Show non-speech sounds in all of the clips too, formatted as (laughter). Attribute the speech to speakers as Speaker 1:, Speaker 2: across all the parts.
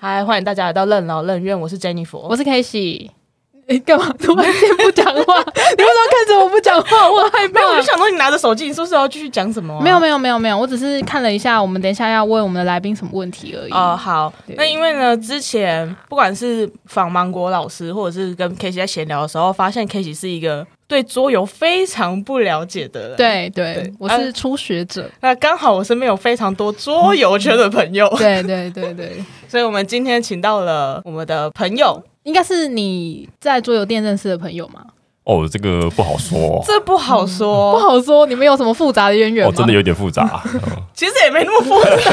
Speaker 1: 嗨，欢迎大家来到任劳任怨，我是 Jennifer。
Speaker 2: 我是 k 喜。你干嘛突然间不讲话？ (laughs) 你为什么看着我不讲话？我害
Speaker 1: 没有，我就
Speaker 2: 怕。
Speaker 1: 想说你拿着手机，你是不是要继续讲什么、
Speaker 2: 啊
Speaker 1: 啊
Speaker 2: 没有没有没有没有，我只是看了一下，我们等一下要问我们的来宾什么问题而已。
Speaker 1: 哦、好，
Speaker 2: 对
Speaker 1: 那因为呢，之前不管是访芒果老师，或者是跟 K 喜在闲聊的时候，发现 K 喜是一个对桌游非常不了解的人。，
Speaker 2: 对对
Speaker 1: 对，
Speaker 2: 我是初学者。
Speaker 1: 那刚好我身边有非常多桌游圈的朋友，
Speaker 2: (laughs) 对对对对，
Speaker 1: (laughs) 所以我们今天请到了我们的朋友，
Speaker 2: 应该是你在桌游店认识的朋友嘛？
Speaker 3: 哦，这个不好说，
Speaker 1: 这不好
Speaker 2: 嗯不
Speaker 1: 说，
Speaker 2: 好说，你们有什么复杂的渊源
Speaker 3: 哦，
Speaker 2: 吗？
Speaker 3: 真的有点复杂。嗯
Speaker 1: 其实也没那么复
Speaker 2: (laughs)
Speaker 1: 杂，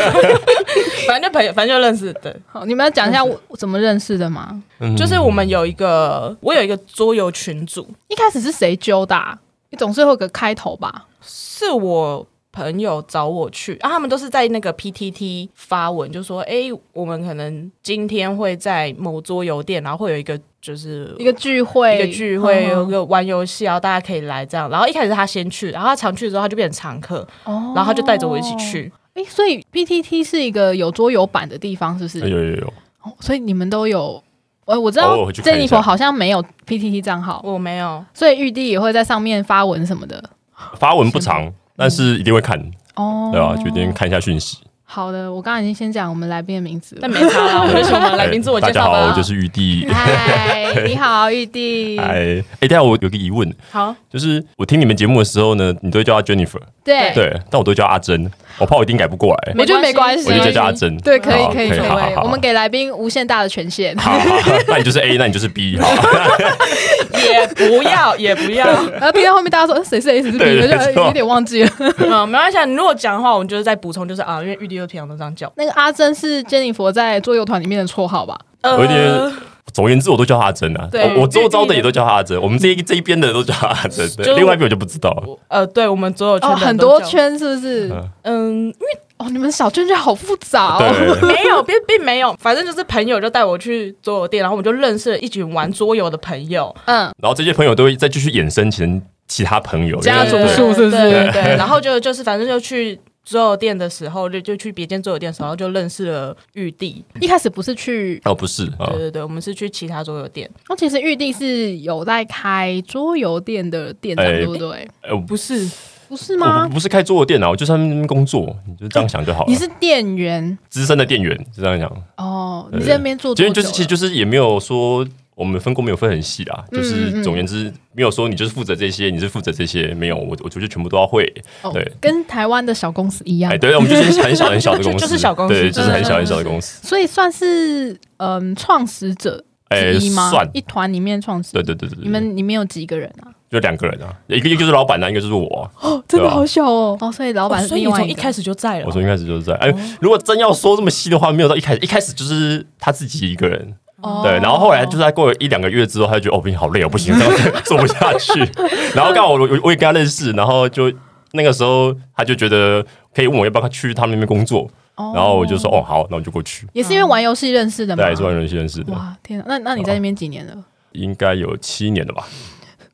Speaker 1: 反正就朋友，反正就认识的。
Speaker 2: 好，你们要讲一下我我怎么认识的吗？
Speaker 3: 嗯
Speaker 1: 就是我们有一个，我有一个桌游群组，
Speaker 2: 一开始是谁揪的、啊？你总是会有个开头吧？
Speaker 1: 是我朋友找我去啊，他们都是在那个 PTT 发文，就说，哎、我们可能今天会在某桌游店，然后会有一个就是
Speaker 2: 一个聚会，
Speaker 1: 一个聚会，
Speaker 2: 嗯
Speaker 1: 有一个玩游戏，然后大家可以来这样。然后一开始他先去，然后他常去之后他就变成常客，
Speaker 2: 哦
Speaker 1: 然后他就带着我一起。去。
Speaker 2: 哎、所以 PTT 是一个有桌游版的地方，是不是？
Speaker 3: 嗯有有有有，
Speaker 2: 哦所以你们都有。呃我我知道
Speaker 3: 偶尔会去看一下
Speaker 2: Jennifer 好像没有 PTT 账号，
Speaker 1: 我没有，
Speaker 2: 所以玉帝也会在上面发文什么的。
Speaker 3: 发文不长，但是一定会看，
Speaker 2: 哦，
Speaker 3: 对吧？啊就一定看一下讯息。
Speaker 2: 好的，我刚刚已经先讲我们来宾的名字了
Speaker 1: 但。没差啦。我们就请
Speaker 3: (laughs)
Speaker 1: 我们来宾自我
Speaker 3: 哎
Speaker 1: 介
Speaker 3: 大家
Speaker 1: 绍
Speaker 3: 好，我
Speaker 1: 吧。
Speaker 3: 就是玉帝。
Speaker 2: 嗨，
Speaker 3: (laughs)
Speaker 2: 你好，玉帝。
Speaker 3: 哎哎，大家我有个疑问，
Speaker 1: 好，
Speaker 3: 就是我听你们节目的时候呢，你都会叫她 Jennifer，
Speaker 2: 对，
Speaker 3: 对，但我都叫阿珍，我怕我一定改不过来。
Speaker 2: 我觉得没关系，
Speaker 3: 我就叫叫阿珍。
Speaker 2: 对，可以
Speaker 3: 好
Speaker 2: 可以
Speaker 3: 可
Speaker 2: 可
Speaker 3: 以好好
Speaker 2: 以，
Speaker 3: 好
Speaker 2: 我们给来宾无限大的权限。
Speaker 3: 好，好好那你就是 A，那你就是 B，好，
Speaker 1: 也不要，也不要，
Speaker 2: 然后听到后面大家说呃谁是 A 谁是 B，我
Speaker 3: 对
Speaker 2: 就
Speaker 3: 没
Speaker 2: 呃
Speaker 3: 错
Speaker 2: 有点忘记了。
Speaker 1: 嗯，没关系啊。你如果讲的话，我们就是再补充，就是啊，因为玉帝又平常都这样叫。
Speaker 2: 那个阿珍是 Jennifer 在桌游团里面的绰号吧？
Speaker 1: 呃
Speaker 3: 有一点总而言之，我都叫她阿珍啊。
Speaker 1: 对
Speaker 3: 我我周遭的也都叫她阿珍，我们这一这一边的都叫她阿珍，
Speaker 1: 就
Speaker 3: 对，另外一边我就不知道了。
Speaker 1: 我呃，对我们所有圈
Speaker 2: 哦，
Speaker 1: 的人
Speaker 2: 很
Speaker 1: 都
Speaker 2: 多
Speaker 1: 叫，
Speaker 2: 圈是不是？
Speaker 3: 嗯
Speaker 1: 嗯，
Speaker 2: 哦，你们小圈圈好复杂哦。
Speaker 3: 对，
Speaker 1: (laughs) 没有，并并没有，反正就是朋友就带我去桌游店，然后我们就认识了一群玩桌游的朋友，
Speaker 2: 嗯，
Speaker 3: 然后这些朋友都会再继续衍生成其他朋友，
Speaker 2: 家
Speaker 3: 因
Speaker 2: 族
Speaker 3: 为对
Speaker 2: 树是不是
Speaker 1: 对对对，对然后就就是反正就去。桌游店的时候，就就去别间桌游店的时候，就认识了玉帝。
Speaker 2: 一开始不是去，
Speaker 3: 哦，不是啊
Speaker 1: 对，对对，我们是去其他桌游店，
Speaker 2: 哦，其实玉帝是有在开桌游店的店长，
Speaker 3: 哎
Speaker 2: 对不对？
Speaker 3: 哎我
Speaker 1: 不是
Speaker 2: 不是
Speaker 3: 我
Speaker 2: 吗
Speaker 3: 不？不是开桌游店啊，我就在那边工作，你就这样想就好
Speaker 2: 你
Speaker 3: 了。
Speaker 2: 是店员
Speaker 3: 资深的店员是这样讲，
Speaker 2: 哦，
Speaker 3: 对
Speaker 2: 你在那边做
Speaker 3: 今
Speaker 2: 多
Speaker 3: 天
Speaker 2: 久
Speaker 3: 就是其
Speaker 2: 了？
Speaker 3: 实就是也没有说我们分工没有分很细啦，
Speaker 2: 嗯
Speaker 3: 就是
Speaker 2: 嗯
Speaker 3: 总而言之没有说你就是负责这些，你是负责这些，没有我我觉得全部都要会。
Speaker 2: 哦
Speaker 3: 对
Speaker 2: 跟台湾的小公司一样
Speaker 3: 哎，，对，我
Speaker 2: (laughs)
Speaker 3: 们就是很小很小的公司，
Speaker 1: 就是小公司
Speaker 3: 对，就是很小
Speaker 2: 嗯
Speaker 3: 很小的公司，
Speaker 2: 所以算是嗯创始者
Speaker 3: 哎
Speaker 2: 之一吗？
Speaker 3: 算
Speaker 2: 一团里面创始
Speaker 3: 对对对对，
Speaker 2: 你们里面有几个人啊？
Speaker 3: 就两个人啊，一个一个就是老板啊，一个就是我啊。
Speaker 2: 哦，真的
Speaker 3: 对啊
Speaker 2: 好小哦。哦，所以老板
Speaker 1: 哦
Speaker 2: 是
Speaker 1: 所以
Speaker 2: 另
Speaker 1: 你
Speaker 2: 外
Speaker 1: 从
Speaker 2: 一
Speaker 1: 一
Speaker 2: 个
Speaker 1: 开始就在了
Speaker 3: 我。从一开始就是在，
Speaker 2: 哦
Speaker 3: 哎，如果真要说这么细的话，没有到一开始，一开始就是他自己一个人，
Speaker 2: 哦
Speaker 3: 对，然后后来就是他过了一两个月之后，他就觉得哦，不行，好累哦，不行，
Speaker 2: (laughs)
Speaker 3: 这样做不下去。然后刚好我我我也跟他认识，然后就那个时候他就觉得可以问我要不要去他们那边工作，
Speaker 2: 哦
Speaker 3: 然后我就说哦好，那我就过去。
Speaker 2: 也是因为玩游戏认识的嘛。
Speaker 3: 对，是万人认识的，哦
Speaker 2: 哇，天啊！那那你在那边几年了？
Speaker 3: 应该有七年了吧？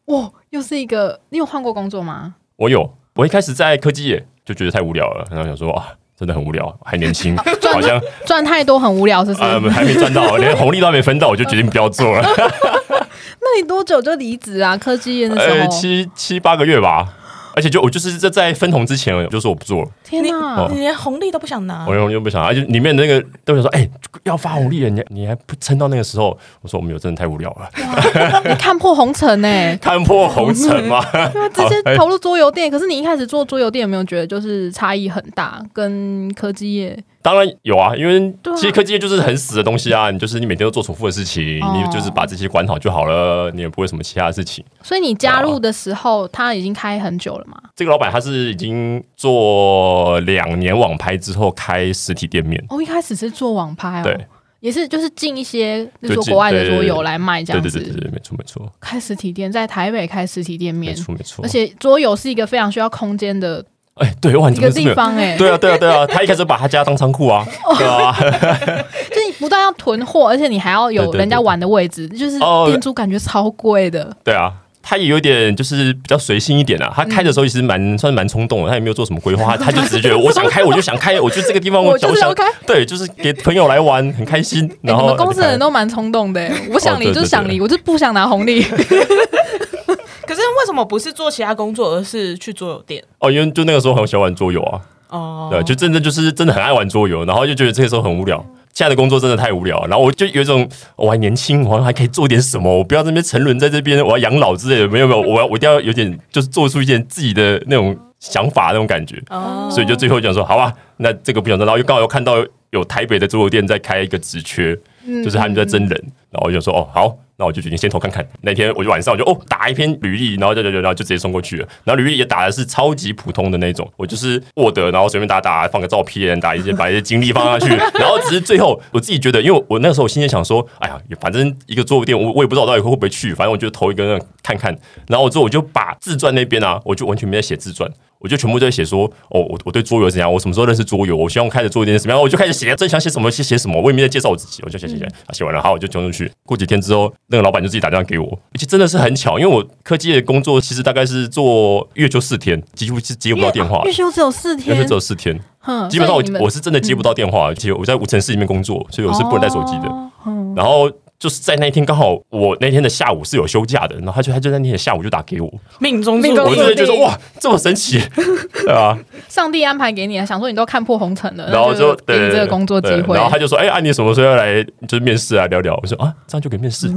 Speaker 2: 哇，又是一个，你有换过工作吗？
Speaker 3: 我有，我一开始在科技业就觉得太无聊了，然后想说啊。真的很无聊，还年轻，好像
Speaker 2: (laughs) 赚太多很无聊，是不是？
Speaker 3: 呃还没赚到，连红利都还没分到，我就决定不要做了。
Speaker 2: 那你多久就离职啊？科技业那时
Speaker 3: 呃，
Speaker 2: 候，
Speaker 3: 七七八个月吧，而且就我就是在在分红之前，我就说我不做了。
Speaker 2: 天哪
Speaker 3: 哦！
Speaker 1: 你连红利都不想拿
Speaker 3: 我，又又不想，而且里面那个都有说，哎、要发红利了，你你还不撑到那个时候？我说我们有真的太无聊了，、
Speaker 2: 你看破红尘哎
Speaker 3: (laughs) 看破红尘嘛。
Speaker 2: 因为直
Speaker 3: 哎
Speaker 2: 接投入桌游店。可是你一开始做桌游店，有没有觉得就是差异很大，跟科技业？
Speaker 3: (laughs) 当然有啊，因为
Speaker 2: 对啊
Speaker 3: 其实科技业就是很死的东西啊，你就是你每天都做重复的事情，
Speaker 2: 哦
Speaker 3: 你就是把这些管好就好了，你也不会什么其他的事情。
Speaker 2: 所以你加入的时候，他已经开很久了嘛？
Speaker 3: 这个老板他是已经做两年网拍之后开实体店面，
Speaker 2: 哦，一开始是做网拍哦，
Speaker 3: 对，
Speaker 2: 也是就是进一些，比如
Speaker 3: 就
Speaker 2: 说
Speaker 3: 进
Speaker 2: 国外的
Speaker 3: 对
Speaker 2: 桌
Speaker 3: 对
Speaker 2: 游来卖这
Speaker 3: 对
Speaker 2: 样
Speaker 3: 对
Speaker 2: 子，
Speaker 3: 对对对，没错没错
Speaker 2: 开实体店，在台北开实体店
Speaker 3: 没
Speaker 2: 面，
Speaker 3: 错没错
Speaker 2: 而。且桌游是一个非常需要空间的
Speaker 3: 哎、对哇，
Speaker 2: 一
Speaker 3: 你怎么
Speaker 2: 个
Speaker 3: 是没
Speaker 2: 地
Speaker 3: 有？
Speaker 2: 方哎、
Speaker 3: (laughs) 对啊对啊对啊，他一开始把他家当仓库
Speaker 2: (laughs)
Speaker 3: 啊，
Speaker 2: 哦
Speaker 3: 对啊。 (laughs)
Speaker 2: 就是你不但要囤货，而且你还要有
Speaker 3: 对对对
Speaker 2: 人家玩的位置，就是
Speaker 3: 哦
Speaker 2: 店租感觉超贵的。
Speaker 3: 对啊，他也有点就是比较随性一点啊。
Speaker 2: 嗯
Speaker 3: 他开的时候其实蛮算是蛮冲动的，他也没有做什么规划，他他就只是觉得我想开我就想开，我觉得这个地方
Speaker 2: 我就是
Speaker 3: 想想
Speaker 2: 要开，哎
Speaker 3: 对，就是给朋友来玩很
Speaker 2: (laughs)
Speaker 3: 开心。然
Speaker 2: 你
Speaker 3: 后啊
Speaker 2: 们公司的人都蛮冲动的欸、我想
Speaker 3: (laughs) 哦
Speaker 2: 离
Speaker 3: 对
Speaker 2: 就是想
Speaker 3: 对
Speaker 2: 离，
Speaker 3: 对
Speaker 2: 我就不想拿红
Speaker 3: (laughs)
Speaker 2: 利。
Speaker 1: 可是为什么不是做其他工作，而是去桌游店？
Speaker 3: 哦，因为就那个时候很喜欢玩桌游啊，
Speaker 1: 哦，
Speaker 3: 对，就真的就是真的很爱玩桌游，然后就觉得这个时候很无聊。现在的工作真的太无聊了，然后我就有一种我还年轻，我好像还可以做点什么，我不要这边沉沦在这边，我要养老之类的，没有没有，我要我一定要有点就是做出一点自己的那种想法那种感觉，
Speaker 1: 哦
Speaker 3: 所以就最后讲说好吧，那这个不想做，然后又刚好又看到有台北的桌游店在开一个职缺，就是他们在征人，然后我就说哦好，那我就决定先投看看。那天我就晚上我就哦打一篇履历，然后就就就然后就直接送过去了。然后履历也打的是超级普通的那种，我就是 Word，然后随便打打，放个照片，啊打一些把一些经历放上去，然后只是最后我自己觉得，因为我我那时候我心里想说，哎呀，反正一个桌游店，我我也不知道我到底会不会去，反正我就投一个那种看看。然后我之后我就把自传那边啊，我就完全没在写自传。我就全部都在写说，哦，我我对桌游是怎样，我什么时候认识桌游，我希望开始做一点什么样，我就开始写，正想写什么写写什么，我也没在介绍我自己，我就写写
Speaker 2: 嗯
Speaker 3: 写，啊写完了，好，我就交出去。过几天之后，那个老板就自己打电话给我，而且真的是很巧，因为我科技的工作其实大概是做月休四天，几乎是接不到电话
Speaker 2: 月，休只有四
Speaker 3: 月休
Speaker 2: 天
Speaker 3: 只，有四天，
Speaker 2: 哼
Speaker 3: 基本上
Speaker 2: 所以
Speaker 3: 我
Speaker 2: 你们嗯
Speaker 3: 我是真的接不到电话，而且我在无尘室里面工作，所以我是不能带手机的。
Speaker 2: 哦嗯
Speaker 3: 然后就是在那一天刚好我那天的下午是有休假的，然后他就他就在那天的下午就打给我，
Speaker 1: 命中注
Speaker 2: 命中
Speaker 1: 定
Speaker 3: 我真的觉得哇这么神奇，对啊。
Speaker 2: 上帝安排给你，啊想说你都看破红尘了，
Speaker 3: 然
Speaker 2: (laughs)
Speaker 3: 后
Speaker 2: 那
Speaker 3: 就
Speaker 2: 给你这个工作机
Speaker 3: 对
Speaker 2: 会。
Speaker 3: 然后他就说：“哎、啊，你什么时候要来就是面试啊？聊聊。”我说：“啊，这样就可以
Speaker 2: (laughs)
Speaker 3: 面试。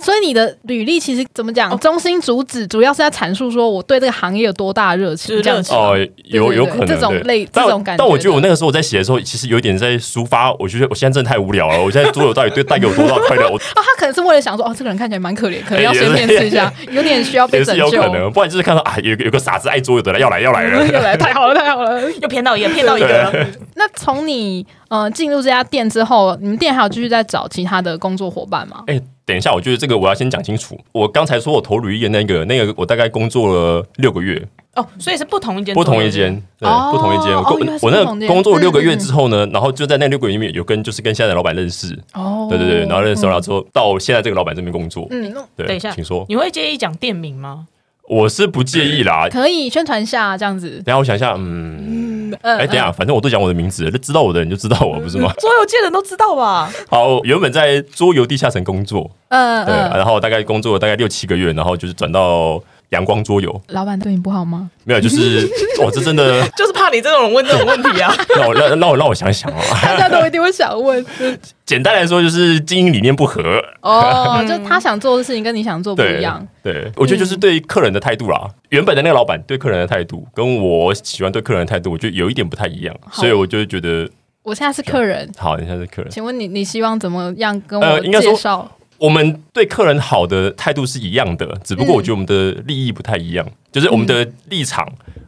Speaker 2: 所以你的履历其实怎么
Speaker 3: 哦
Speaker 2: 讲，中心主旨主要是在阐述说我对这个行业有多大热
Speaker 1: 就
Speaker 2: 情，
Speaker 1: 是
Speaker 2: 这样
Speaker 1: 热
Speaker 2: 子。
Speaker 1: 情
Speaker 3: 哦，有
Speaker 2: 对对
Speaker 3: 有可能
Speaker 2: 这种
Speaker 3: 对
Speaker 2: 类
Speaker 3: 但
Speaker 2: 这种感觉
Speaker 3: 但我觉得我那个时候我在写的时候，其实有点在抒发。我觉得我现在真的太无聊了。我现在桌游到底对带给我多大快乐？
Speaker 2: (laughs)
Speaker 3: 我
Speaker 2: 哦，他可能是为了想说，哦，这个人看起来蛮可怜，可能
Speaker 3: 哎
Speaker 2: 要
Speaker 3: 也
Speaker 2: 先
Speaker 3: 是
Speaker 2: 面试一
Speaker 3: (laughs)
Speaker 2: 下，有点需要被
Speaker 3: 也
Speaker 2: 拯
Speaker 3: 是
Speaker 2: 救。
Speaker 3: 有可
Speaker 2: (laughs)
Speaker 3: 能，不然就是看到啊，有个有个傻子爱桌游的来要来要来了。
Speaker 2: 又来，太好了，太好了。
Speaker 1: 又骗到一个，骗到一个
Speaker 3: (laughs)
Speaker 1: 了。
Speaker 2: 那从你呃进入这家店之后，你们店还有继续在找其他的工作伙伴吗？
Speaker 3: 哎、等一下，我觉得这个我要先讲清楚。我刚才说我投履历的那个，那个我大概工作了六个月，
Speaker 1: 哦，所以是不同一间，
Speaker 3: 不同一。间，对，
Speaker 2: 哦
Speaker 3: 不同一间。我
Speaker 2: 哦原来是
Speaker 3: 我那
Speaker 2: 不同
Speaker 3: 个
Speaker 2: 间
Speaker 3: 工作
Speaker 2: 嗯
Speaker 3: 六个月
Speaker 2: 嗯
Speaker 3: 之后呢，然后就在那六个月里面有跟就是跟现在的老板认识，
Speaker 2: 哦
Speaker 3: 对对对，然后认识完了之后，到现在这个老板这边工作。
Speaker 2: 嗯，那
Speaker 3: 对，
Speaker 1: 等一下
Speaker 3: 请说。
Speaker 1: 你会介意讲店名吗？
Speaker 3: 我是不介意啦。
Speaker 2: 可以宣传一下这样子。
Speaker 3: 等一下我想一下，嗯，
Speaker 2: 嗯
Speaker 3: 哎，等一下，反正我都讲我的名字了，知道我的人就知道我，不是吗？
Speaker 1: 所有界人都知道吧？
Speaker 3: (laughs) 好，我原本在桌游地下城工作，
Speaker 2: 嗯
Speaker 3: 对，啊然后大概工作了大概六七个月，然后就是转到阳光桌游，
Speaker 2: 老板对你不好吗？ (laughs)
Speaker 3: 没有，就是哇，这真的
Speaker 1: (laughs) 就是怕你这种人问这种问 (laughs) 题啊。
Speaker 3: 让我让让我让我想想啊。 (laughs)
Speaker 2: 大家都一定会想问。
Speaker 3: 简单来说，就是经营理念不合，
Speaker 2: 哦，就他想做的事情跟你想做不
Speaker 3: (laughs) 对
Speaker 2: 一样。
Speaker 3: 对，我觉得就是对客人的态度啦，原本的那个老板对客人的态度，跟我喜欢对客人的态度，我觉得有一点不太一样，
Speaker 2: 好
Speaker 3: 所以我就觉得，
Speaker 2: 我现在是客人，
Speaker 3: 好，你现在是客人，
Speaker 2: 请问你你希望怎么样跟我
Speaker 3: 呃应该说
Speaker 2: 介绍？
Speaker 3: 我们对客人好的态度是一样的，只
Speaker 2: 嗯
Speaker 3: 不过我觉得我们的利益不太一样，就是我们的立场。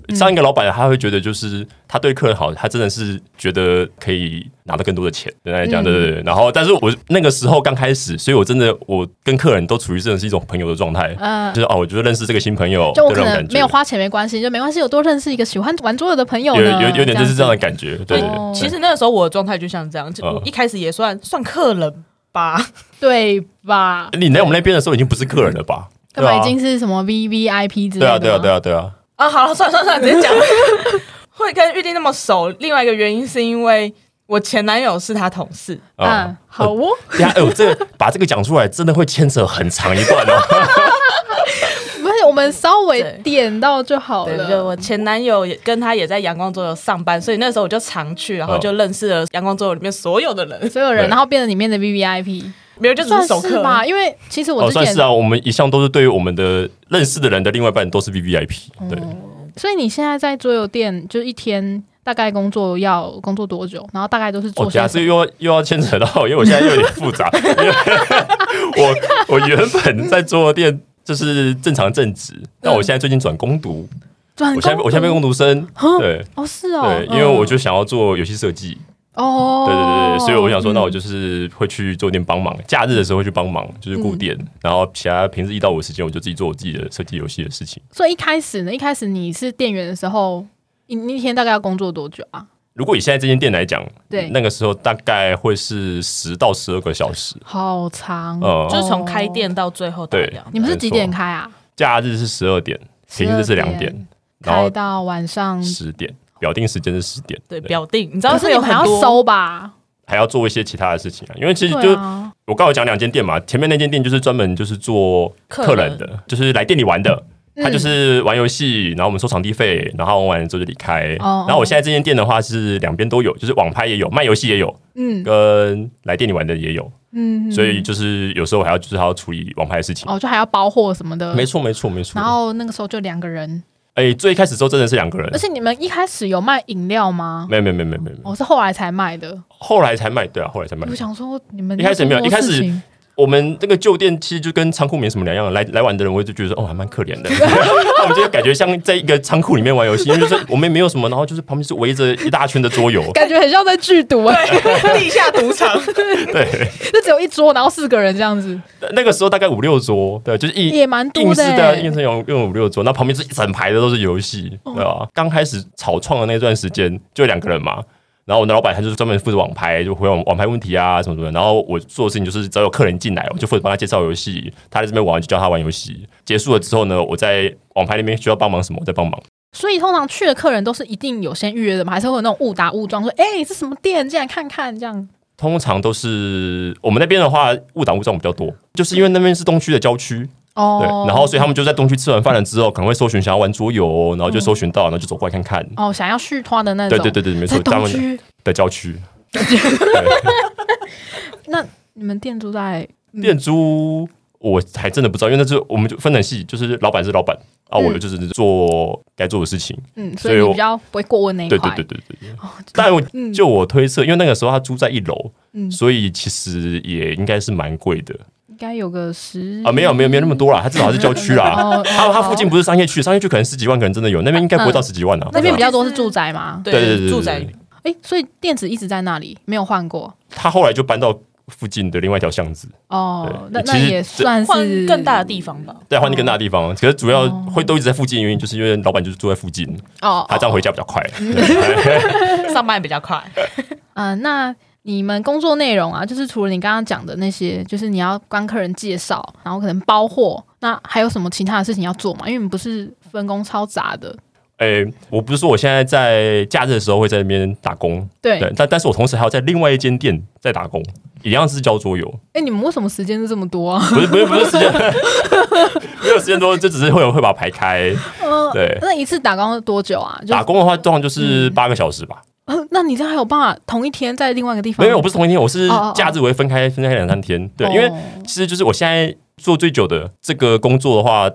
Speaker 3: 上一个老板他会觉得，就是他对客人好，他真的是觉得可以拿到更多的钱，简单来讲，
Speaker 2: 嗯
Speaker 3: 对对对。然后，但是我那个时候刚开始，所以我真的我跟客人都处于真的是一种朋友的状态，
Speaker 2: 嗯
Speaker 3: 就是哦，我就是认识这个新朋友，
Speaker 2: 就我
Speaker 3: 对
Speaker 2: 可
Speaker 3: 那种
Speaker 2: 能
Speaker 3: 感觉
Speaker 2: 没有花钱没关系，就没关系，我多认识一个喜欢玩桌游的朋友
Speaker 3: 有
Speaker 2: 呢。
Speaker 3: 有有点就是这样的
Speaker 2: 子。
Speaker 3: 感觉，对对对
Speaker 2: 哦
Speaker 1: 其实那个时候我的状态就像这样，就
Speaker 3: 嗯
Speaker 1: 我一开始也算算客人吧，
Speaker 2: 对吧？
Speaker 3: 你来我们那边的时候已经不是客人了吧？啊
Speaker 2: 干嘛已经是什么 V V I P 之类
Speaker 3: 对
Speaker 2: 的
Speaker 3: 啊
Speaker 2: 吗？
Speaker 3: 对啊对啊对啊，
Speaker 1: (laughs) 啊，好了，算了算了，算了直接讲。 (laughs) 会跟玉定那么熟，另外一个原因是因为我前男友是他同事，
Speaker 3: 对啊
Speaker 2: 嗯，好哦，
Speaker 3: 等 (laughs) 一下，哎呦，这个把这个讲出来，真的会牵扯很长一段哦。
Speaker 2: 不是我们稍微
Speaker 1: 对
Speaker 2: 点到就好
Speaker 1: 对，就
Speaker 2: 了。
Speaker 1: 我前男友也跟他也在阳光桌游上班，所以那时候我就常去，然后就认识了阳光桌游里面所有的人，
Speaker 2: 所有人，
Speaker 3: 对
Speaker 2: 然后变成里面的 V V I P，
Speaker 1: 没有就只是熟
Speaker 2: 算是
Speaker 1: 客
Speaker 2: 吧？因为其实 (laughs) 我
Speaker 3: 哦，
Speaker 2: 之
Speaker 3: 算
Speaker 2: 前
Speaker 3: 是，啊，我们一向都是对于我们的认识的人的另外一半都是 V V I P，对，
Speaker 2: 嗯所以你现在在桌游店，就一天大概工作要工作多久？然后大概都是
Speaker 3: 哦，
Speaker 2: 做
Speaker 3: 等下
Speaker 2: 些
Speaker 3: 这
Speaker 2: 什么？
Speaker 3: 个又要又要牵扯到，因为我现在又有点复杂。因
Speaker 2: (laughs)
Speaker 3: 为我我原本在桌游店就是正常正职，但我
Speaker 2: 嗯
Speaker 3: 现在最近转攻读，
Speaker 2: 转
Speaker 3: 我现在我现在被攻读生，对
Speaker 2: 嗯哦，是哦，
Speaker 3: 对，因为我就想要做游戏设计，
Speaker 2: 嗯哦，
Speaker 3: 对对对对，所以我想说，那我
Speaker 2: 嗯
Speaker 3: 就是会去做店帮忙，假日的时候会去帮忙，就是顾店，然后其他平时一到五的时间，我就自己做我自己的设计游戏的事情。
Speaker 2: 所以一开始呢，一开始你是店员的时候，你你一天大概要工作多久啊？
Speaker 3: 如果以现在这间店来讲，
Speaker 2: 对
Speaker 3: 那个时候大概会是十到十二个小时，
Speaker 2: 好长。
Speaker 3: 呃，
Speaker 1: 就是从开店到最后打
Speaker 3: 对
Speaker 1: 烊。
Speaker 2: 你们是几点开啊？
Speaker 3: 假日是十二点，平日是两点，然
Speaker 2: 开
Speaker 3: 后
Speaker 2: 到晚上，
Speaker 3: 十点，表定时间是十点，
Speaker 1: 对，表定，你知道
Speaker 2: 可
Speaker 1: 是
Speaker 2: 是你
Speaker 1: 有
Speaker 2: 们还
Speaker 1: 很
Speaker 2: 要
Speaker 1: 多
Speaker 2: 收吧？
Speaker 3: 还要做一些其他的事情啊，因为其实就
Speaker 2: 对啊，
Speaker 3: 我刚有讲两间店嘛，前面那间店就是专门就是做客人的，就是来店里玩的。
Speaker 2: 嗯
Speaker 3: 他就是玩游戏，然后我们收场地费，然后玩完之后就离开。
Speaker 2: 哦哦
Speaker 3: 然后我现在这间店的话是两边都有，就是网拍也有，卖游戏也有，
Speaker 2: 嗯
Speaker 3: 跟来店里玩的也有。
Speaker 2: 嗯，
Speaker 3: 所以就是有时候还要就是还要处理网拍的事情。
Speaker 2: 哦，就还要包货什么的。
Speaker 3: 没错，没错，没错。
Speaker 2: 然后那个时候就两个人，
Speaker 3: 哎、最一开始的时候真的是两个人
Speaker 2: 而，且你们一开始有卖饮料吗？哦
Speaker 3: 没有没有没有没有没有，
Speaker 2: 我是后来才卖的。
Speaker 3: 后来才卖，对啊，后来才卖
Speaker 2: 我。想说你们
Speaker 3: 一开始没有
Speaker 2: 那么多
Speaker 3: 一开始
Speaker 2: 事情
Speaker 3: 我们那个旧店其实就跟仓库没什么两样，来来玩的人我就觉得说哦还蛮可怜的， (laughs) 我们就感觉像在一个仓库里面玩游戏，因为就是我们也没有什么，然后就是旁边是围着一大圈的桌游，
Speaker 2: 感觉很像在剧毒啊， (laughs)
Speaker 1: (laughs) 地下赌场，
Speaker 3: 对，
Speaker 2: 就只有一桌，然后四个人这样子，
Speaker 3: 那个时候大概五六桌，对，就是一
Speaker 2: 也蛮
Speaker 3: 硬
Speaker 2: 多
Speaker 3: 是
Speaker 2: 欸
Speaker 3: 的，硬是用用五六桌，那旁边是一整排的都是游戏，
Speaker 2: 哦
Speaker 3: 对啊，刚开始草创的那段时间就两个人嘛，然后我的老板他就是专门负责网拍，就回网网拍问题啊什么什么的，然后我做的事情就是只要有客人进来，我就负责帮他介绍游戏，他在这边玩就教他玩游戏，结束了之后呢，我在网拍那边需要帮忙什么我再帮忙，
Speaker 2: 所以通常去的客人都是一定有先预约的嘛，还是会有那种误打误撞说，哎、这什么店，进来看看这样。
Speaker 3: 通常都是我们那边的话误打误撞比较多，就是因为那边是东区的郊区，
Speaker 2: 哦，
Speaker 3: 对，然后所以他们就在东区吃完饭了之后，可能会搜寻想要玩桌游，然后就搜寻到，然后就走过来看看。
Speaker 2: 哦，想要续团嗯的那
Speaker 3: 对
Speaker 2: 种，
Speaker 3: 对对对，没错
Speaker 2: 在，
Speaker 3: 他
Speaker 2: 东
Speaker 3: 们
Speaker 2: 区。
Speaker 3: 的
Speaker 2: (laughs)
Speaker 3: 郊区
Speaker 2: 那你们店租在
Speaker 3: 店租，我还真的不知道，因为那是我们就分得很细，就是老板是老板啊，
Speaker 2: 嗯
Speaker 3: 我就是做该做的事情。
Speaker 2: 嗯，
Speaker 3: 所
Speaker 2: 所
Speaker 3: 以
Speaker 2: 以你
Speaker 3: 我
Speaker 2: 比较不会过问那一
Speaker 3: 对
Speaker 2: 块。
Speaker 3: 对对对对。
Speaker 2: 哦
Speaker 3: 但我
Speaker 2: 嗯
Speaker 3: 就我推测，因为那个时候他租在一楼，所以其实也应该是蛮贵的
Speaker 2: 应该有个十
Speaker 3: 啊。没有没有没有那么多啦，他至少是郊区
Speaker 2: (laughs)
Speaker 3: 啦。
Speaker 2: 哦，
Speaker 3: (laughs) 他他附近不是商业区，商业区可能十几万，可能真的有，那边应该不会到十几万啊。
Speaker 2: 嗯哦那边比较多
Speaker 1: 就是是
Speaker 2: 住宅吗？
Speaker 3: 对对对对
Speaker 1: 住宅
Speaker 3: 对
Speaker 2: 哎、所以店址一直在那里，没有换过。
Speaker 3: 他后来就搬到附近的另外一条巷子，
Speaker 2: 哦，那
Speaker 3: 对
Speaker 2: 那
Speaker 3: 其实
Speaker 2: 也算
Speaker 1: 换
Speaker 2: 是
Speaker 1: 更大的地方吧。
Speaker 3: 再换一个更大的地
Speaker 2: 哦
Speaker 3: 方。可是主要会都一直在附近，原因就是因为老板就是住在附近，
Speaker 2: 哦。
Speaker 3: 他这样回家比较快。
Speaker 1: (laughs) 上班比较快，
Speaker 2: 嗯、那你们工作内容啊，就是除了你刚刚讲的那些，就是你要帮客人介绍，然后可能包货，那还有什么其他的事情要做吗？因为你们不是分工超杂的，
Speaker 3: 诶、哎我不是说我现在在假日的时候会在那边打工，
Speaker 2: 对。
Speaker 3: 对，但但是我同时还要在另外一间店在打工，一样是教桌游，
Speaker 2: 哎、你们为什么时间是这么多啊？
Speaker 3: 不是不是不是时间， (laughs) 没有时间多，就只是会有会把它排开。对，
Speaker 2: (laughs) 那一次打工多久啊？就
Speaker 3: 打工的话通常就是
Speaker 2: 嗯
Speaker 3: 八个小时吧，
Speaker 2: 呃那你这样还有办法同一天在另外一个地方？
Speaker 3: 没有，我不是同一天，我是
Speaker 2: 哦哦
Speaker 3: 假日我会分开分开两三天，对，
Speaker 2: 哦
Speaker 3: 因为其实就是我现在做最久的这个工作的话。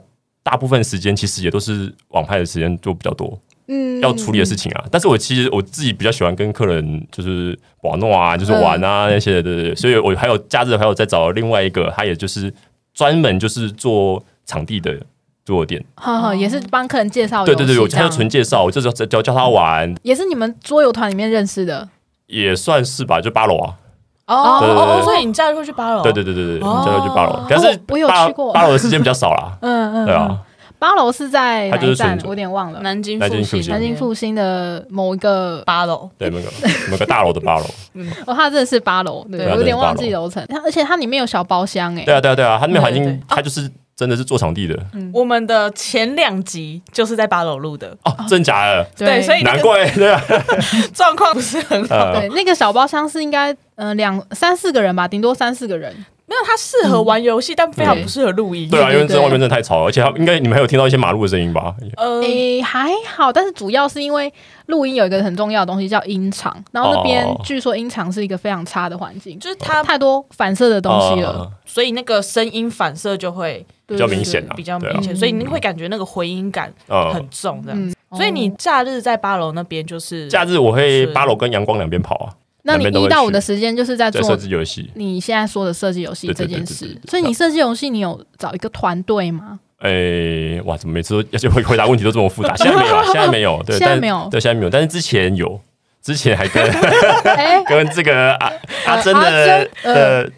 Speaker 3: 大部分时间其实也都是网拍的时间就比较多，
Speaker 2: 嗯
Speaker 3: 要处理的事情啊。但是我其实我自己比较喜欢跟客人就是玩弄啊，就是玩啊那些的，对
Speaker 2: 嗯
Speaker 3: 对对。所以我还有假日还有再找另外一个，他也就是专门就是做场地的桌游店，
Speaker 2: 呵呵，也是帮客人介绍游
Speaker 3: 对
Speaker 2: 戏
Speaker 3: 对
Speaker 2: 这样。
Speaker 3: 对，我还有纯介绍，我就是教教教他玩，
Speaker 2: 也是你们桌游团里面认识的
Speaker 3: 也算是吧，就八楼啊，
Speaker 1: 哦
Speaker 3: 对对
Speaker 1: 哦哦，
Speaker 3: 对
Speaker 1: 所以你假日会去八楼？
Speaker 3: 对对对对对，
Speaker 1: 哦
Speaker 3: 教他去八楼，但是
Speaker 2: 我我有
Speaker 3: 八
Speaker 2: 去过
Speaker 3: 八楼的时间比较少啦，
Speaker 2: 嗯嗯，
Speaker 3: 对啊，
Speaker 2: 八楼是在哪
Speaker 3: 它就是
Speaker 2: 一站
Speaker 3: 顺？走
Speaker 2: 我有点忘了。
Speaker 1: 南京
Speaker 3: 南京
Speaker 1: 复
Speaker 3: 复
Speaker 1: 兴，
Speaker 3: 兴
Speaker 2: 南京复兴的某一个，
Speaker 1: 八楼，
Speaker 3: 对那个那个大楼
Speaker 2: (laughs)
Speaker 3: 的八楼，
Speaker 2: 哦，它真的是八楼，对
Speaker 1: 对
Speaker 2: 我
Speaker 1: 它
Speaker 2: 有点
Speaker 3: 真的是八楼
Speaker 2: 忘记楼层。它而且它里面有小包厢，哎
Speaker 3: 对，啊对啊对啊，他那边环
Speaker 1: 对对
Speaker 3: 境
Speaker 1: 对
Speaker 3: 他就是真的是做场地的
Speaker 1: 我们的前两集就是在八楼录的， (laughs)
Speaker 3: 哦，真假的，
Speaker 1: 对
Speaker 2: 哎
Speaker 1: 所以
Speaker 3: 难怪对啊，
Speaker 1: 状况不是很
Speaker 3: (laughs)
Speaker 1: 好，
Speaker 3: 呃
Speaker 2: 哦对那个小包厢是应该，嗯，两三四个人吧，顶多三四个人。
Speaker 1: 没有它适合玩游戏，但非常不适合录音。
Speaker 3: 对啊，因为
Speaker 2: 对对
Speaker 3: 这外面真的太吵了，而且他应该你们还有听到一些马路的声音吧？
Speaker 1: 呃，
Speaker 2: 诶，还好，但是主要是因为录音有一个很重要的东西叫音场，然后那边
Speaker 3: 哦
Speaker 2: 据说音场是一个非常差的环境，
Speaker 1: 就是它，
Speaker 2: 太多反射的东西了，
Speaker 3: 啊
Speaker 1: 所以那个声音反射就会
Speaker 2: 比
Speaker 3: 比较明显啊，
Speaker 1: 比较
Speaker 3: 对
Speaker 1: 明
Speaker 3: 啊
Speaker 1: 显，所以你会感觉那个回音感
Speaker 3: 嗯，
Speaker 1: 很重，这样
Speaker 2: 嗯
Speaker 1: 子。，所以你假日在八楼那边就是
Speaker 3: 假日我会
Speaker 1: 是
Speaker 3: 八楼跟阳光两边跑啊，
Speaker 2: 那你
Speaker 3: 两边都会
Speaker 2: 一到
Speaker 3: 去
Speaker 2: 五的时间就是在
Speaker 3: 在
Speaker 2: 做
Speaker 3: 设置游戏。
Speaker 2: 你现在说的设计游戏
Speaker 3: 对
Speaker 2: 这
Speaker 3: 对
Speaker 2: 件
Speaker 3: 对对
Speaker 2: 事
Speaker 3: 对，对
Speaker 2: 所以你设计游戏你有找一个团队
Speaker 3: (laughs)
Speaker 2: 吗？
Speaker 3: 哎，哇，怎么每次都而且回回答问题都这么复杂？现在
Speaker 2: (laughs)
Speaker 3: 没有啊，现在没有，对，
Speaker 2: 现在
Speaker 3: 但
Speaker 2: 没有
Speaker 3: 对，现在没有，但是之前有。
Speaker 2: (laughs)
Speaker 3: 之前还跟，
Speaker 2: 哎
Speaker 3: 跟这个阿阿珍
Speaker 2: 阿
Speaker 3: 啊的
Speaker 2: 啊
Speaker 3: 欸
Speaker 2: 珍呃
Speaker 3: 的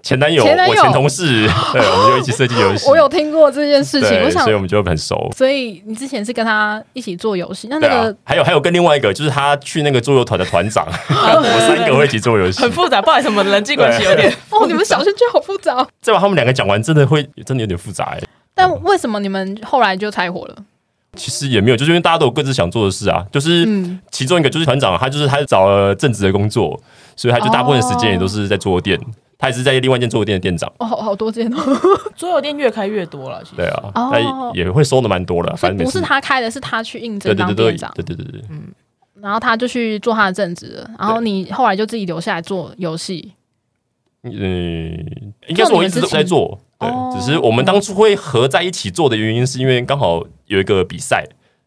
Speaker 3: 前男友，
Speaker 2: 前男友
Speaker 3: 我前同
Speaker 2: (laughs)
Speaker 3: 事，对，我们就一起设计游戏。
Speaker 2: 我有听过这件事情，我
Speaker 3: 对，
Speaker 2: 想
Speaker 3: 所以，我们就很熟。
Speaker 2: 所以你之前是跟他一起做游戏，那
Speaker 3: 对
Speaker 2: 那
Speaker 3: 啊
Speaker 2: 个，
Speaker 3: 还有还有跟另外一个，就是他去那个桌游团的团
Speaker 2: (laughs)
Speaker 3: 长，我们三个会一起做游戏
Speaker 1: 很。复杂，不好意思，我们人际关系有点
Speaker 2: 哦，你们小兴趣好复杂哦。
Speaker 3: 再把他们两个讲完，真的会真的有点复杂哎、
Speaker 2: (laughs) 但为什么你们后来就拆伙了？
Speaker 3: 其实也没有，就是因为大家都有各自想做的事啊。就是
Speaker 2: 嗯
Speaker 3: 其中一个就是团长，他就是他找了正职的工作，所以他就大部分的时间
Speaker 2: 哦
Speaker 3: 也都是在做店，他也是在另外一间做店的店长。
Speaker 2: 哦，好好多件哦，
Speaker 1: 桌游店越开越多了，其实
Speaker 3: 对啊，
Speaker 2: 哦
Speaker 3: 他也会收的蛮多了，
Speaker 2: 所
Speaker 3: (laughs) 反
Speaker 2: 以
Speaker 3: 正每
Speaker 2: (laughs) 不
Speaker 3: 次
Speaker 2: 是他开的，是他去应
Speaker 3: 对
Speaker 2: 征
Speaker 3: 对
Speaker 2: 当
Speaker 3: 对对
Speaker 2: 店长，
Speaker 3: 对对对对，
Speaker 2: 然后他就去做他的正职了，然后
Speaker 3: 对
Speaker 2: 你后来就自己留下来做游戏。
Speaker 3: 嗯，应该说我一
Speaker 2: 做你们之
Speaker 3: 直都
Speaker 2: 前
Speaker 3: 在做，对
Speaker 2: 哦，
Speaker 3: 只是我们当初会合在一起做的原因，是因为刚好有一个比赛，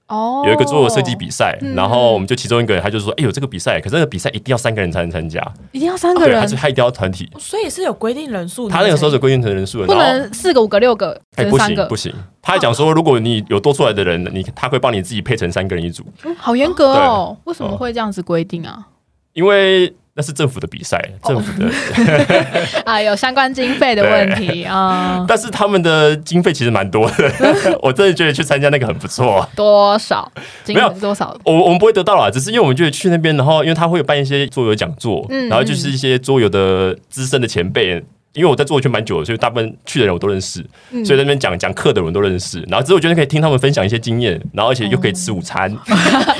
Speaker 2: 哦，
Speaker 3: 有一个桌游设计比赛，
Speaker 2: 嗯
Speaker 3: 然后我们就其中一个人他就说，哎，有这个比赛，可是那个比赛一定要三个人才能参加，
Speaker 2: 一定要三个
Speaker 3: 啊对，
Speaker 2: 人
Speaker 3: 他，是他一定要团体，
Speaker 1: 哦所以是有规定人数的。哦
Speaker 3: 他那个时候是规定成人数的，
Speaker 2: 不
Speaker 3: 然后。
Speaker 2: 能四个、五个、六个，只
Speaker 3: 哎、
Speaker 2: 能
Speaker 3: 不
Speaker 2: 三
Speaker 3: 行
Speaker 2: 个
Speaker 3: 不，行！他还讲说，如果你有多出来的人，你他会帮你自己配成三个人一组，
Speaker 2: 嗯好严格哦。为什么会这样子规定啊？
Speaker 3: 因为那是政府的比赛，政府的。
Speaker 2: 哦啊，有相关经费的问题啊，
Speaker 3: (laughs) 但是他们的经费其实蛮多
Speaker 2: (laughs)
Speaker 3: 的，我真的觉得去参加那个很不错。
Speaker 2: 多少？金
Speaker 3: 没有
Speaker 2: 额多少？
Speaker 3: 我我们不会得到啦，只是因为我们觉得去那边，然后因为他会有办一些桌游讲座，
Speaker 2: 嗯
Speaker 3: 然后就是一些桌游的资深的前辈。因为我在桌游圈蛮久的，所以大部分去的人我都认识，
Speaker 2: 嗯
Speaker 3: 所以在那边讲讲课的人都认识。然后之后我觉得可以听他们分享一些经验，然后而且又可以吃午
Speaker 2: (laughs)
Speaker 3: 餐，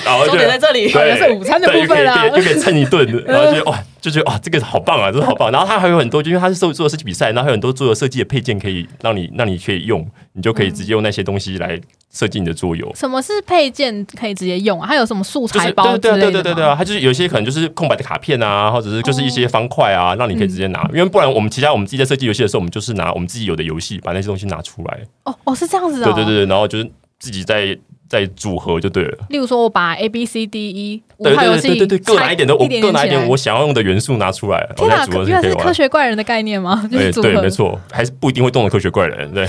Speaker 3: 然后就
Speaker 1: 重点在这里， (laughs)
Speaker 3: 对，
Speaker 2: 就是午餐的部分啦
Speaker 3: 对又可以又可以蹭一
Speaker 2: (laughs)
Speaker 3: 顿，然后就哇，就觉得哇，这个好棒啊，这个好棒。然后它还有很多，就因为它是做做设计比赛，然后还有很多做游设计的配件可以让你让你可以用，你就可以直接用那些东西来设计你的桌游。
Speaker 2: 什么是配件可以直接用啊？还有什么素
Speaker 3: 就是
Speaker 2: 材包之
Speaker 3: 对
Speaker 2: 类的
Speaker 3: 对
Speaker 2: 吗哦
Speaker 3: 对对对对啊，它就是有一些可能就是空白的卡片啊，或者是就是一些方块啊，让你
Speaker 2: 嗯
Speaker 3: 可以直接拿。因为不然我们其他我们自己在设计游戏的时候，我们就是拿我们自己有的游戏把那些东西拿出来，
Speaker 2: 哦哦，是这样子
Speaker 3: 对
Speaker 2: 哦。
Speaker 3: 对对，对，然后就是自己再再组合就对了。
Speaker 2: 例如说，我把 A B C D E 五
Speaker 3: 对
Speaker 2: 套游
Speaker 3: 对
Speaker 2: 戏
Speaker 3: 对对对，各拿
Speaker 2: 拆
Speaker 3: 一点的，我
Speaker 2: 一点
Speaker 3: 各拿一
Speaker 2: 起来
Speaker 3: 点我想要用的元素拿哦出来，我
Speaker 2: 天
Speaker 3: 再
Speaker 2: 哪，
Speaker 3: 组合
Speaker 2: 原
Speaker 3: 就
Speaker 2: 来
Speaker 3: 可以
Speaker 2: 是科
Speaker 3: 玩。
Speaker 2: 学怪人的概念吗？就
Speaker 3: 哎
Speaker 2: 是组
Speaker 3: 对，
Speaker 2: 合
Speaker 3: 没。错，还是不一定会动的科学怪
Speaker 2: (laughs)
Speaker 3: 人。对，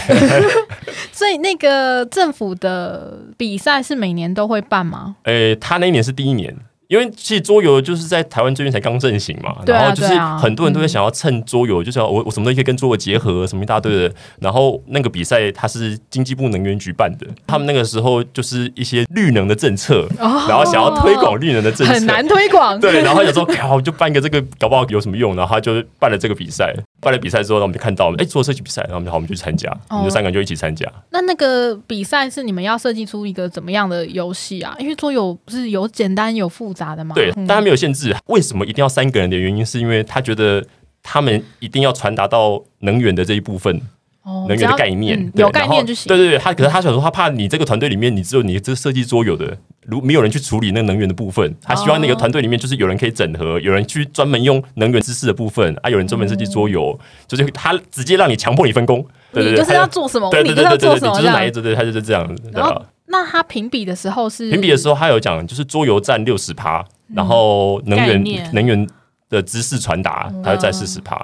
Speaker 2: 所以那个政府的比赛是每年都会办吗？
Speaker 3: 诶，哎他那一年是第一年，因为其实桌游就是在台湾最近才刚盛行嘛，
Speaker 2: 对啊
Speaker 3: 然后就是
Speaker 2: 对啊
Speaker 3: 很多人都会想要趁桌游，就想要我我什么东西可以跟桌游结合，什么一大堆的。然后那个比赛它是经济部能源局办的，他们那个时候就是一些绿能的政策，然后想要推广绿能的政策，
Speaker 2: 哦很难推广。
Speaker 3: (laughs) 对，然后他就说，哎，我就办一个这个，搞不好有什么用。然后他就办了这个比赛，办了比赛之后，然后我们就看到，哎，做设计比赛，然后我们就好，我们就去参加，
Speaker 2: 哦
Speaker 3: 我们就三个人就一起参加。
Speaker 2: 那那个比赛是你们要设计出一个怎么样的游戏啊？因为桌游不是有简单有复杂的吗？
Speaker 3: 对，
Speaker 2: 嗯
Speaker 3: 但他没有限制，为什么一定要三个人的原因，是因为他觉得。他们一定要传达到能源的这一部分，
Speaker 2: 哦
Speaker 3: 能
Speaker 2: 只要
Speaker 3: 源的概念，
Speaker 2: 嗯
Speaker 3: 对
Speaker 2: 有概
Speaker 3: 然后
Speaker 2: 念就行。
Speaker 3: 对对对，他可是他想说，他怕你这个团队里面，你只有你这设计桌游的，如没有人去处理那个能源的部分，他希望那个
Speaker 2: 哦
Speaker 3: 团队里面就是有人可以整合，有人去专门用能源知识的部分，啊，有人专门设计桌游，就是他直接让你强迫你分工，
Speaker 2: 嗯
Speaker 3: 对对
Speaker 2: 你
Speaker 3: 对，
Speaker 2: 就是
Speaker 3: 他
Speaker 2: 要做什么，
Speaker 3: 对
Speaker 2: 你
Speaker 3: 对
Speaker 2: 就是
Speaker 3: 对
Speaker 2: 要
Speaker 3: 对
Speaker 2: 做什
Speaker 3: 对对，
Speaker 2: 么
Speaker 3: 就
Speaker 2: 这
Speaker 3: 是
Speaker 2: 样
Speaker 3: 来。对对，他就是这样子，对
Speaker 2: 然后
Speaker 3: 啊。
Speaker 2: 那他评比的时候是
Speaker 3: 评比的时候，他有讲就是桌游占六十趴，
Speaker 2: 嗯
Speaker 3: 然后能
Speaker 1: 概
Speaker 3: 源
Speaker 1: 念
Speaker 3: 能源的知识传达，
Speaker 2: 嗯
Speaker 3: 他占四十趴。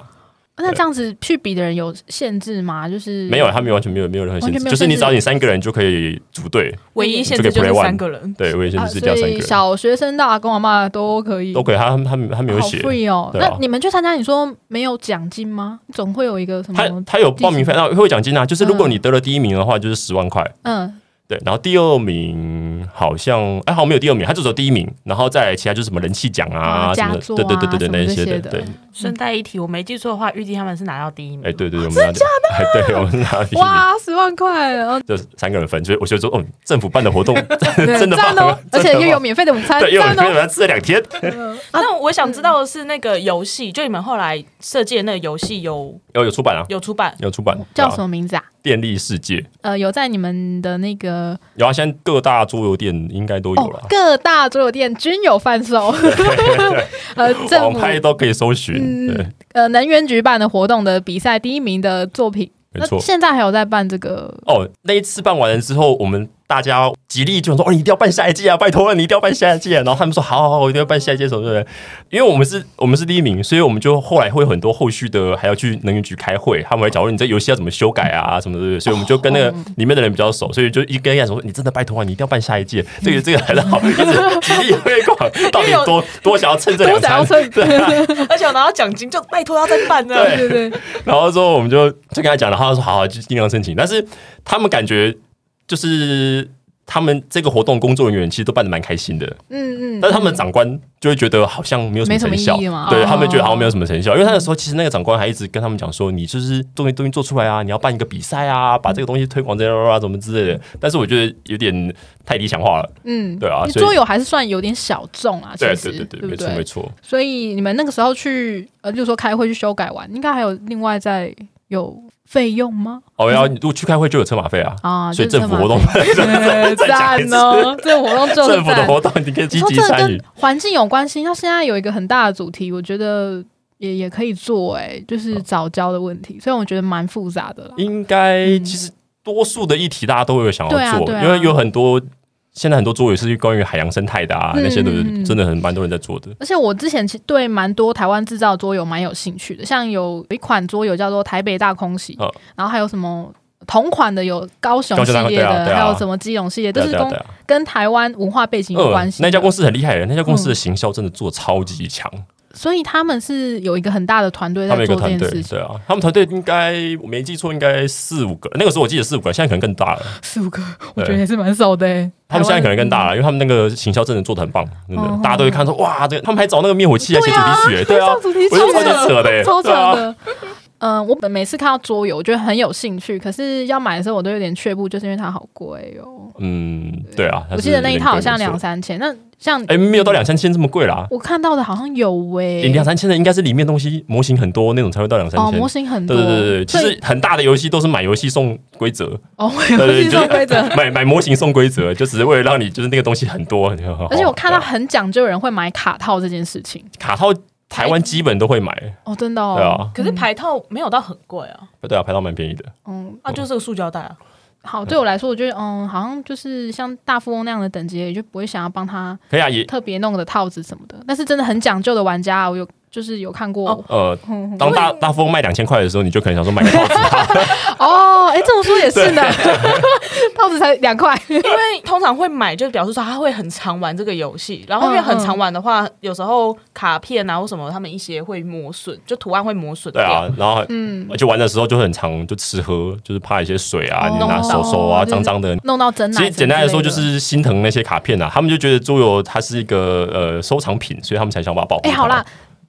Speaker 2: 那这样子去比的人有限制吗？就是
Speaker 3: 没有，他们完全没有没有任何限
Speaker 2: 完
Speaker 3: 制
Speaker 2: 全，没有
Speaker 3: 就是你
Speaker 2: 限制
Speaker 3: 只要你三个人就可以组队，
Speaker 1: 唯一限制就是三个人，
Speaker 3: 对，我也
Speaker 2: 啊，
Speaker 3: 限制
Speaker 2: 所
Speaker 3: 掉三个
Speaker 2: 以
Speaker 3: 人。
Speaker 2: 小学生到阿公阿妈都可以，
Speaker 3: 都可以，他他他没有
Speaker 2: 好
Speaker 3: 写，
Speaker 2: free 哦。
Speaker 3: 对啊
Speaker 2: 那你们去参加，你说没有奖金吗？总会有一个什
Speaker 3: 他
Speaker 2: 么？
Speaker 3: 他有报名费，那会有奖金啊。就是如果你得了第一名的话，就是十万块。
Speaker 2: 嗯，
Speaker 3: 对，然后第二名好像哎，好像没有第二名，他就只有第一名，然后再来其他就是什么人气奖啊
Speaker 2: 啊
Speaker 3: 什么
Speaker 2: 佳
Speaker 3: 的，
Speaker 2: 作
Speaker 3: 对对
Speaker 2: 啊
Speaker 3: 对对
Speaker 2: 什么
Speaker 3: 对那
Speaker 2: 这
Speaker 3: 些
Speaker 2: 些
Speaker 3: 的，
Speaker 2: 的
Speaker 3: 对，
Speaker 1: (laughs) 顺带一提，我没记错的话，预计他们是拿到第一名。
Speaker 3: 哎
Speaker 2: 啊
Speaker 3: 对对对，我们拿的，哎对，我们拿第一名。
Speaker 2: 哇，十万块，然
Speaker 3: (laughs)
Speaker 2: 后
Speaker 3: 就三个人分，所以我就说，哦，政府办的活
Speaker 2: (laughs)
Speaker 3: 动
Speaker 2: 对
Speaker 3: (laughs) 真的棒
Speaker 2: 赞哦，而且又有
Speaker 3: 真的棒
Speaker 2: 免费的午餐，
Speaker 3: 对，又有
Speaker 2: 赞
Speaker 3: 人陪
Speaker 2: 哦。
Speaker 3: 他吃了两天，
Speaker 1: 那我想知道的是，那个游戏，就你们后来设计的那个游戏有
Speaker 3: 有有出版啊，
Speaker 1: 有出版，
Speaker 3: 有出版，
Speaker 2: 叫什
Speaker 3: 么？
Speaker 2: 么名字啊？
Speaker 3: 电力世界，
Speaker 2: 呃，有在你们的那个
Speaker 3: 然后现在各大桌游店应该都有
Speaker 2: 哦
Speaker 3: 了，
Speaker 2: 各大桌游店均有贩
Speaker 3: (laughs)
Speaker 2: 售，呃，政
Speaker 3: 网
Speaker 2: 府
Speaker 3: 拍都可以搜寻，对，
Speaker 2: 呃能源局办的活动的比赛第一名的作品，
Speaker 3: 没错
Speaker 2: 那。现在还有在办这个
Speaker 3: 哦，那一次办完了之后，我们大家极力就说哦，你一定要办下一届啊，拜托了，你一定要办下一届、啊。然后他们说好好好，我一定要办下一届什么什么的。因为我们是我们是第一名，所以我们就后来会有很多后续的，还要去能源局开会，他们会讲说你这游戏要怎么修改啊什么的。所以我们就跟那
Speaker 2: 哦
Speaker 3: 个里面的人比较熟，所以就一跟人家说你真的拜托啊，你一定要办下一届。这个这个很好，一直极力推
Speaker 2: (laughs)
Speaker 3: 广，到底多多想要蹭这两
Speaker 2: 多想要
Speaker 3: 餐。
Speaker 2: 蹭，对
Speaker 1: 而且我拿到奖金就拜托要再办呢。
Speaker 3: 对
Speaker 2: 对对，
Speaker 3: 然后之后我们就就跟他讲了，然后他说好好，就尽量申请。但是他们感觉就是他们这个活动工作人员其实都办的蛮开心的，
Speaker 2: 嗯嗯，
Speaker 3: (laughs) 但是他们的长官就会觉得好像没有什么
Speaker 2: 没什么
Speaker 3: 成效
Speaker 2: 意义嘛，
Speaker 3: 对
Speaker 2: 哦
Speaker 3: 他们觉得好像没有什么成效，因为那个时候其实那个长官还一直跟他们讲说，你就是东西东西做出来啊，你要办一个比赛啊，把这个东西推广这样啊，怎么之类的。但是我觉得有点太理想化了，
Speaker 2: 嗯，
Speaker 3: 对啊
Speaker 2: 你
Speaker 3: 所以
Speaker 2: 桌游还是算有点小众啊，其
Speaker 3: 对
Speaker 2: 实
Speaker 3: 对对
Speaker 2: 不
Speaker 3: 没错没错，
Speaker 2: 所以你们那个时候去，呃，就说开会去修改完，应该还有另外再有费用吗？
Speaker 3: 哦，要如果去开会就有车马费啊，
Speaker 2: 啊，
Speaker 3: 所以
Speaker 2: 就是
Speaker 3: 政府
Speaker 2: 车马
Speaker 3: 活动
Speaker 2: 费 (laughs) 呃
Speaker 3: 再讲一
Speaker 2: 赞
Speaker 3: 次 (laughs)
Speaker 2: 哦，这个活动就是
Speaker 3: 政府的
Speaker 2: 赞
Speaker 3: 活动你可以积
Speaker 2: 你说
Speaker 3: 极
Speaker 2: 这个
Speaker 3: 参与
Speaker 2: 跟。环境有关系，那现在有一个很大的主题，我觉得也也可以做、哎，
Speaker 3: 哦
Speaker 2: 就是早教的问题，所以我觉得蛮复杂的啦。
Speaker 3: 应该
Speaker 2: 嗯
Speaker 3: 其实多数的议题大家都会有想
Speaker 2: 对啊
Speaker 3: 要做，
Speaker 2: 对啊
Speaker 3: 因为有很多现在很多桌游是关于海洋生态的啊，
Speaker 2: 嗯
Speaker 3: 那些都
Speaker 2: 嗯嗯
Speaker 3: 真的很蛮多人在做的。
Speaker 2: 而且我之前其实对蛮多台湾制造的桌游蛮有兴趣的，像有一款桌游叫做《台北大空袭》
Speaker 3: 哦
Speaker 2: 然后还有什么同款的有高雄
Speaker 3: 高
Speaker 2: 系
Speaker 3: 雄大
Speaker 2: 列的，
Speaker 3: 对啊对啊
Speaker 2: 还有什么基隆系列，都是
Speaker 3: 对啊对啊
Speaker 2: 跟
Speaker 3: 对啊，哦呃
Speaker 2: 跟台湾文化背景有关系的、嗯
Speaker 3: 那家公司很厉害的，那家公司的行销真的做超级强，
Speaker 2: 所以他们是有一个很大的团队
Speaker 3: 他们
Speaker 2: 在
Speaker 3: 有
Speaker 2: 做这
Speaker 3: 一个团
Speaker 2: 件
Speaker 3: 队
Speaker 2: 事，情，
Speaker 3: 对啊，他们团队应该我没记错，应该四五个，那个时候我记得四五个，现在可能更大了，
Speaker 2: 四五个，我
Speaker 3: 对
Speaker 2: 觉得也是蛮少的、欸。
Speaker 3: 他们现在可能更大
Speaker 2: (laughs) 了，
Speaker 3: 了，因为他们那个行销真的做的很棒，真的
Speaker 2: 哦，
Speaker 3: 大家都会看说哇，这个他们还找那个灭火器来写主题曲，对啊，
Speaker 2: 上主题曲
Speaker 3: 我觉得超级扯的欸，
Speaker 2: 超扯
Speaker 3: 对啊
Speaker 2: 的。 (laughs) 嗯，我本每次看到桌游，我觉得很有兴趣，可是要买的时候我都有点却步，就是因为它好贵哦。
Speaker 3: 嗯，对啊，它
Speaker 2: 我
Speaker 3: 是
Speaker 2: 记得那一
Speaker 3: 有点
Speaker 2: 套好
Speaker 3: 贵
Speaker 2: 像
Speaker 3: 没错
Speaker 2: 两三千，那像
Speaker 3: 哎，没有到两三千这么贵啦，
Speaker 2: 我看到的好像有喂、
Speaker 3: 两三千的应该是里面东西模型很多那种才会到两三
Speaker 2: 哦，
Speaker 3: 千。
Speaker 2: 模型很多，
Speaker 3: 对对对对，其
Speaker 2: 所以
Speaker 3: 实很大的游戏都是买游戏送规则，
Speaker 2: 哦，
Speaker 3: 对
Speaker 2: 游
Speaker 3: 对，
Speaker 2: 戏
Speaker 3: 就是
Speaker 2: 送规则。
Speaker 3: (laughs) 买买模型送规则，就只是为了让你就是那个东西很多。很好
Speaker 2: 而且我看到
Speaker 3: 对啊
Speaker 2: 很讲究有人会买卡套这件事情，
Speaker 3: 卡套，台湾基本都会买，
Speaker 2: 哦，真的哦。
Speaker 3: 对啊，
Speaker 1: (laughs) 可是排套没有到很贵啊，
Speaker 3: 对啊，排到蛮便宜的。
Speaker 2: 嗯，
Speaker 1: 啊，就是个塑胶袋啊。 (laughs)
Speaker 2: 好，对我来说，我觉得嗯，好像就是像大富翁那样的等级，也就不会想要帮他
Speaker 3: 可以啊，也
Speaker 2: 特别弄个套子什么的。但是真的很讲究的玩家啊，我有就是有看过
Speaker 1: 哦
Speaker 2: (laughs)
Speaker 3: 呃，
Speaker 2: 嗯
Speaker 3: 当大大富翁卖两千块的时候，你就可能想说买个套子，
Speaker 2: (laughs)
Speaker 3: (laughs)
Speaker 2: 哦，哎、这么说也是呢， (laughs) 套子才两块，
Speaker 1: 因为通常会买，就表示说他会很常玩这个游戏，然后因为很常玩的话，有时候卡片啊或什么，他们一些会磨损，就图案会磨损
Speaker 3: 对
Speaker 1: 掉。
Speaker 3: 啊，然后
Speaker 2: 嗯，
Speaker 3: 而且玩的时候就很常就吃喝，就是怕一些水啊，
Speaker 2: 哦
Speaker 3: 你拿手手啊
Speaker 2: 就是
Speaker 3: 脏脏的，
Speaker 2: 弄到真奶什
Speaker 3: 其
Speaker 2: 么之类
Speaker 3: 实
Speaker 2: 的。
Speaker 3: 简单来说，就是心疼那些卡片啊，他们就觉得桌游它是一个呃收藏品，所以他们才想把它保护。
Speaker 2: 哎、好啦，，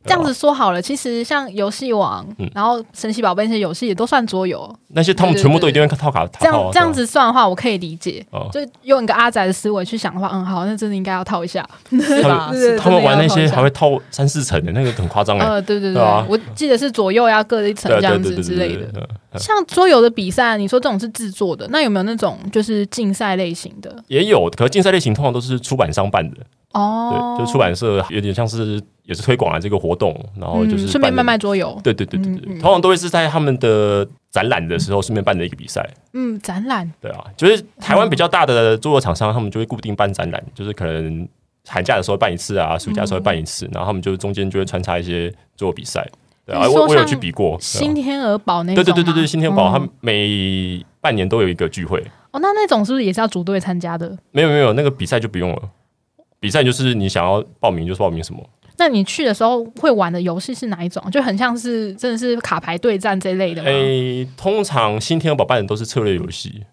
Speaker 2: 这样子说好了，其实像游戏王，
Speaker 3: 嗯
Speaker 2: 然后神奇宝贝那些游戏也都算桌游，
Speaker 3: 那些他们全部都一定会套卡
Speaker 2: 这
Speaker 3: 卡
Speaker 2: 样
Speaker 3: 套啊。
Speaker 2: 这样子算的话，我可以理解。
Speaker 3: 哦
Speaker 2: 就用一个阿宅的思维去想的话，嗯，好，那真的应该要套一下。
Speaker 1: 是
Speaker 3: 啊他
Speaker 1: 吧？
Speaker 2: 对
Speaker 3: 们他们玩那些还
Speaker 2: 会
Speaker 3: 会套三四层的那个很夸张哎，
Speaker 2: 呃，对对对，
Speaker 3: 对啊
Speaker 2: 我记得是左右要各一层
Speaker 3: 对啊
Speaker 2: 这
Speaker 3: 对
Speaker 2: 样
Speaker 3: 对
Speaker 2: 子
Speaker 3: 对
Speaker 2: 之
Speaker 3: 对
Speaker 2: 类
Speaker 3: 对
Speaker 2: 的。
Speaker 3: 对，嗯
Speaker 2: 像桌游的比赛，你说这种是制作的，那有没有那种就是竞赛类型的？
Speaker 3: 也有，可是竞赛类型通常都是出版商办的，
Speaker 2: 哦，
Speaker 3: 对，就出版社有点像是也是推广了啊这个活动，然后哦就是
Speaker 2: 嗯顺便
Speaker 3: 办
Speaker 2: 卖
Speaker 3: 的
Speaker 2: 卖桌游。
Speaker 3: 对对对对
Speaker 2: 嗯嗯
Speaker 3: 对，通常都会是在他们的展览的时候顺便办的一个比赛。
Speaker 2: 嗯，展览
Speaker 3: 对啊，就是台湾比较大的桌游厂商，他们就会固定办展
Speaker 2: 嗯
Speaker 3: 览，就是可能寒假的时候办一次啊，暑假的时候办一次，
Speaker 2: 嗯
Speaker 3: 然后他们就中间就会穿插一些桌游比赛。对啊，
Speaker 2: 你说
Speaker 3: 我我有
Speaker 2: 像
Speaker 3: 去比过。对
Speaker 2: 新
Speaker 3: 啊
Speaker 2: 天鹅堡那
Speaker 3: 对
Speaker 2: 种
Speaker 3: 对对对
Speaker 2: 吗
Speaker 3: 对，新天宝
Speaker 2: 嗯
Speaker 3: 他每半年都有一个聚会，
Speaker 2: 哦，那那种是不是也是要组队参加的？
Speaker 3: 没有没有那个比赛就不用了，比赛就是你想要报名就是报名什么，
Speaker 2: 那你去的时候会玩的游戏是哪一种？就很像是真的是卡牌对战这类的吗？
Speaker 3: 诶，通常新天宝办的都是策略游戏，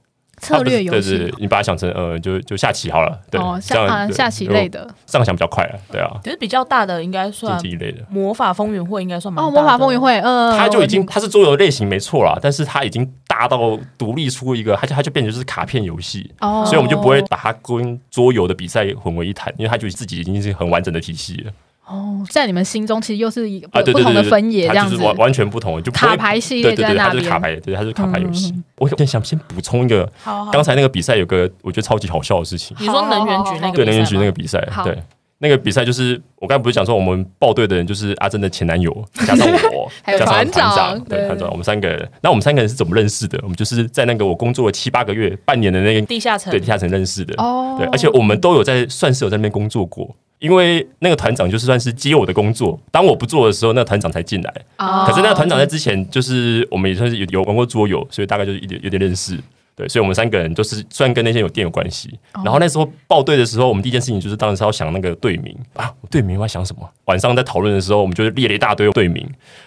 Speaker 3: 它
Speaker 2: 策
Speaker 3: 不是
Speaker 2: 略游
Speaker 3: 对对
Speaker 2: 戏
Speaker 3: 对，你把它想成呃就就下棋好了，对，
Speaker 2: 哦，
Speaker 3: 这
Speaker 2: 下
Speaker 3: 样
Speaker 2: 啊
Speaker 3: 对
Speaker 2: 下棋
Speaker 3: 就
Speaker 2: 类啊的
Speaker 3: 上想比较快啊，对啊，
Speaker 1: 可是比较大的应该
Speaker 3: 竞
Speaker 1: 算
Speaker 3: 技类的。
Speaker 1: 魔法风云会，应该算蛮
Speaker 2: 哦，
Speaker 1: 大
Speaker 2: 魔法
Speaker 1: 的
Speaker 2: 风云会，呃，
Speaker 3: 它就已经
Speaker 2: 我
Speaker 3: 它是桌游类型没错啦，但是它已经大到独立出一个，它就它就变成就是卡片游戏，
Speaker 2: 哦，
Speaker 3: 所以我们就不会把它跟桌游的比赛混为一谈，因为它就自己已经是很完整的体系了
Speaker 2: 哦，在你们心中其实又是一个
Speaker 3: 啊，
Speaker 2: 不
Speaker 3: 对
Speaker 2: 不
Speaker 3: 对
Speaker 2: 同
Speaker 3: 对
Speaker 2: 的
Speaker 3: 对，
Speaker 2: 分野这
Speaker 3: 它
Speaker 2: 样
Speaker 3: 就
Speaker 2: 子
Speaker 3: 是。完完全不同，就不会
Speaker 2: 卡牌系列
Speaker 3: 对对
Speaker 2: 在
Speaker 3: 对，它
Speaker 2: 那
Speaker 3: 就是卡
Speaker 2: 边，
Speaker 3: 牌，对，它就是卡牌游戏
Speaker 2: 嗯。
Speaker 3: 我有点想先补充一个，
Speaker 1: 好好，
Speaker 3: 刚才那个比赛有个我觉得超级好笑的事情，
Speaker 1: 你说能源局那个
Speaker 3: 对
Speaker 1: 比
Speaker 3: 能源
Speaker 1: 赛
Speaker 3: 局
Speaker 1: 吗
Speaker 3: 那个比赛
Speaker 2: 好，
Speaker 3: 对，那个比赛就是我刚才不是讲说我们报队的人就是阿珍的
Speaker 2: (laughs)
Speaker 3: 前男友加上我
Speaker 2: 还有
Speaker 3: 加上
Speaker 2: 团长
Speaker 3: 长
Speaker 2: 对
Speaker 3: 对团长我们三个人，那我们三个人是怎么认识的？我们就是在那个我工作了七八个月半年的那个
Speaker 1: 地下城
Speaker 3: 对地下城认识的
Speaker 2: 哦
Speaker 3: 对，而且我们都有在算是有在那边工作过，因为那个团长就是算是接我的工作，当我不做的时候，那个团长才进来。
Speaker 2: 哦
Speaker 3: 可是那个团长在之前就是我们也算是有有玩过桌游，所以大概就是一点有点认识。对，所以我们三个人就是虽然跟那些有店有关系，然后那时候报队的时候，我们第一件事情就是当然是要想那个队名啊，我队名我要想什么？晚上在讨论的时候，我们就列了一大堆队名，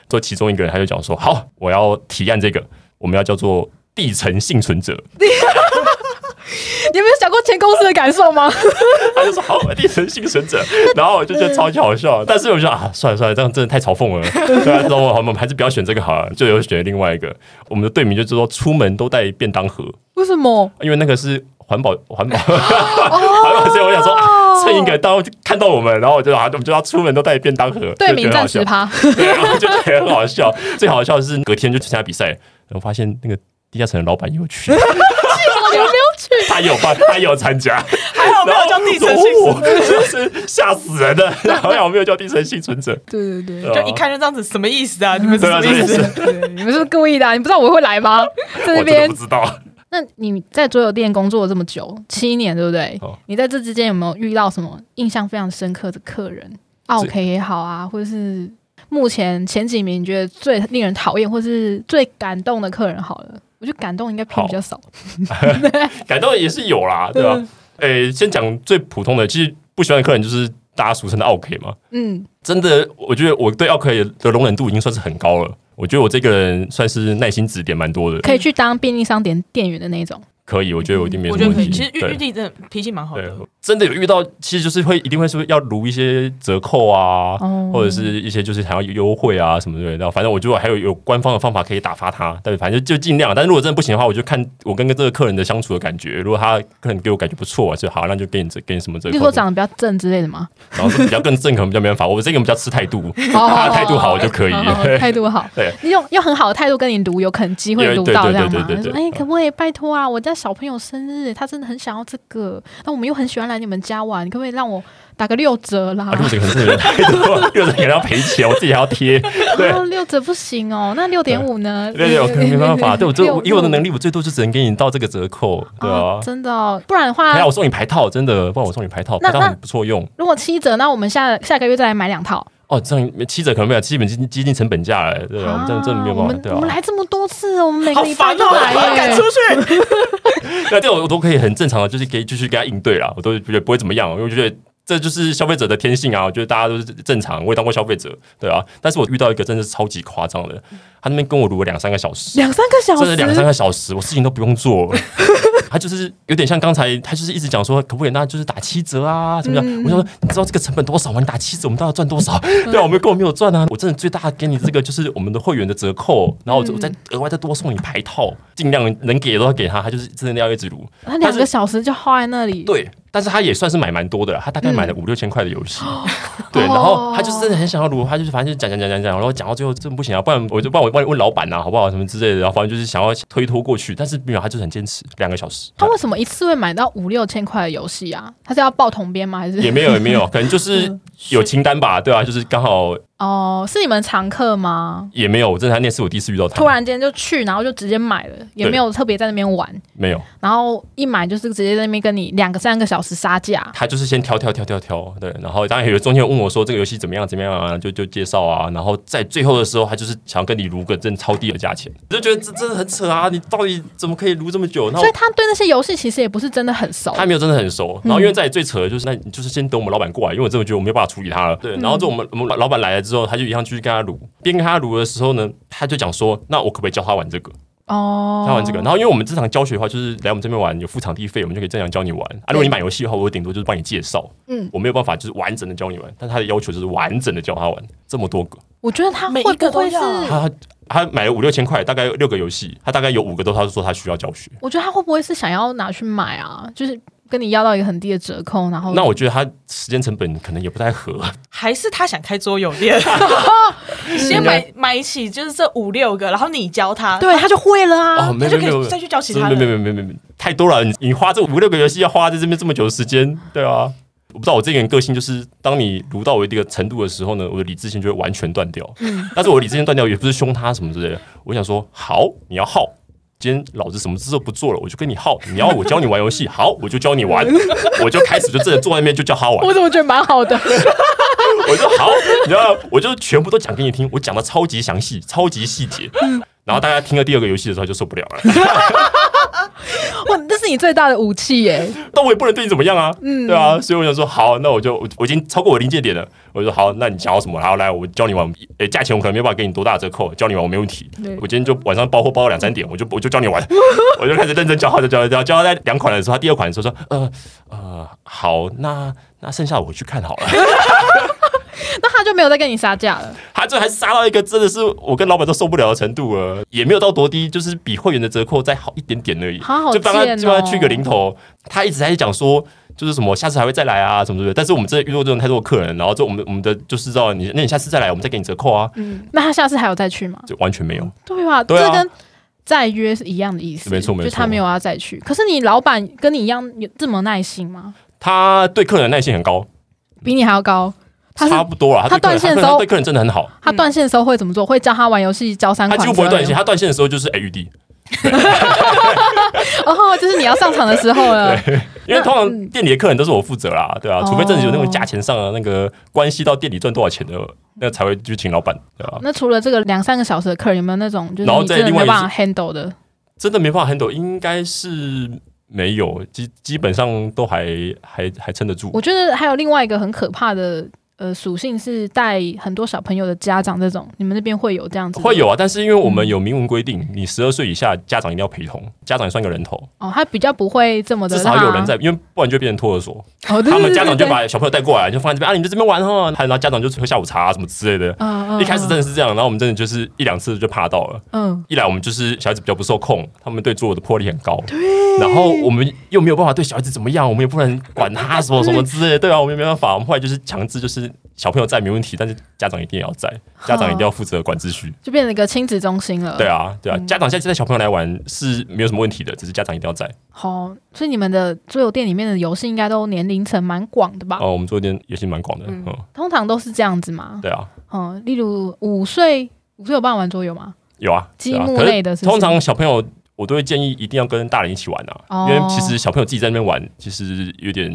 Speaker 3: 之后其中一个人他就讲说：“好，我要提案这个，我们要叫做地层幸存者。”
Speaker 2: 你有没有想过前公司的感受吗？
Speaker 3: (laughs) 他就说好，我地神幸存者，然后我就觉得超级好笑，但是我就想啊，算了算了，这样真的太嘲讽了，
Speaker 2: (laughs)
Speaker 3: 对啊，嘲讽，我们还是不要选这个好了，就有选另外一个，我们的队名就是说出门都带便当盒，
Speaker 2: (laughs) 为什么？
Speaker 3: 因为那个是环保
Speaker 2: (laughs)
Speaker 3: 环保环保，所以我想说、
Speaker 2: 哦
Speaker 3: 啊、趁一个当看到我们，然后我就啊，我们就要出门都带便当盒，
Speaker 2: 对
Speaker 3: 就觉
Speaker 2: 名
Speaker 3: 得很
Speaker 2: 占
Speaker 3: 好笑
Speaker 2: 十， (laughs) 趴，
Speaker 3: 对，然后就觉得很好笑，最好笑的是隔天就去参加比赛，然后发现那个地下城的老板也有
Speaker 2: (laughs)
Speaker 3: 去，
Speaker 2: 你们没有去？
Speaker 3: 他也有办，他也有参加。
Speaker 1: 还 (laughs) 好没有叫地层
Speaker 3: (laughs)
Speaker 1: 幸存者，
Speaker 3: 者，就是吓死人了。 (laughs) 然后我没有叫地层幸存者，
Speaker 2: 对对对。
Speaker 3: 就
Speaker 1: (laughs) 就一看就这样子，什么意思啊？你们是
Speaker 3: 啊对
Speaker 1: 什么
Speaker 3: 啊，这
Speaker 1: 意
Speaker 3: 也
Speaker 1: 思？
Speaker 3: 是
Speaker 2: 对你们是不是故意的啊、你不知道我会来吗？在那
Speaker 3: (laughs) 我真的
Speaker 2: 边
Speaker 3: 不，知道。
Speaker 2: 那你在桌游店工作了这么久，七年，对不对？
Speaker 3: 哦
Speaker 2: 你在这之间有没有遇到什么印象非常深刻的客人？OK 也好啊，或者是目前前几名你觉得最令人讨厌，或是最感动的客人好了。我觉得感动应该偏比较少，
Speaker 3: 感动也是有啦，对吧、
Speaker 1: 嗯
Speaker 3: 啊？诶、先讲最普通的，其实不喜欢的客人就是大家俗称的奥 K 嘛。
Speaker 2: 嗯，
Speaker 3: 真的，我觉得我对奥 K 的容忍度已经算是很高了。我觉得我这个人算是耐心指点蛮多的，
Speaker 2: 可以去当便利商店店员的那种。
Speaker 3: 可以，我觉得我一定没有
Speaker 1: 我
Speaker 3: 什
Speaker 1: 觉
Speaker 3: 么
Speaker 1: 得可
Speaker 3: 问
Speaker 1: 以。
Speaker 3: 题。
Speaker 1: 其实玉
Speaker 3: 对
Speaker 1: 玉帝真的脾气蛮好
Speaker 3: 对
Speaker 1: 的，，
Speaker 3: 真的有遇到，其实就是会一定会说要撸一些折扣啊，
Speaker 2: 哦
Speaker 3: 或者是一些就是想要优惠啊什么之类的。然后反正我觉得还有有官方的方法可以打发他，但反正就尽量。但如果真的不行的话，我就看我跟跟这个客人的相处的感觉。如果他客人给我感觉不错、啊，就好，那就给你这给你什么折
Speaker 2: 例
Speaker 3: 扣。
Speaker 2: 如说长得哦比较正之类的嘛，
Speaker 3: 然后是比较更正，可能比较没办法。我这个人比较吃态
Speaker 2: (laughs)
Speaker 3: 度，他
Speaker 2: 哦
Speaker 3: 的态度好我就可以。
Speaker 2: 哦 (laughs) 态度好
Speaker 3: 对，
Speaker 2: 你用用很好的态度跟你读，有可能机会读
Speaker 3: 对
Speaker 2: 到
Speaker 3: 对
Speaker 2: 这样
Speaker 3: 对
Speaker 2: 吗？
Speaker 3: 对
Speaker 2: 他说：“
Speaker 3: 对对
Speaker 2: 哎，可不可以拜托啊？我家小朋友生日，他真的很想要这个，那我们又很喜欢来你们家玩，你可不可以让我打个六折啦
Speaker 3: 啊，？六折可能啊是有点太多，六折可能要赔钱，我自己还要贴。对
Speaker 2: 啊， (laughs) 六折不行哦，那六点五呢？
Speaker 3: 对对，我可能没办法。对
Speaker 2: (laughs)
Speaker 3: 我这以我的能
Speaker 2: 力，
Speaker 3: 力，我最多就只能给你到这个折扣，对啊
Speaker 2: 哦。真的哦，不然的
Speaker 3: 还
Speaker 2: 话
Speaker 3: 好，我送你牌套，真的，不然我送你牌套，
Speaker 2: 那
Speaker 3: 牌套
Speaker 2: 那
Speaker 3: 很不错用
Speaker 2: 如果七折，那我们下下个月再来买两套。
Speaker 3: 哦。这样七折可能没有，基本接近接近成本价了，对啊，我们这样真的没有
Speaker 2: 我
Speaker 3: 办法，
Speaker 2: 们
Speaker 3: 对
Speaker 2: 我们
Speaker 3: 啊。
Speaker 2: 来这么多次，我们每个
Speaker 1: 好
Speaker 2: 礼拜
Speaker 1: 烦
Speaker 2: 都
Speaker 1: 哦！
Speaker 2: 来
Speaker 1: 我要赶
Speaker 2: 耶
Speaker 1: 出。去，
Speaker 3: 啊那这种我都可以很正常的，就是可以继续跟他应对啦，我都觉得不会怎么样，因为我觉得。这就是消费者的天性啊！我觉得大家都是正常，我也当过消费者，对啊。但是我遇到一个真的是超级夸张的，他那边跟我撸了两三个小时，
Speaker 2: 两三个小
Speaker 3: 真的
Speaker 2: 时，
Speaker 3: 两三个小时，我事情都不用做。他就是有点像刚才，他就是一直讲说，可不可以那就是打七折啊，怎么样？
Speaker 2: 嗯
Speaker 3: 我想说，你知道这个成本多少吗？你打七折，我们到底要赚多少？对啊，我们根本没有赚啊！我真的最大给你这个就是我们的会员的折扣，然后我
Speaker 2: 嗯
Speaker 3: 再额外再多送你牌套，尽量能给的都要给他，他就是真的要一直撸。
Speaker 2: 他两个小时就耗在那里。
Speaker 3: 对，但是他也算是买蛮多的啦，他大概买
Speaker 2: 嗯
Speaker 3: 了五六千块的游戏，
Speaker 2: 哦
Speaker 3: 对，然后他就是真的很想要撸，他就是反正就讲讲讲讲讲，然后讲到最后真的不行啊，不然我就不然我帮你问老板呐、啊好不好什么之类的，然后反正就是想要推脱过去，但是没有，他就是很坚持两个
Speaker 2: (laughs)
Speaker 3: 小时，
Speaker 2: 他为什么一次会买到五六千块的游戏啊？他是要报同编吗？还是
Speaker 3: 也没有也没有，可
Speaker 2: (laughs)
Speaker 3: 能就是有清单吧，对啊，就是刚好
Speaker 2: 哦，是你们常客吗？
Speaker 3: 也没有，我真的他那次我第一次遇到他，
Speaker 2: 突然间就去，然后就直接买了，也没有特别在那边玩，
Speaker 3: 没有，
Speaker 2: 然后一买就是直接在那边跟你两个三个小时杀价。
Speaker 3: 他就是先挑挑挑挑挑，对，然后当然有中间有问我说这个游戏怎么样怎么样啊，就就介绍啊，然后在最后的时候，他就是想要跟你撸个真的超低的价钱，我就觉得这真的很扯啊，你到底怎么可以撸这么久？
Speaker 2: (laughs)
Speaker 3: 那
Speaker 2: 所以他对那些游戏其实也不是真的很熟，
Speaker 3: 他没有真的很熟，然后因为在最扯的就是，那你就是先等我们老板过来，因为我真的觉得我没有办法处理他了。对，然后之后我们我们老老板来了之后，他就一样继续跟他撸，边跟他撸的时候呢，他就讲说，那我可不可以教他玩这个？
Speaker 2: 哦
Speaker 3: 教，他玩这个。然后因为我们这场教学的话，就是来我们这边玩有付场地费，我们就可以正常教你玩啊。如果你买游戏的话，我顶多就是帮你介绍，
Speaker 2: 嗯
Speaker 3: 嗯，我没有办法就是完整的教你玩，但他的要求就是完整的教他玩这么多个，
Speaker 2: 我觉得他
Speaker 1: 每
Speaker 2: 会
Speaker 1: 一
Speaker 2: 不
Speaker 1: 个都
Speaker 2: 会是？
Speaker 1: 要啊
Speaker 3: 他他买了五六千块，大概六个游戏，他大概有五个都他说他需要教学。
Speaker 2: 我觉得他会不会是想要拿去买啊？就是跟你要到一个很低的折扣，然后
Speaker 3: 那我觉得他时间成本可能也不太合，
Speaker 1: 还是他想开桌游店，
Speaker 3: (laughs)
Speaker 1: 先买买起就是这五六个，然后你教他，
Speaker 2: 对他就会了啊。
Speaker 3: 哦，没有
Speaker 1: 就
Speaker 3: 没
Speaker 1: 可
Speaker 3: 有
Speaker 1: 以
Speaker 3: 没有
Speaker 1: 再去教其他的
Speaker 3: 没有没有没有没有没有太多了，你你花这五六个游戏要花在这边这么久的时间，对啊，我不知道我这个人个性就是，当你撸到我一定的程度的时候呢，我的理智线就会完全断掉。
Speaker 1: 嗯
Speaker 3: 但是我的理智线断掉也不是凶他什么之类的，我想说，好，你要耗。今天老子什么事都不做了，我就跟你耗。你要我教你玩游戏，好，我就教你玩，我就开始就真的坐在那边就教他玩。
Speaker 2: 我怎么觉得蛮好的？ (laughs)
Speaker 3: 我就好，你知道，我就全部都讲给你听，我讲的超级详细，超级细节。
Speaker 1: 嗯
Speaker 3: 然后大家听了第二个游戏的时候就受不了了，
Speaker 2: 哇，这是你最大的武器耶！
Speaker 3: 但我也不能对你怎么样啊，对啊，所以我想说，好，那我就我我已经超过我临界点了，我就说好，那你想要什么？然后来，我教你玩，诶、价钱我可能没办法给你多大的折扣，教你玩我没问题
Speaker 2: 对。
Speaker 3: 我今天就晚上包货包到两三点，我就我就教你玩，我就开始认真教，他就教教教到在两款的时候，他第二款的时候说，呃呃，好，那那剩下我去看好了。 (laughs)
Speaker 2: 那他就没有再跟你杀价了。
Speaker 3: 他这还杀到一个真的是我跟老板都受不了的程度了，也没有到多低，就是比会员的折扣再好一点点而已。
Speaker 2: 好好
Speaker 3: 就帮他
Speaker 2: 贱
Speaker 3: 就帮他
Speaker 2: 哦
Speaker 3: 去个零头，他一直在讲说。就是什么，下次还会再来啊，什么之类的。但是我们真的遇到这种太多的客人，然后就我们我们的就是知道你，那你下次再来，我们再给你折扣啊，
Speaker 2: 那他下次还有再去吗？
Speaker 3: 就完全没有。
Speaker 2: 对吧？
Speaker 3: 对啊
Speaker 2: 这跟再约是一样的意思，
Speaker 3: 没错没错
Speaker 2: 就他没有要再去。可是你老板跟你一样有这么耐心吗？
Speaker 3: 他对客人耐性很高，
Speaker 2: 比你还要高。他是
Speaker 3: 差不多了。
Speaker 2: 他
Speaker 3: 对客
Speaker 2: 断
Speaker 3: 人
Speaker 2: 线的时
Speaker 3: 他
Speaker 2: 候
Speaker 3: 对客人真的很好，
Speaker 2: 他断线的时候会怎么做？会教他玩游戏教三
Speaker 3: 他
Speaker 2: 款，
Speaker 3: 几乎不会断线。。他断线的时候就是哎玉帝，
Speaker 2: 哦，就是你要上场的时候了。
Speaker 3: (laughs) 因为
Speaker 2: 嗯
Speaker 3: 通常店里的客人都是我负责啦，对啊，除非真的
Speaker 2: 哦
Speaker 3: 有那种价钱上的那个关系到店里赚多少钱的，那才会去请老板，对啊吧、
Speaker 2: 那除了这个两三个小时的客人，有没有那种就是
Speaker 3: 然后
Speaker 2: 你
Speaker 3: 再
Speaker 2: 真的
Speaker 3: 另
Speaker 2: 没
Speaker 3: 外一
Speaker 2: 办法 handle 的？
Speaker 3: 真的没办法 handle，应该是没有，基基本上都还还还撑得住。
Speaker 2: 我觉得还有另外一个很可怕的呃属性是带很多小朋友的家长这种，你们那边会有这样子的？嗯
Speaker 3: 会有啊，但是因为我们有明文规定，你十二岁以下家长一定要陪同，家长也算个人头，
Speaker 2: 哦，他比较不会这么的
Speaker 3: 至
Speaker 2: 让
Speaker 3: 少
Speaker 2: 他，
Speaker 3: 有人在，因为不然就变成托儿所。
Speaker 2: 哦， (laughs) 对
Speaker 3: 他们家长就。
Speaker 2: 对对对
Speaker 3: 把小朋友带过来，就放在这边啊，你们在这边玩哈，还有然后家长就喝下午茶、啊、什么之类的。
Speaker 2: 嗯嗯，
Speaker 3: 一开始
Speaker 2: 嗯
Speaker 3: 真的是这样，然后我们真的就是一两次就怕到了。
Speaker 2: 嗯，
Speaker 3: 一来我们就是小孩子比较不受控，他们对做的魄力很高，然后我们又没有办法对小孩子怎么样，我们也不能管他什么什么之
Speaker 2: (laughs)
Speaker 3: 类的，对啊，我们也没办法，我们后来就是强制就是小朋友在没问题，但是家长一定也要在，家长一定要负责管秩序，
Speaker 2: 就变成一个亲子中心了。
Speaker 3: 对，啊，对啊，
Speaker 2: 嗯
Speaker 3: 家长现在带小朋友来玩是没有什么问题的，只是家长一定要在。
Speaker 2: 好，所以你们的桌游店里面的游戏应该都年龄层蛮广的吧？
Speaker 3: 哦，我们做一点也是蛮广的，嗯，
Speaker 2: 通常都是这样子嘛。
Speaker 3: 对啊，
Speaker 2: 嗯，例如五岁，五岁有办法玩桌游吗？
Speaker 3: 有啊，
Speaker 2: 积
Speaker 3: 对啊
Speaker 2: 木
Speaker 3: 可是
Speaker 2: 类的是不是
Speaker 3: 通常小朋友。我都会建议一定要跟大人一起玩啊，
Speaker 2: 哦
Speaker 3: 因为其实小朋友自己在那边玩，其实有点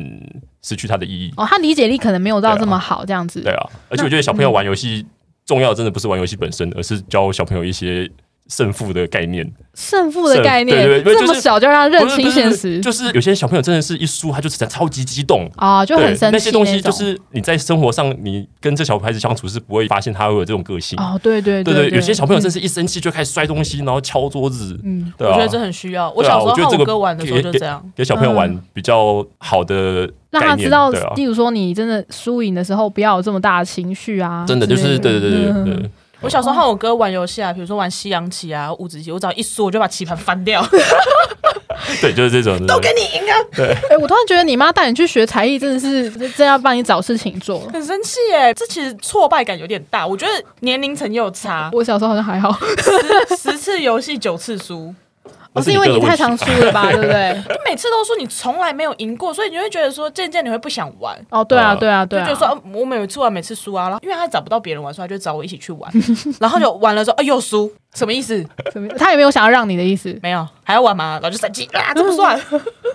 Speaker 3: 失去它的意义。
Speaker 2: 哦，他理解力可能没有到这么好，这样子。
Speaker 3: 对啊，而且我觉得小朋友玩游戏重要，真的不是玩游戏本身，而是教小朋友一些胜负的概念。
Speaker 2: 胜负的概念，
Speaker 3: 胜对对对
Speaker 2: 这
Speaker 3: 因为就是
Speaker 2: 么小就让他认
Speaker 3: 不是
Speaker 2: 清
Speaker 3: 不是
Speaker 2: 现实
Speaker 3: 就是有些小朋友真的是一输他就超级激动。
Speaker 2: 啊、哦，就
Speaker 3: 对
Speaker 2: 很生气
Speaker 3: 那些东西
Speaker 2: 种
Speaker 3: 就是你在生活上，你跟这小孩子相处是不会发现他会有这种个性。
Speaker 2: 哦，对对
Speaker 3: 对
Speaker 2: 对
Speaker 3: 有些小朋友真
Speaker 2: 是
Speaker 3: 是一生气就开始摔东西，然后敲桌子。
Speaker 2: 嗯，
Speaker 3: 对
Speaker 1: 我
Speaker 3: 啊
Speaker 1: 觉，得这很需要。我
Speaker 3: 对啊
Speaker 1: 小时
Speaker 3: 我觉
Speaker 1: 候和
Speaker 3: 得这个
Speaker 1: 我哥玩的时候就这样，
Speaker 3: 给小朋友玩比较好的
Speaker 2: 嗯让他
Speaker 3: 概
Speaker 2: 知
Speaker 3: 念，
Speaker 2: 道，
Speaker 3: 对啊
Speaker 2: 例，如说你真的输赢的时候，不要有这么大的情绪啊，
Speaker 3: 真的就
Speaker 2: 之类
Speaker 3: 是
Speaker 2: 嗯
Speaker 3: 对对对对对。对
Speaker 1: 我小时候和我哥玩游戏啊，比如说玩西洋棋啊、五子棋，我只要一输我就把棋盘翻掉，
Speaker 3: 对，就是这种。都跟你
Speaker 2: (laughs) 哎、我突然觉得你妈带你去学才艺，真的是真要帮你找事情做。 (laughs)
Speaker 1: (laughs) 很生气耶。这其实挫败感有点大，我觉得年龄层也有
Speaker 2: (laughs)
Speaker 1: 差，
Speaker 2: 我小时候好像还好，
Speaker 1: 十次游戏九次输，
Speaker 2: 我哦是因为你太常输了吧，对不对？
Speaker 1: 就每次都说你从来没有赢过，所以你会觉得说渐渐你会不想玩。
Speaker 2: (laughs) 哦，对啊，
Speaker 3: 呃
Speaker 2: 对啊，对啊，
Speaker 1: 就觉得说、呃我每次玩每次输啊，然后因为他找不到别人玩，所以他就找我一起去玩， (laughs) 然后就玩了之后啊又输，什么意思？
Speaker 2: 什么他也没有想要让你的意思。
Speaker 1: 没有，还要玩吗？然后就生气
Speaker 2: 嗯
Speaker 1: 啊，这不算。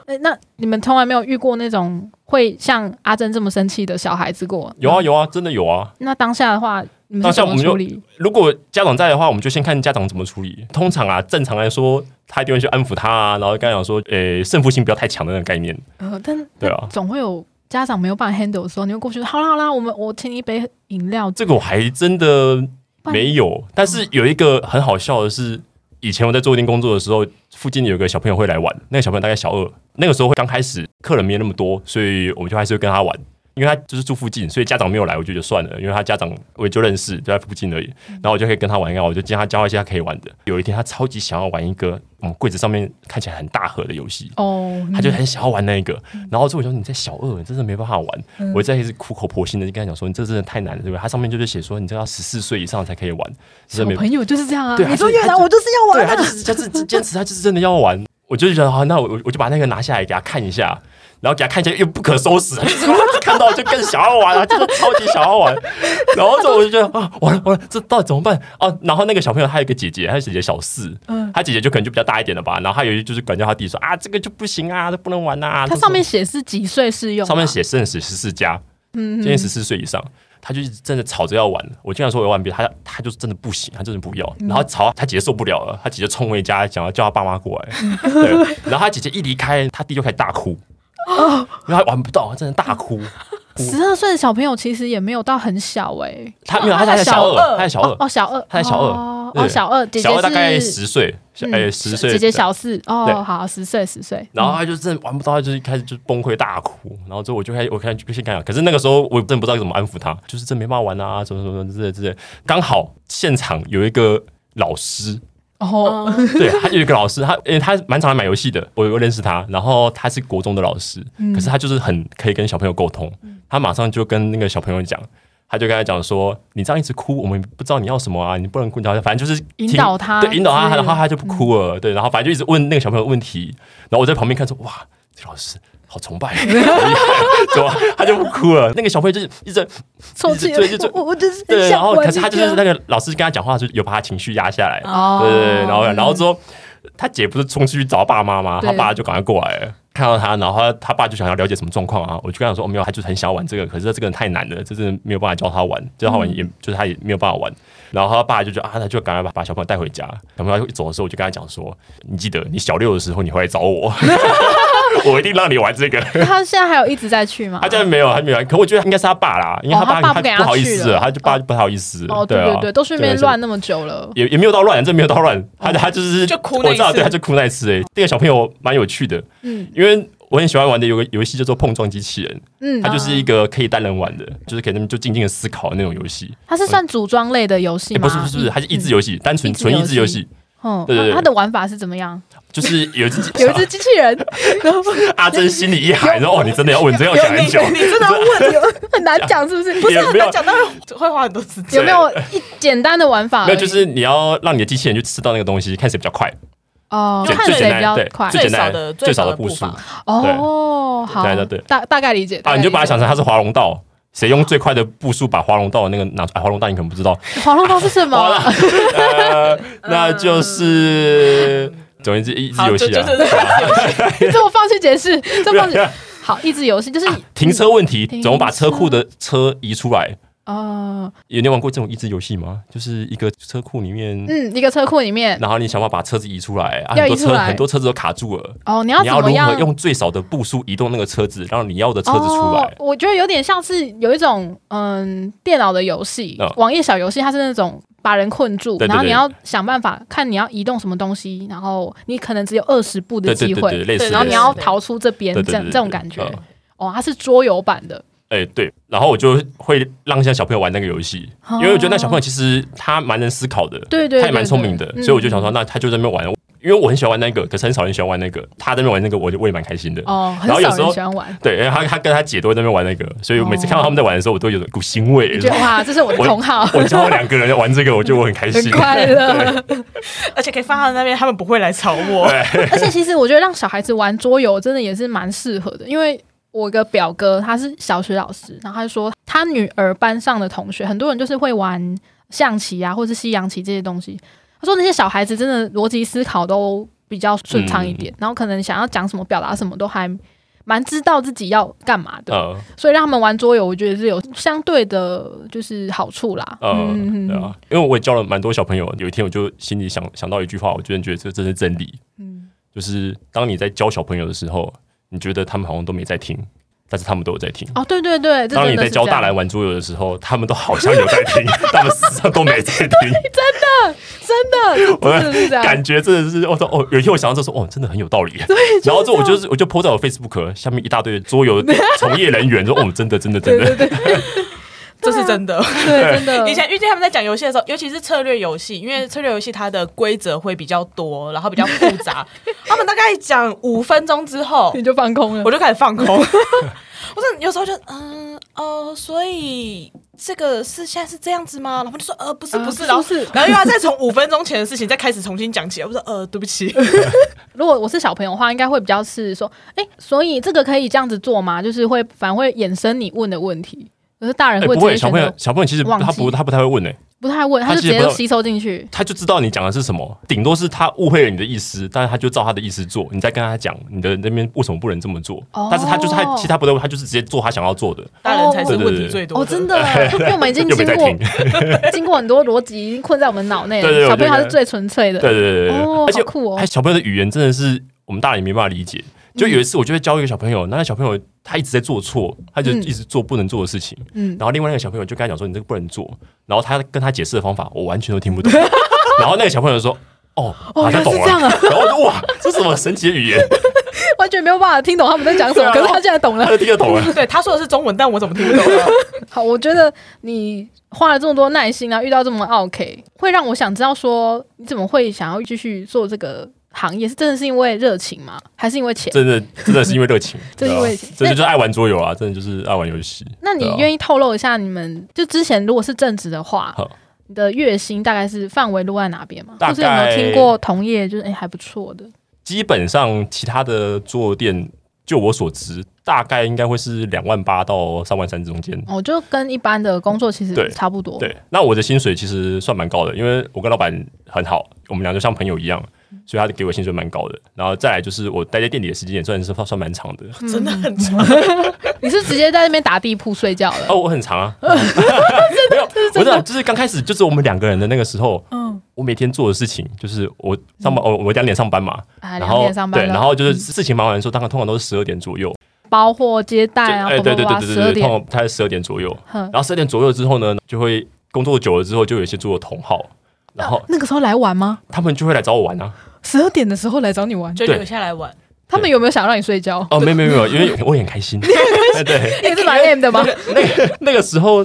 Speaker 2: 哎那你们从来没有遇过那种会像阿珍这么生气的小孩子过？
Speaker 3: 有啊有啊，真的有啊。
Speaker 2: 那当下的话，你们
Speaker 3: 当
Speaker 2: 是
Speaker 3: 下
Speaker 2: 怎
Speaker 3: 我
Speaker 2: 么
Speaker 3: 们就
Speaker 2: 处理？
Speaker 3: 如果家长在的话，我们就先看家长怎么处理。通常啊，正常来说，他一定会去安抚他啊，然后跟他讲说，呃、胜负心不要太强的那个概念。
Speaker 2: 呃，但
Speaker 3: 对啊
Speaker 2: 总会有家长没有办法 handle 的时候，你就过去，好啦好啦，我们我请你一杯饮料。
Speaker 3: 这个我还真的
Speaker 2: 不然
Speaker 3: 没有，但是有一个很好笑的是，以前我在做店工作的时候，附近有一个小朋友会来玩，那个小朋友大概小二，那个时候会刚开始客人没那么多，所以我们就还是会跟他玩。因为他就是住附近，所以家长没有来，我就觉得算了，因为他家长我也就认识，就在附近而已。然后我就可以跟他玩一玩，我就教他教他一些他可以玩的。有一天，他超级想要玩一个我们柜子上面看起来很大盒的游戏，
Speaker 2: 哦，
Speaker 3: 他就很想要玩那一个。
Speaker 2: 嗯
Speaker 3: 然后之后我就说你在小二，你真的没办法玩。我在一直苦口婆心的跟他讲说，你这真的太难了，对吧？他上面就是写说，你这要十四岁以上才可以玩，
Speaker 2: 小
Speaker 3: 真的没。
Speaker 2: 朋友就是这样啊。
Speaker 3: 对
Speaker 2: 你
Speaker 3: 他
Speaker 2: 说
Speaker 3: 就是
Speaker 1: (laughs)
Speaker 2: 越南我就是要
Speaker 3: 对，
Speaker 2: 玩
Speaker 3: 他
Speaker 2: 啊，
Speaker 3: 就是他就是坚持，他就是真的要玩。我就觉得好，那我我就把那个拿下来给他看一下。然后给他看起来又不可收拾，他就是哇看到就更想要玩啊，就是超级想要玩。然后之后我就觉得啊，完了完了，这到底怎么办啊？然后那个小朋友他有一个姐姐，他姐姐小四，
Speaker 2: 嗯
Speaker 3: 他姐姐就可能就比较大一点了吧。然后他有一就是管教他弟说啊，这个就不行啊，这不能玩啊。
Speaker 2: 它
Speaker 3: 这
Speaker 2: 上面
Speaker 3: 什
Speaker 2: 写是几岁适用、啊，
Speaker 3: 么上面写剩十十四加，
Speaker 2: 嗯，嗯
Speaker 3: 今年十四岁以上。他就一直真的吵着要玩，我经常说我要玩别，他他就是真的不行，他真的不
Speaker 2: 嗯
Speaker 3: 要。然后吵他姐姐受不了了，他姐姐冲回家想要叫他爸妈过来，
Speaker 2: 嗯
Speaker 3: 对。然后他姐姐一离开，他弟就开始大哭，
Speaker 2: 哦
Speaker 3: 因为他玩不到，他真的大哭。嗯
Speaker 2: 十二岁的小朋友其实也没有到很小哎、
Speaker 3: 他没有，他才小二，他才小二，
Speaker 2: 哦，小二，
Speaker 3: 他才小二
Speaker 2: 哦，
Speaker 3: 对
Speaker 2: 哦小二，姐姐
Speaker 3: 小二
Speaker 2: 是
Speaker 3: 大概十岁，小
Speaker 2: 嗯
Speaker 3: 哎十岁，
Speaker 2: 姐姐小四，
Speaker 3: 对
Speaker 2: 哦，好，十岁，十岁，
Speaker 3: 然后他就真的玩不到，他就是一开始就崩溃大哭，然后之后我就开始我开始就先看他，可是那个时候我也真的不知道怎么安抚他，就是真没办法玩啊，什么什么什么之类之类。刚好现场有一个老师，
Speaker 2: 哦，
Speaker 3: (laughs) 对他有一个老师，他因为他蛮常来买游戏的，我有认识他，然后他是国中的老师，
Speaker 2: 嗯
Speaker 3: 可是他就是很可以跟小朋友沟通，他马上就跟那个小朋友讲。他就跟他讲说：“你这样一直哭，我们不知道你要什么啊，你不能哭，然后反正就是听
Speaker 2: 引导他
Speaker 3: 对，引导他，
Speaker 2: 之类的嗯
Speaker 3: 然后他就不哭了，对，然后反正就一直问那个小朋友问题，然后我在旁边看说，哇，这老师好崇拜，好厉害， (laughs) 怎么他就不哭了？那个小朋友就是一直
Speaker 2: 凑齐
Speaker 3: 对就就
Speaker 2: 了，我我就是很
Speaker 3: 对，然
Speaker 2: 想
Speaker 3: 后
Speaker 2: 玩
Speaker 3: 可是他
Speaker 2: 这
Speaker 3: 就是
Speaker 2: 个
Speaker 3: 那个老师跟他讲话，就有把他情绪压下来，
Speaker 2: 哦，嗯
Speaker 3: 对对对，然后然后之后他姐不是冲出去找他爸妈吗？
Speaker 2: 对
Speaker 3: 他爸就赶快过来了。看到他，然后他他爸就想要了解什么状况啊？我就跟他说，哦，没有，他就是很想要玩这个，可是这个人太难了，这真的没有办法教他玩，教他玩
Speaker 2: 嗯
Speaker 3: 也、就是他也没有办法玩。然后他爸就觉得啊，他就赶快把把小朋友带回家。小朋友一走的时候，我就跟他讲说，你记得你小六的时候你回来找我， (laughs) 我一定让你玩这个。
Speaker 2: 他现在还有一直在去吗？
Speaker 3: 啊他现在没有，还没有，可我觉得应该是他爸啦，因为他
Speaker 2: 哦他爸不给他
Speaker 3: 不好意
Speaker 2: 去
Speaker 3: 思
Speaker 2: 了
Speaker 3: 了，他就爸就不好意思了。
Speaker 2: 哦，对
Speaker 3: 啊
Speaker 2: 对对，都顺便
Speaker 3: 对所以
Speaker 2: 乱那哦么久了，
Speaker 3: 也也没有到乱，真没有到乱，他他就是
Speaker 1: 就哭那一次
Speaker 3: 我知道，对，他就哭那一次。哎，这个小朋友蛮有趣的，
Speaker 2: 嗯
Speaker 3: 因为我很喜欢玩的有个游戏叫做碰撞机器人，
Speaker 2: 嗯，
Speaker 3: 它就是一个可以单人玩的，就是可以那么就静静的思考的那种游戏。
Speaker 2: 它是算组装类的游戏
Speaker 3: 哎，
Speaker 2: 吗？
Speaker 3: 不是不是不是，它是益智游戏，单
Speaker 2: 嗯
Speaker 3: 纯
Speaker 2: 益智
Speaker 3: 纯益
Speaker 2: 游
Speaker 3: 智游
Speaker 2: 戏
Speaker 3: 戏，
Speaker 2: 嗯，
Speaker 3: 对对对
Speaker 2: 它它的玩法是怎么样？
Speaker 3: 就是有一只
Speaker 2: (laughs) 有一只机器
Speaker 3: (laughs)
Speaker 2: 人，然后
Speaker 3: 阿珍心里一喊，然后哦，你真的要问，你真的要
Speaker 1: 有
Speaker 3: 想很
Speaker 1: 你
Speaker 3: 久，
Speaker 1: 你真的要问，有
Speaker 2: 很难讲，是不是？
Speaker 3: (laughs) 也没有
Speaker 1: 讲到 (laughs) 会花很多时间。
Speaker 2: 有没有一简单的玩法而已？
Speaker 3: 没有，就是你要让你的机器人去吃到那个东西，看谁比较快，
Speaker 2: 哦，
Speaker 3: 简
Speaker 2: 看
Speaker 3: 最
Speaker 2: 谁
Speaker 3: 简
Speaker 2: 比
Speaker 3: 单，
Speaker 2: 较
Speaker 3: 对
Speaker 2: 快，
Speaker 3: 最简单
Speaker 1: 最少的
Speaker 3: 最少
Speaker 1: 最少
Speaker 3: 的
Speaker 1: 的
Speaker 3: 步
Speaker 1: 步
Speaker 3: 数
Speaker 1: 伐
Speaker 2: 哦，好，
Speaker 3: 对对对
Speaker 2: 大大概理解
Speaker 3: 啊啊，你就把它想成
Speaker 2: 它
Speaker 3: 它是划龙道。谁用最快的步数把划龙道的那个拿出来？划龙道你可能不知道，
Speaker 2: (laughs) 黄龙道是什
Speaker 3: (laughs) 好
Speaker 2: (laughs) 么？
Speaker 3: 了，呃，那就是总而言之，一只
Speaker 1: 好，
Speaker 3: 游
Speaker 1: 就
Speaker 3: 戏
Speaker 1: 就
Speaker 3: 啊
Speaker 1: 是。游戏
Speaker 2: 这我放弃解
Speaker 3: (laughs)
Speaker 2: 释，这放弃。好，益智游戏就是
Speaker 3: 停车问题
Speaker 2: 停，
Speaker 3: 怎么把车库的车移出来？
Speaker 2: 哦，
Speaker 3: 有你有玩过这种益智游戏吗？就是一个车库里面，
Speaker 2: 嗯，一个车库里面
Speaker 3: 然后你想办法把车子移出来，啊，
Speaker 2: 要
Speaker 3: 很
Speaker 2: 移
Speaker 3: 多
Speaker 2: 出
Speaker 3: 车
Speaker 2: 来
Speaker 3: 很多车子都卡住了。
Speaker 2: 哦，你要
Speaker 3: 你
Speaker 2: 怎
Speaker 3: 要
Speaker 2: 么
Speaker 3: 如何
Speaker 2: 样？
Speaker 3: 用最少的步数移动那个车子，让你要的车子出
Speaker 2: 哦
Speaker 3: 来？。
Speaker 2: 我觉得有点像是有一种嗯电脑的游戏
Speaker 3: 嗯，
Speaker 2: 网页小游戏，它是那种把人困住，
Speaker 3: 对对
Speaker 2: 然后
Speaker 3: 对
Speaker 2: 你要想办法看你要移动什么东西，然后你可能只有二十步的
Speaker 3: 对对
Speaker 2: 机
Speaker 3: 对
Speaker 2: 会，
Speaker 3: 对，类似
Speaker 1: 对
Speaker 2: 然后
Speaker 3: 类
Speaker 2: 你
Speaker 3: 似
Speaker 2: 要逃出这边，
Speaker 3: 对
Speaker 2: 这
Speaker 3: 对
Speaker 2: 样
Speaker 3: 对对
Speaker 2: 这种感觉
Speaker 3: 嗯。
Speaker 2: 哦，它是桌游版的，
Speaker 3: 哎、对，然后我就会让一下小朋友玩那个游戏，因为我觉得那小朋友其实他蛮能思考的，
Speaker 2: 哦对对
Speaker 3: 他也蛮
Speaker 2: 对
Speaker 3: 聪
Speaker 2: 对
Speaker 3: 明的，
Speaker 2: 嗯
Speaker 3: 所以我就想说，那他就在那边玩，因为我很喜欢玩那个，可是很少人喜欢玩那个，他在那边玩那个，我就我也蛮开心的。
Speaker 2: 哦，很
Speaker 3: 然后有
Speaker 2: 少
Speaker 3: 时
Speaker 2: 人
Speaker 3: 候
Speaker 2: 喜欢玩。
Speaker 3: 对，因为他他跟他姐都在那边玩那个，所以我每次看到他们在玩的时候，我都有一股欣慰。
Speaker 2: 哦你觉得哇，这是我的
Speaker 3: 我
Speaker 2: 同好，
Speaker 3: (laughs) 我知道两个人在玩这个，我觉得我很开
Speaker 2: 很
Speaker 3: 心。
Speaker 2: 快乐。
Speaker 1: 而且可以放在那边，他们不会来吵我。
Speaker 3: (laughs)
Speaker 2: 而且其实我觉得让小孩子玩桌游真的也是蛮适合的，因为。我有个表哥他是小学老师，然后他就说他女儿班上的同学很多人就是会玩象棋啊，或是西洋棋这些东西。他说那些小孩子真的逻辑思考都比较顺畅一
Speaker 3: 嗯
Speaker 2: 点，然后可能想要讲什么、表达什么都还蛮知道自己要干嘛的，
Speaker 3: 嗯
Speaker 2: 所以让他们玩桌游，我觉得是有相对的就是好处啦。
Speaker 3: 嗯，对啊，因为我也教了蛮多小朋友，有一天我就心里想想到一句话，我真的觉得这这是真理，
Speaker 2: 嗯，
Speaker 3: 就是当你在教小朋友的时候，你觉得他们好像都没在听，但是他们都有在听。
Speaker 2: 哦，对对对，这真的
Speaker 3: 当
Speaker 2: 是
Speaker 3: 你在教
Speaker 2: (laughs)
Speaker 3: 大人玩桌游的时候，他们都好像有在听，他们事实上都没
Speaker 2: (laughs)
Speaker 3: 在听。
Speaker 2: 这样
Speaker 3: 我
Speaker 2: 真的是这样，
Speaker 3: (laughs) 感觉真的是，我说哦，有一天我想到这说，哦，真的很有道
Speaker 2: (laughs)
Speaker 3: 理。然后之后我就是我就 po 在我 Facebook 下面一大堆桌
Speaker 2: (laughs)
Speaker 3: 游从业人员说，哦，真的真 (laughs) 的真的，
Speaker 1: 这是真的。
Speaker 2: 对，真的。
Speaker 1: 以前遇见他们在讲游戏的时候，尤其是策略游戏，因为策略游戏它的规则会比较多，然后比较复
Speaker 2: (laughs)
Speaker 1: 杂。他们大概讲五分钟之后，
Speaker 2: (laughs) 你就放空了 (laughs)
Speaker 1: 我。就开始放空。我真的有时候就嗯、呃，所以这个是现在是这样子吗？然后就说呃，不是
Speaker 2: 呃
Speaker 1: 不是，
Speaker 2: 不是
Speaker 1: 然后
Speaker 2: 不是
Speaker 1: 然后又要再从五分钟前的事情再开始重新讲起，我说呃，对不
Speaker 2: (laughs)
Speaker 1: 起，
Speaker 2: 如果我是小朋友的话，应该会比较是说，哎、所以这个可以这样子做吗？就是会反而会衍生你问的问题。可是大人
Speaker 3: 哎，
Speaker 2: 会
Speaker 3: 不
Speaker 2: 直
Speaker 3: 会，
Speaker 2: 接
Speaker 3: 小
Speaker 2: 选
Speaker 3: 朋
Speaker 2: 择、
Speaker 3: 友小朋友其实
Speaker 2: 忘
Speaker 3: 他不
Speaker 2: 记
Speaker 3: 他不太会问诶，
Speaker 2: 不太问，
Speaker 3: 他
Speaker 2: 他就
Speaker 3: 其
Speaker 2: 直
Speaker 3: 实
Speaker 2: 接
Speaker 3: 不
Speaker 2: 吸收进去。
Speaker 3: 他就知道你讲的是什么，顶多是他误会了你的意思，但是他就照他的意思做。你再跟他讲你的那边为什么不能这么做，
Speaker 2: 哦
Speaker 3: 但是他就是他其实他不太会，他就直接做他想要做的。
Speaker 1: 大人才是
Speaker 3: 对对
Speaker 1: 问题
Speaker 3: 对对
Speaker 1: 最多
Speaker 2: 哦，
Speaker 3: (laughs)
Speaker 2: 真的，因为我们已经
Speaker 3: 又没
Speaker 2: 经
Speaker 3: 在听，
Speaker 2: 过 (laughs) 经过很多逻辑，已经困在我们脑内
Speaker 3: 对对
Speaker 2: 了。
Speaker 3: 对
Speaker 2: 小朋友他
Speaker 3: 我觉得
Speaker 2: 是最纯粹的。
Speaker 3: 对对对对对，
Speaker 2: 哦
Speaker 3: 而且
Speaker 2: 好酷哦
Speaker 3: 还有小朋友的语言真的是我们大人也没办法理解。就有一次，我就会教一个小朋友，那个小朋友他一直在做错，他就
Speaker 2: 嗯
Speaker 3: 一直做不能做的事情。
Speaker 2: 嗯，
Speaker 3: 然后另外那个小朋友就跟他讲说：“你这个不能做。”然后他跟他解释的方法，我完全都
Speaker 2: (laughs)
Speaker 3: 听不懂。然后那个小朋友说：“哦，
Speaker 2: 哦，
Speaker 3: 好
Speaker 2: 原来
Speaker 3: 像懂
Speaker 2: 是
Speaker 3: 了。
Speaker 2: 这样啊，
Speaker 3: 然后我就哇，这是什么神奇的语言？
Speaker 2: (laughs) 完全没有办法听懂他们在讲什么，可
Speaker 3: 对啊
Speaker 2: 是他竟然懂
Speaker 3: 他
Speaker 2: 了。
Speaker 3: 就听得懂了。
Speaker 1: 对，他说的是中文，但我怎么听不懂
Speaker 2: (laughs)
Speaker 1: 啊？
Speaker 2: 好，我觉得你花了这么多耐心啊，遇到这么 OK，会让我想知道说你怎么会想要继续做这个行业？是真的是因为热情吗？还是因为钱？
Speaker 3: 真的，真的是因为热情，
Speaker 2: 真的因为热情
Speaker 3: 真的就是啊爱玩桌游啊，真的就是爱玩游戏。
Speaker 2: 那你愿意透露一下你们就之前如果是正职的话
Speaker 3: 好，
Speaker 2: 你的月薪大概是范围落在哪边吗？
Speaker 3: 大
Speaker 2: 或
Speaker 3: 概
Speaker 2: 是有没有听过同业就是哎、还不错的？
Speaker 3: 基本上其他的桌游店，就我所知，大概应该会是两万八到三万三中间。
Speaker 2: 我、哦就跟一般的工作其
Speaker 3: 对
Speaker 2: 实差不多。
Speaker 3: 对，那我的薪水其实算蛮高的，因为我跟老板很好，我们俩就像朋友一样，所以他给我薪水蛮高的。然后再来就是我待在店里的时间也算是算蛮长的。
Speaker 2: 嗯
Speaker 1: 真的很
Speaker 2: (laughs)
Speaker 1: 长，
Speaker 2: 你是直接在那边打地铺睡觉了？
Speaker 3: 哦，我很长啊， (laughs) 没有，我知道，就是刚开始就是我们两个人的那个时候，
Speaker 2: 嗯，
Speaker 3: 我每天做的事情就是我上班，我哦我两点上班嘛，
Speaker 2: 啊，
Speaker 3: 然
Speaker 2: 两
Speaker 3: 后
Speaker 2: 点上班嗯
Speaker 3: 对，
Speaker 2: 了，
Speaker 3: 然后就是事情忙完的时候，大概通常都是十二点左右，
Speaker 2: 包货接待
Speaker 3: 就
Speaker 2: 啊，
Speaker 3: 哎对对对对
Speaker 2: 十二
Speaker 3: 对对，
Speaker 2: 点
Speaker 3: 通，常大概十二点左右，
Speaker 2: 哼
Speaker 3: 然后十二点左右之后呢，就会工作久了之后，就有一些做的同号，然后
Speaker 2: 那个时候来玩吗？
Speaker 3: 他们就会来找我玩啊，
Speaker 2: 十二点的时候来找你玩，
Speaker 1: 就
Speaker 3: 对
Speaker 1: 留下来玩。
Speaker 2: 他们有没有想让你睡觉？
Speaker 3: 哦，没有没有没有，因为
Speaker 2: (laughs)
Speaker 3: 我也很开心，对对，
Speaker 2: 你也
Speaker 3: (laughs)
Speaker 2: 是玩 M 的吗？
Speaker 3: 那个时候。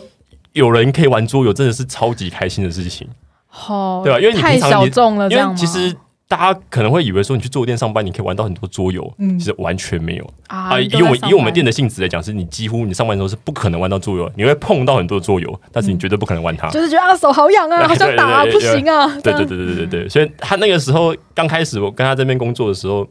Speaker 3: 有人可以玩桌游，真的是超级开心的事情，
Speaker 2: 好，
Speaker 3: 对啊因为你
Speaker 2: 太
Speaker 3: 平常
Speaker 2: 小众哦了，这
Speaker 3: 因
Speaker 2: 样吗？
Speaker 3: 为其实大家可能会以为说你去桌游店上班，你可以玩到很多桌游，
Speaker 2: 嗯
Speaker 3: 其实完全没有。
Speaker 2: 啊，
Speaker 3: 啊，
Speaker 2: 你都
Speaker 3: 以我们
Speaker 2: 在上
Speaker 3: 以我们
Speaker 2: 班
Speaker 3: 店的性质来讲，是你几乎你上班的时候是不可能玩到桌游，你会碰到很多桌游，
Speaker 2: 嗯
Speaker 3: 但是你绝对不可能玩它。
Speaker 2: (laughs) 就是觉得啊手好痒啊，好想打，啊，
Speaker 3: 对
Speaker 2: 不
Speaker 3: 对对
Speaker 2: 行啊，这
Speaker 3: 对对
Speaker 2: 样
Speaker 3: 对对对对对，所以他那个时候刚开始我跟他这边工作的时候，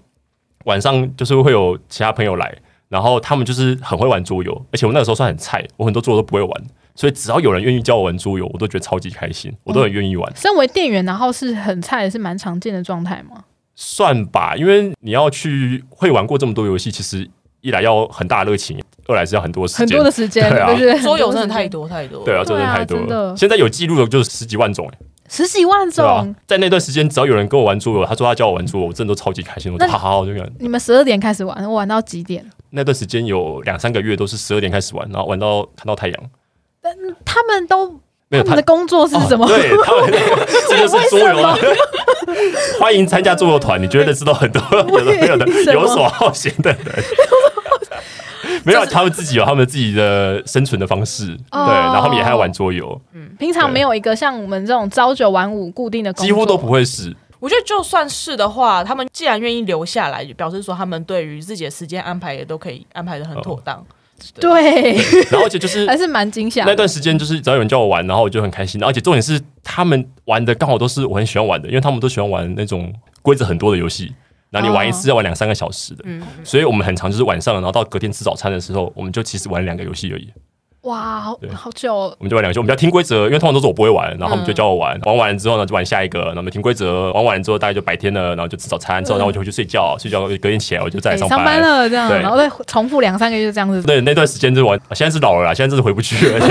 Speaker 3: 晚上就是会有其他朋友来，然后他们就是很会玩桌游，而且我那个时候算很菜，我很多桌游都不会玩，所以只要有人愿意教我玩桌游，我都觉得超级开心，我都很愿意玩。
Speaker 2: 身为店员，然后是很菜，是蛮常见的状态嘛。
Speaker 3: 算吧，因为你要去会玩过这么多游戏，其实一来要很大的热情，二来是要很多时
Speaker 2: 很
Speaker 3: 间
Speaker 2: 多。的时间，
Speaker 3: 对啊
Speaker 2: 对不对？
Speaker 1: 桌游真的
Speaker 2: 很
Speaker 1: 太
Speaker 2: 时间，
Speaker 1: 多太多，
Speaker 3: 对啊，真的
Speaker 2: 对啊
Speaker 3: 太多
Speaker 2: 真的
Speaker 3: 了。现在有记录的就是十几万种、欸，
Speaker 2: 十几万
Speaker 3: 对啊吧
Speaker 2: 种。？
Speaker 3: 在那段时间，只要有人跟我玩桌游，他说他教我玩桌游，我真的都超级开心。我
Speaker 2: 那
Speaker 3: 说好好，好就跟
Speaker 2: 你们十二点开始玩，我玩到几点？
Speaker 3: 那段时间有两三个月都是十二点开始玩，然后玩到看到太阳，
Speaker 2: 他们都
Speaker 3: 没有
Speaker 2: 他们的工作是
Speaker 3: 哦
Speaker 2: 什么？
Speaker 3: 对他们，这就是桌游啊。欢迎参加桌游团，你就会认识到很多有的没有的
Speaker 2: 为什么
Speaker 3: 游手好闲的 (laughs) 人。没有，啊他们自己有他们自己的生存的方式，对，
Speaker 2: 哦
Speaker 3: 然后他们也还要玩桌游，
Speaker 2: (laughs) 平常没有一个像我们这种朝九晚五固定的工作，
Speaker 3: 几乎都不会是。
Speaker 1: 我觉得就算是的话，他们既然愿意留下来，表示说他们对于自己的时间安排也都可以安排的很
Speaker 3: 哦
Speaker 1: 妥当。
Speaker 2: 对，
Speaker 3: 然后而且就是
Speaker 2: 还是蛮惊吓的。
Speaker 3: 那段时间就是只要有人叫我玩，然后我就很开心。而且重点是他们玩的刚好都是我很喜欢玩的，因为他们都喜欢玩那种规则很多的游戏。然后你玩一
Speaker 2: 哦
Speaker 3: 次要玩两三个小时的，
Speaker 2: 嗯
Speaker 3: 所以我们很常就是晚上，然后到隔天吃早餐的时候，我们就其实玩两个游戏而已，
Speaker 2: 哇，好
Speaker 3: 对
Speaker 2: 好久哦，
Speaker 3: 我们就玩两个游戏。我们就要听规则，因为通常都是我不会玩，然后他们就教我玩，玩完了之后呢就玩下一个，然后我们听规则，玩完了之后大概就白天了，然后就吃早餐，之后然后我就回去睡觉，睡觉隔天起来我就再来
Speaker 2: 哎
Speaker 3: 上
Speaker 2: 嗯上班了这样，
Speaker 3: 对
Speaker 2: 然后再重复两三个月就这样子。
Speaker 3: 对，那段时间就玩，现在是老了啦，现在真的回不去了。 (laughs) 现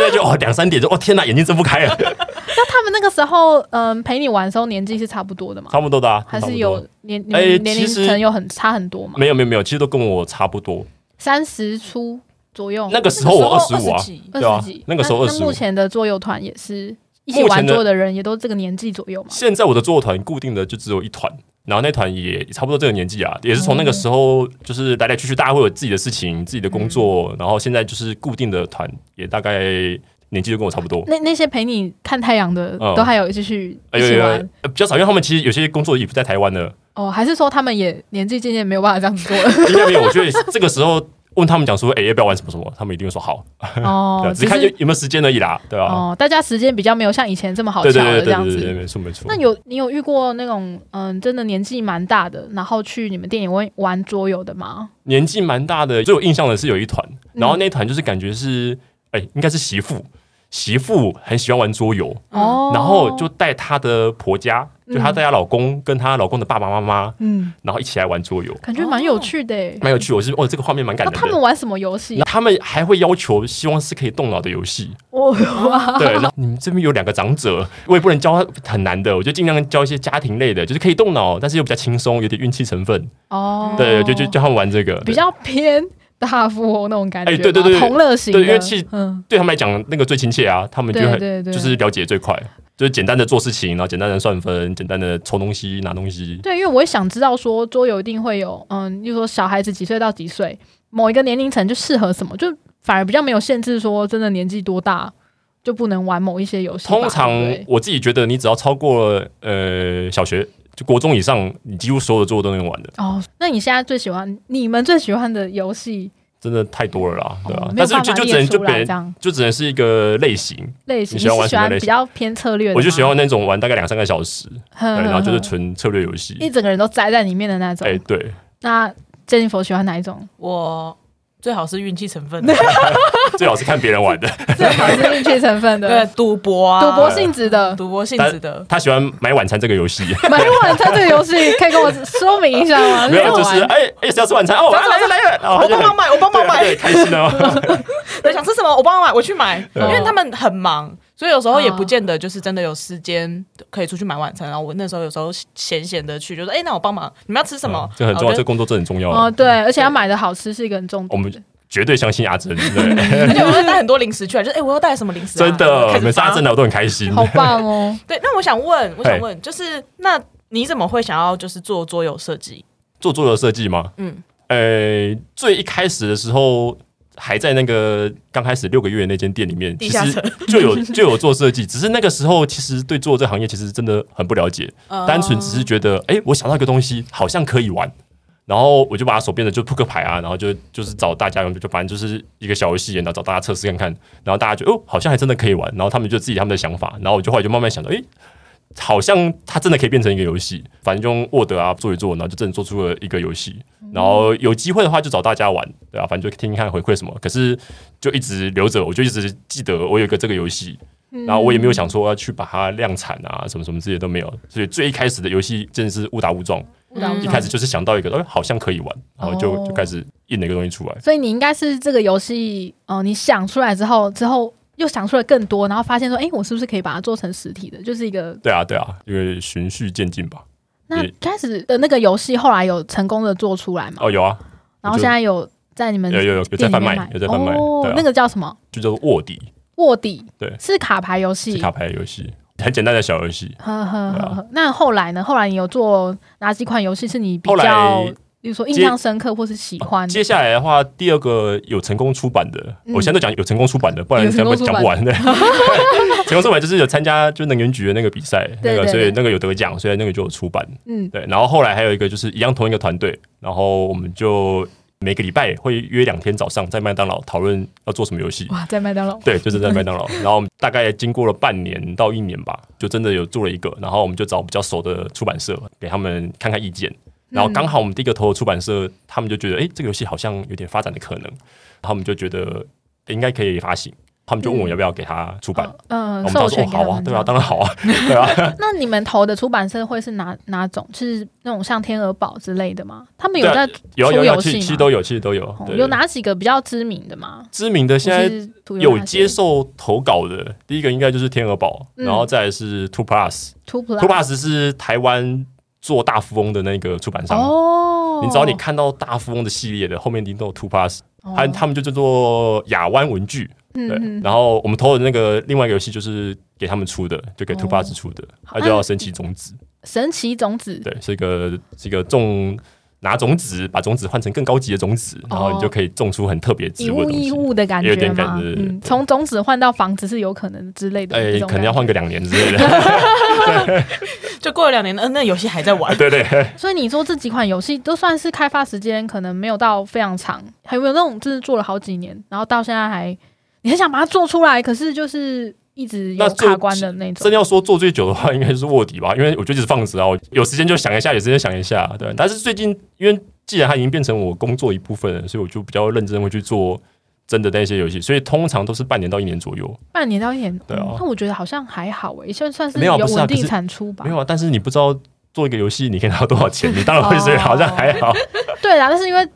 Speaker 3: 在就哦两三点就哦天哪，眼睛睁不开了，
Speaker 2: 那他们那个时候，嗯，陪你玩的时候年纪是差不多的嘛？
Speaker 3: 差不多的、啊，
Speaker 2: 还
Speaker 3: 差不
Speaker 2: 是
Speaker 3: 多
Speaker 2: 有年你
Speaker 3: 哎
Speaker 2: 们年龄
Speaker 3: 其实
Speaker 2: 层有很差很多嘛？
Speaker 3: 没有没有没有，其实都跟我差不多。
Speaker 2: 三十出左右，
Speaker 3: 那个时候我二十五啊
Speaker 1: 那个时候25，
Speaker 3: 对啊
Speaker 2: 20几，
Speaker 3: 那个时候
Speaker 2: 那
Speaker 3: 二
Speaker 2: 那
Speaker 3: 十
Speaker 2: 目
Speaker 3: 五。
Speaker 2: 前的桌游团也是一起
Speaker 3: 目前
Speaker 2: 玩
Speaker 3: 的
Speaker 2: 桌的人也都这个年纪左右嘛。
Speaker 3: 现在我的作团固定的就只有一团，然后那团也差不多这个年纪啊，也是从那个时候就是来来去去，大家会有自己的事情、自己的工
Speaker 2: 嗯
Speaker 3: 作，然后现在就是固定的团也大概年纪就跟我差不多。
Speaker 2: 那那些陪你看太阳的，
Speaker 3: 嗯
Speaker 2: 都还有继续
Speaker 3: 哎
Speaker 2: 一
Speaker 3: 呦
Speaker 2: 起
Speaker 3: 呦，
Speaker 2: 玩
Speaker 3: 呃比较少，因为他们其实有些工作也不在台湾了。 (laughs)
Speaker 2: 哦？还是说他们也年纪渐渐没有办法这样子做了？
Speaker 3: 应该没有，我觉得这个时候问他们讲说，哎、要不要玩什么什么？他们一定会说好，对啊
Speaker 2: 哦，
Speaker 3: 只是
Speaker 2: 只
Speaker 3: 看有
Speaker 2: 是
Speaker 3: 有没有时间而已啦，对吧、啊
Speaker 2: 哦，大家时间比较没有像以前这么好
Speaker 3: 对
Speaker 2: 瞧
Speaker 3: 对对
Speaker 2: 了这
Speaker 3: 对
Speaker 2: 样
Speaker 3: 对对，对
Speaker 2: 子。
Speaker 3: 没错没错
Speaker 2: 那。有你有遇过那种嗯，真的年纪蛮大的，然后去你们电影玩玩桌游的吗？
Speaker 3: 年纪蛮大的，最有印象的是有一团，
Speaker 2: 嗯
Speaker 3: 然后那一团就是感觉是，哎、应该是媳妇，媳妇很喜欢玩桌游，
Speaker 2: 哦，
Speaker 3: 然后就带她的婆家，就她带她老公跟她老公的爸爸妈妈，
Speaker 2: 嗯，
Speaker 3: 然后一起来玩桌游，
Speaker 2: 感觉蛮有趣的欸。
Speaker 3: 蛮有趣。我是哦，这个画面蛮感
Speaker 2: 那
Speaker 3: 人
Speaker 2: 他们
Speaker 3: 的。
Speaker 2: 玩什么游戏
Speaker 3: 那？他们还会要求，希望是可以动脑的游戏。
Speaker 2: 哦，哇，
Speaker 3: 对，那你们这边有两个长者，我也不能教他很难的，我就尽量教一些家庭类的，就是可以动脑，但是又比较轻松，有点运气成分。
Speaker 2: (laughs) 哦，
Speaker 3: 对，就就教他们玩这个。
Speaker 2: 比较偏大富翁那种感觉
Speaker 3: 哎
Speaker 2: 吧，
Speaker 3: 对对对对
Speaker 2: 同乐型的，
Speaker 3: 对因为其实
Speaker 2: 嗯，
Speaker 3: 对他们来讲，那个最亲切啊，他们就
Speaker 2: 对
Speaker 3: 很
Speaker 2: 对对，
Speaker 3: 就是了解最快，就是简单的做事情，然后简单的算分，简单的抽东西、拿东西。
Speaker 2: 对，因为我也想知道说桌游一定会有，嗯，就说小孩子几岁到几岁，某一个年龄层就适合什么，就反而比较没有限制说真的年纪多大就不能玩某一些游戏吧。
Speaker 3: 通常
Speaker 2: 对不对
Speaker 3: 我自己觉得，你只要超过了呃小学就国中以上，你几乎所有的作都能玩的，
Speaker 2: 哦，那你现在最喜欢你们最喜欢的游戏，
Speaker 3: 真的太多了啦，对吧、
Speaker 2: 哦、没
Speaker 3: 但
Speaker 2: 有
Speaker 3: 是
Speaker 2: 办
Speaker 3: 就
Speaker 2: 法
Speaker 3: 就只
Speaker 2: 列
Speaker 3: 能就
Speaker 2: 出
Speaker 3: 别
Speaker 2: 来
Speaker 3: 人
Speaker 2: 这样
Speaker 3: 就只能是一个类型，
Speaker 2: 类型，
Speaker 3: 你喜欢玩
Speaker 2: 是喜
Speaker 3: 什么
Speaker 2: 欢
Speaker 3: 类
Speaker 2: 比
Speaker 3: 型
Speaker 2: 较偏策略的吗，
Speaker 3: 我
Speaker 2: (laughs)
Speaker 3: 就喜欢那种玩大概两三个小时，
Speaker 2: 哼，
Speaker 3: 对，
Speaker 2: 哼
Speaker 3: 然后就是
Speaker 2: (laughs) 哼
Speaker 3: 纯策略游戏。
Speaker 2: 一整个人都栽在里面的那种。
Speaker 3: 哎、对，
Speaker 2: 那珍妮佛喜欢哪一
Speaker 3: (laughs)
Speaker 2: 种？
Speaker 1: 我最好是运气成
Speaker 2: (laughs)
Speaker 1: 分的，
Speaker 3: 最好是看别人玩的。
Speaker 2: 最好是运气成分
Speaker 1: 对
Speaker 2: 的，
Speaker 1: 赌博啊，
Speaker 2: 赌博性质的。哦
Speaker 1: 赌博性质的，
Speaker 3: 他喜欢买晚餐这个游戏，
Speaker 2: 买晚餐这个游戏可以跟我说明一下吗？
Speaker 3: 没有
Speaker 2: 怎么
Speaker 3: 就是
Speaker 2: 玩
Speaker 3: 哎哎、谁要吃晚餐哦，我来了来了，然后
Speaker 1: 啊我
Speaker 3: 就
Speaker 1: 帮
Speaker 3: 很
Speaker 1: 忙买，我帮忙
Speaker 3: 对啊
Speaker 1: 买，
Speaker 3: 对开心
Speaker 2: (laughs)
Speaker 3: 哦。
Speaker 1: 对，想吃什么我帮忙买，我去买，
Speaker 3: 对啊
Speaker 1: 因为他们很忙，所以有时候也
Speaker 2: 哦
Speaker 1: 不见得就是真的有时间可以出去买晚餐。啊然后我那时候有时候闲闲的去，就说哎，那我帮忙，你们要吃什
Speaker 3: (laughs)
Speaker 1: 么？
Speaker 3: 这嗯很重要，
Speaker 1: 然
Speaker 3: 这
Speaker 1: 后
Speaker 3: 工作真的很重要。啊
Speaker 2: 哦，对，而且要买的好吃是一个很重
Speaker 3: 我
Speaker 2: 点
Speaker 3: 们
Speaker 2: 的。
Speaker 3: 绝对相信阿珍，对，
Speaker 1: (laughs) 就而且我会带很多零食去啊，就是哎，我要带什么零食啊？
Speaker 3: 真的，
Speaker 1: 开
Speaker 3: 每
Speaker 1: 始
Speaker 3: 次阿
Speaker 1: 发
Speaker 3: 珍来我都很开心。
Speaker 2: 好棒哦！
Speaker 1: 对，那我想问，我想问，就是那你怎么会想要就是做桌游设计？
Speaker 3: 做桌游设计吗？
Speaker 1: 嗯，
Speaker 3: 呃，最一开始的时候。还在那个刚开始六个月的那间店里面，
Speaker 1: 地
Speaker 3: 其
Speaker 1: 下
Speaker 3: 实
Speaker 1: 城
Speaker 3: 就有就有做设计，只是那个时候其实对做这行业其实真的很不了解，
Speaker 1: 哦
Speaker 3: 单纯只是觉得，哎、我想到一个东西好像可以玩，然后我就把它手变得就扑克牌啊，然后就就是找大家用，就反正就是一个小游戏，然后找大家测试看看，然后大家就哦，好像还真的可以玩，然后他们就自己他们的想法，然后我就后来就慢慢想到，哎、好像它真的可以变成一个游戏，反正就用 Word 啊做一做，然后就真的做出了一个游戏。
Speaker 2: 嗯
Speaker 3: 然后有机会的话就找大家玩，对啊，反正就听听看回馈什么。可是就一直留着，我就一直记得我有一个这个游戏，
Speaker 2: 嗯
Speaker 3: 然后我也没有想说要去把它量产啊，什么什么这些都没有。所以最一开始的游戏真的是误打误撞，
Speaker 1: 嗯
Speaker 3: (laughs) 一开始就是想到一个，哎，好像可以玩，然后就
Speaker 2: 哦
Speaker 3: 就开始印了一个东西出来。
Speaker 2: 所以你应该是这个游戏，呃，你想出来之后，之后又想出了更多，然后发现说，哎，我是不是可以把它做成实体的？就是一个
Speaker 3: 对啊，对啊，因为循序渐进吧。
Speaker 2: 那
Speaker 3: 也
Speaker 2: 开始的那个游戏，后来有成功的做出来嘛？
Speaker 3: 哦，有啊，
Speaker 2: 然后现在有在你们
Speaker 3: 有有有有在
Speaker 2: 店里
Speaker 3: 贩
Speaker 2: 面
Speaker 3: 卖，有在贩卖，
Speaker 2: 哦
Speaker 3: 对啊
Speaker 2: 那，个叫什么
Speaker 3: 就叫做卧底，
Speaker 2: 卧底？
Speaker 3: 对
Speaker 2: 是卡牌游戏
Speaker 3: 是。卡牌游戏， (laughs) 很简单的小游戏。
Speaker 2: 呵呵
Speaker 3: 对
Speaker 2: 呵
Speaker 3: 啊
Speaker 2: 呵。那后来呢？后来你有做哪几款游戏是你比
Speaker 3: 后来
Speaker 2: 较，比如说印
Speaker 3: 接
Speaker 2: 象深刻或是喜欢的？
Speaker 3: 接下来的话，第二个有成功出版的，
Speaker 2: 嗯
Speaker 3: 我现在都讲有成功出版的，不然
Speaker 2: 有成
Speaker 3: 讲不
Speaker 2: 功出
Speaker 3: 讲
Speaker 2: 版
Speaker 3: 不
Speaker 2: (laughs)
Speaker 3: 完的。成功出版就是有参加就能源局的那个比赛，
Speaker 2: 对
Speaker 3: 那个
Speaker 2: 对
Speaker 3: 所以
Speaker 2: 对
Speaker 3: 那个有得奖，所以那个就有出版。
Speaker 2: 嗯，
Speaker 3: 对，然后后来还有一个就是一样同一个团队，然后我们就每个礼拜会约两天早上在麦当劳讨论要做什么游戏。
Speaker 2: 哇，在麦当劳。
Speaker 3: 对，就是在麦当劳。然后我们大概经过了半年到一年吧，就真的有做了一个。然后我们就找比较熟的出版社给他们看看意见。然后刚好我们第一个投的出版社，他们就觉得，哎、这个游戏好像有点发展的可能，然后他们就觉得、诶应该可以发行，他们就问我要不要给他出版。
Speaker 2: 嗯
Speaker 3: 然后，我们
Speaker 2: 授
Speaker 3: 当时
Speaker 2: 权
Speaker 3: 说、哦、
Speaker 2: 给他
Speaker 3: 好啊，
Speaker 2: 们这
Speaker 3: 对啊，
Speaker 2: 样。
Speaker 3: 当然好
Speaker 2: (laughs)
Speaker 3: 啊，对啊，
Speaker 2: 那你们投的出版社会是哪哪种？是那种像天鹅堡之类的吗？他们有
Speaker 3: 对啊
Speaker 2: 在
Speaker 3: 有啊
Speaker 2: 出
Speaker 3: 有啊，
Speaker 2: 游
Speaker 3: 其实
Speaker 2: 戏
Speaker 3: 其实
Speaker 2: 吗？
Speaker 3: 都有，其实都有，
Speaker 2: 哦
Speaker 3: 对
Speaker 2: 有哪几个比较知名的吗？
Speaker 3: 知名的现
Speaker 2: 或
Speaker 3: 在
Speaker 2: 是图
Speaker 3: 有接受投稿的，第一个应该就是天鹅堡，
Speaker 2: 嗯
Speaker 3: 然后再来是 Two Plus，
Speaker 2: Two
Speaker 3: Two
Speaker 2: Plus
Speaker 3: Plus 是台湾做大富翁的那个出版商。
Speaker 2: 哦，
Speaker 3: 你只要你看到大富翁的系列的后面一定都有 Two Plus，
Speaker 2: 哦，
Speaker 3: 还、他们就叫做亚湾文具，对。
Speaker 2: 嗯嗯
Speaker 3: 然后我们投的那个另外一个游戏就是给他们出的，就
Speaker 2: 哦
Speaker 3: 给 Two
Speaker 2: 啊
Speaker 3: Plus 出的，它、叫神奇种子，
Speaker 2: 神奇种子
Speaker 3: 对，是一个是一个种拿种子，把种子换成更高级的种子，然后你就可以种出很特别
Speaker 2: 哦以
Speaker 3: 植物
Speaker 2: 物
Speaker 3: 的东西
Speaker 2: 易。物的感
Speaker 3: 也有
Speaker 2: 觉
Speaker 3: 点
Speaker 2: 吗
Speaker 3: 感？觉
Speaker 2: 嗯，从种子换到房子是有可能之类的
Speaker 3: 哎、
Speaker 2: 这种感觉，
Speaker 3: 可能要换个两年之类的， (laughs)
Speaker 1: 就过了两年，嗯、那游戏还在
Speaker 3: (laughs)
Speaker 1: 玩。
Speaker 3: 对对，
Speaker 2: 所以你说这几款游戏都算是开发时间可能没有到非常长，还有没有那种真是做了好几年，然后到现在还你很想把它做出来，可是就是一直有
Speaker 3: 那做
Speaker 2: 卡关的那种
Speaker 3: 真。要说做最久的话，应该就是卧底吧，因为我就一直放着啊，我有时间就想一下，有时间想一下，对。但是最近，因为既然它已经变成我工作一部分了，所以我就比较认真会去做真的那些游戏，所以通常都是半年到一年左右。
Speaker 2: 半年到一年，
Speaker 3: 对啊
Speaker 2: 嗯那我觉得好像还好诶、算算是
Speaker 3: 没有啊不是啊
Speaker 2: 稳
Speaker 3: 可
Speaker 2: 定
Speaker 3: 是
Speaker 2: 产出吧。
Speaker 3: 没有啊，但是你不知道做一个游戏你可以拿到多
Speaker 2: (laughs)
Speaker 3: 少钱，你当然会觉得
Speaker 2: 哦
Speaker 3: 好像还好。
Speaker 2: 对啊，但是因为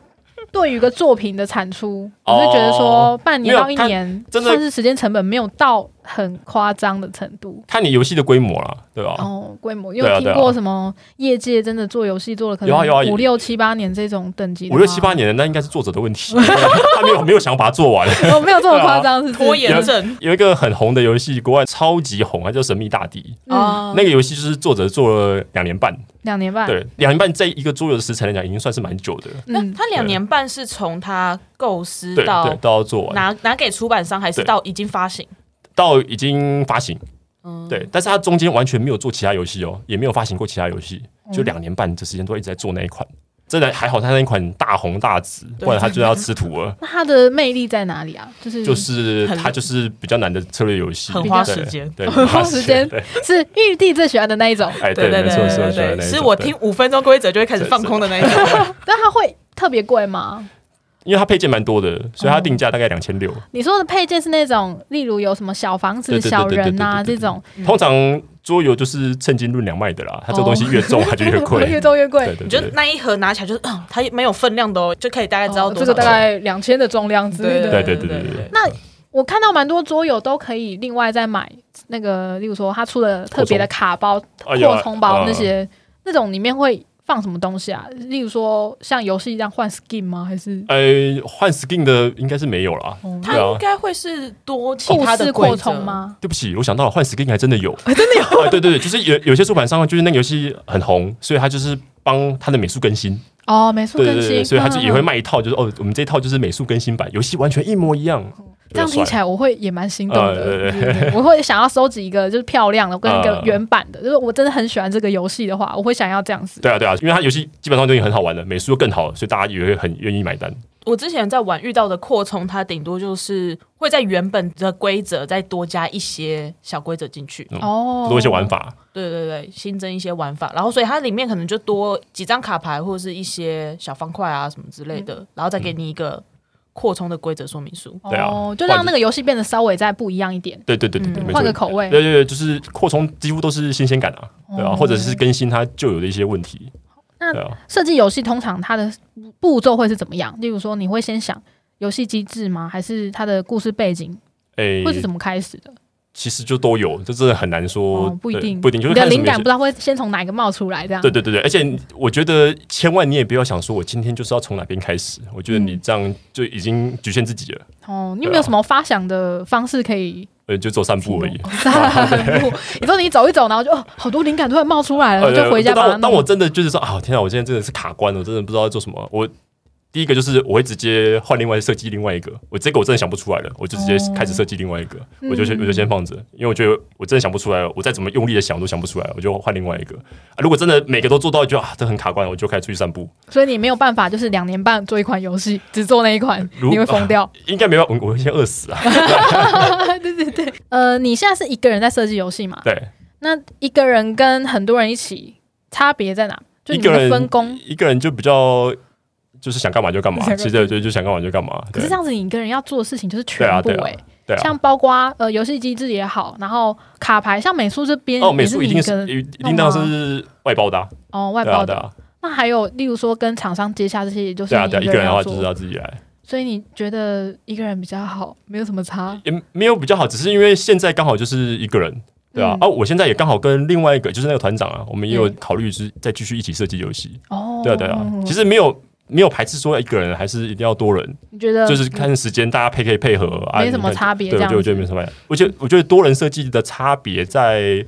Speaker 2: 对于一个作品的产出，
Speaker 3: 哦
Speaker 2: 我是觉得说半年到一
Speaker 3: 没有看
Speaker 2: 年，
Speaker 3: 真的
Speaker 2: 算是时间成本没有到很夸张的程度。
Speaker 3: 看你游戏的规模啦，对吧、
Speaker 2: 哦，规模，因
Speaker 3: 对
Speaker 2: 为
Speaker 3: 啊
Speaker 2: 我听
Speaker 3: 对啊
Speaker 2: 过什么业界真的做游戏做了可
Speaker 3: 有啊有啊
Speaker 2: 能
Speaker 3: 有
Speaker 2: 五六七八年这种等级的吗，
Speaker 3: 五六七八年的那应该是作者的问题， (laughs) 他没有没有想把它做完。 (laughs)
Speaker 2: 我没有 (laughs) 这么夸张，是不是
Speaker 1: 拖延症
Speaker 3: 有一个很红的游戏，国外超级红，它叫《神秘大帝》。
Speaker 2: 嗯，
Speaker 1: 啊，
Speaker 3: 那个游戏就是作者做了两年半，
Speaker 2: 两年半，
Speaker 3: 对，两年半在一个桌游的时程来讲，已经算是蛮久的了。
Speaker 1: 那
Speaker 2: 嗯，
Speaker 1: 他两年半是从他构思
Speaker 3: 对对
Speaker 1: 到，
Speaker 3: 都要做完，
Speaker 1: 拿拿给出版商，还是
Speaker 3: 对
Speaker 1: 到已经发行？
Speaker 3: 到已经发行。
Speaker 1: 嗯，
Speaker 3: 对，但是他中间完全没有做其他游戏哦，也没有发行过其他游戏，就两年半的时间都一直在做那一款。真的还好，他那一款大红大紫，
Speaker 1: 对嗯
Speaker 3: 不然他就要吃土
Speaker 1: (laughs)
Speaker 3: 了。
Speaker 2: 那它的魅力在哪里啊？就是
Speaker 3: 就
Speaker 2: 就是
Speaker 1: 很
Speaker 3: 它就是比较难的策略游戏，
Speaker 1: 很
Speaker 3: 对
Speaker 1: 花时间
Speaker 3: 对，很
Speaker 2: 花时间
Speaker 3: (laughs) 对，
Speaker 2: 是玉帝最喜欢的那一种，
Speaker 1: (laughs)
Speaker 3: 哎，
Speaker 1: 对
Speaker 3: 对，
Speaker 1: 对
Speaker 3: 没
Speaker 1: 对
Speaker 3: 错，没错，
Speaker 1: 对
Speaker 3: 没错
Speaker 1: 对
Speaker 3: 没
Speaker 1: 对，
Speaker 3: 错
Speaker 1: 是我听，五分钟规则就会开始放空的那一种。
Speaker 2: 但它会特别贵吗？
Speaker 3: 对因为它配件蛮多的，所以它定价大概两千六。
Speaker 2: 你说的配件是那种，例如有什么小房子、
Speaker 3: 对对对对
Speaker 2: 小人呐
Speaker 3: 对对对对
Speaker 2: 这种，
Speaker 1: 嗯
Speaker 3: 通常桌游就是称斤论两卖的啦，它这个
Speaker 2: 哦
Speaker 3: 东西越重它就越
Speaker 1: (laughs)
Speaker 3: 贵，
Speaker 2: 越多越
Speaker 3: 对
Speaker 2: 贵。
Speaker 3: 对
Speaker 1: 你就
Speaker 3: 对。
Speaker 1: 那一盒拿起来就是，嗯，它没有分量的哦，就可以大概知道
Speaker 2: 哦
Speaker 1: 多
Speaker 2: 这
Speaker 1: 少
Speaker 2: 个
Speaker 1: 钱。
Speaker 2: 大概两千的重量之类的，
Speaker 3: 对对对对对
Speaker 2: 那我看到蛮多桌友都可以另外再买那个，例如说他出了特别的卡包、
Speaker 3: 啊有啊
Speaker 2: 扩充包
Speaker 3: 嗯
Speaker 2: 那些，那种里面会放什么东西啊？例如说像游戏一样换 skin 吗？还是
Speaker 3: 呃，换 skin 的应该是没有啦。
Speaker 2: 哦
Speaker 1: 它
Speaker 3: 对啊
Speaker 1: 应该会是多其
Speaker 2: 故
Speaker 1: 他
Speaker 2: 事
Speaker 1: 的
Speaker 2: 扩
Speaker 1: 规则
Speaker 2: 充？吗？
Speaker 3: 对不起，我想到了，换 skin 还真的有，真的有。对对对，就是有有些出版商就是那个游戏很红，所以他就是帮他的美术更新，
Speaker 2: 哦，美术
Speaker 3: 对对
Speaker 2: 更
Speaker 3: 对对，
Speaker 2: 新，
Speaker 3: 所以他就也会
Speaker 2: 嗯。嗯嗯
Speaker 3: 卖一套，就是哦，我们这一套就是美术更新版，游戏完全一模一样。
Speaker 2: 这样
Speaker 3: 比较
Speaker 2: 听
Speaker 3: 帅
Speaker 2: 起来我会也蛮心动的，嗯
Speaker 3: 呃对对
Speaker 2: 对对对我会想要收集一个就是漂亮的，跟
Speaker 3: (laughs)
Speaker 2: 一个
Speaker 3: 呃
Speaker 2: 原版的，就是我真的很喜欢这个游戏的话，我会想要这样子。
Speaker 3: 对啊，对啊，因为它游戏基本上都已经很好玩了，美术又更好了，所以大家也会很愿意买单。
Speaker 1: 我之前在玩遇到的扩充，它顶多就是会在原本的规则再多加一些小规则进去，
Speaker 2: 哦，
Speaker 3: 多一些玩法，
Speaker 1: 对对对，新增一些玩法，然后所以它里面可能就多几张卡牌或者是一些小方块啊什么之类的，
Speaker 3: 嗯
Speaker 1: 然后再给你一个扩充的规则说明书。
Speaker 3: 对啊
Speaker 2: 哦，就让那个游戏变得稍微再不一样一点，
Speaker 3: 对对对对对，
Speaker 1: 嗯
Speaker 3: 没错
Speaker 2: 换个。口味。
Speaker 3: 对对对，就是扩充几乎都是新鲜感啊，对啊，
Speaker 2: 哦
Speaker 3: 或者是更新它旧有的一些问题，
Speaker 2: 那
Speaker 3: 对啊，
Speaker 2: 设计游戏通常它的步骤会是怎么样？例如说，你会先想游戏机制吗？还是它的故事背景
Speaker 3: 诶
Speaker 2: 会是怎么开始的？
Speaker 3: 其实就都有，这真的很难说，
Speaker 2: 哦，不一
Speaker 3: 对
Speaker 2: 定，
Speaker 3: 不一定，就
Speaker 2: 你的
Speaker 3: 是看什
Speaker 2: 灵
Speaker 3: 么
Speaker 2: 感不
Speaker 3: 游戏
Speaker 2: 知道会先从哪一个冒出来，这样
Speaker 3: 对对对对，而且我觉得千万你也不要想说，我今天就是要从哪边开始。我觉得
Speaker 2: 嗯
Speaker 3: 你这样就已经局限自己了，
Speaker 2: 哦，
Speaker 3: 啊
Speaker 2: 你有没有什么发想的方式可以
Speaker 3: 呃，就走 (laughs) 散步而已。
Speaker 2: 散步？你说你走一走，然后就哦，好多灵感突然冒出来了，
Speaker 3: 呃，
Speaker 2: 嗯就回家把
Speaker 3: 当
Speaker 2: 它
Speaker 3: 我当我
Speaker 2: 弄。
Speaker 3: 真的就是说啊，天啊，我现在真的是卡关了，我真的不知道要做什么。我第一个就是我会直接换另外设计另外一个，我这个我真的想不出来了，我就直接
Speaker 2: 哦
Speaker 3: 开始设计另外一个，
Speaker 2: 嗯
Speaker 3: 我就先我就先放着，因为我觉得我真的想不出来了，我再怎么用力的想我都想不出来，我就换另外一个。啊、如果真的每个都做到，就啊，这很卡关，我就开始出去散步。
Speaker 2: 所以你没有办法，就是两年半做一款游戏，只做那一款，
Speaker 3: 如
Speaker 2: 你会疯
Speaker 3: (laughs)
Speaker 2: 掉。
Speaker 3: 应该没办法，我我会先
Speaker 2: (laughs)
Speaker 3: 饿死啊。
Speaker 2: 对对对，呃，你现在是一个人在设计游戏嘛？
Speaker 3: 对，
Speaker 2: 那一个人跟很多人一起差别在哪？就
Speaker 3: 一
Speaker 2: 你
Speaker 3: 个
Speaker 2: 的
Speaker 3: 人
Speaker 2: 分工。
Speaker 3: 一个人就比较就是想干嘛就干嘛
Speaker 2: 想干，嘛
Speaker 3: 其实对，就想干嘛就干嘛。
Speaker 2: 可
Speaker 3: 对
Speaker 2: 是这样子，你一个人要做的事情就是全部
Speaker 3: 对啊
Speaker 2: 哎、
Speaker 3: 对啊，
Speaker 2: 像包括呃游戏机制也好，然后卡牌，像美术这边
Speaker 3: 哦，美
Speaker 2: 也
Speaker 3: 术
Speaker 2: 你
Speaker 3: 一
Speaker 2: 一
Speaker 3: 定
Speaker 2: 个
Speaker 3: 是
Speaker 2: 人
Speaker 3: 一定当是外包的啊，
Speaker 2: 哦外
Speaker 3: 对
Speaker 2: 包
Speaker 3: 啊对
Speaker 2: 的。
Speaker 3: 啊，
Speaker 2: 那还有例如说跟厂商接洽这些，也就是
Speaker 3: 对啊
Speaker 2: 你
Speaker 3: 对啊，一
Speaker 2: 个
Speaker 3: 个人的
Speaker 2: 要
Speaker 3: 话
Speaker 2: 做。
Speaker 3: 就是要自己来，
Speaker 2: 所以你觉得一个人比较好，没有什么
Speaker 3: (laughs)
Speaker 2: 差。
Speaker 3: 也没有比较好，只是因为现在刚好就是一个人。对啊
Speaker 2: 嗯，
Speaker 3: 啊，我现在也刚好跟另外一个，就是那个团长啊，我们也有
Speaker 2: 嗯
Speaker 3: 考虑是再继续一起设计游戏。
Speaker 2: 哦，
Speaker 3: 对啊，对啊，其实没有没有排斥说一个人，还是一定要多人，
Speaker 2: 你觉得
Speaker 3: 就是看时间大家配可以配合啊，
Speaker 2: 嗯没什么
Speaker 3: 你看
Speaker 2: 差别，这
Speaker 3: 对，我
Speaker 2: 样
Speaker 3: 觉得我觉得没
Speaker 2: 子。
Speaker 3: 什么呀。我觉得我觉得多人设计的差别在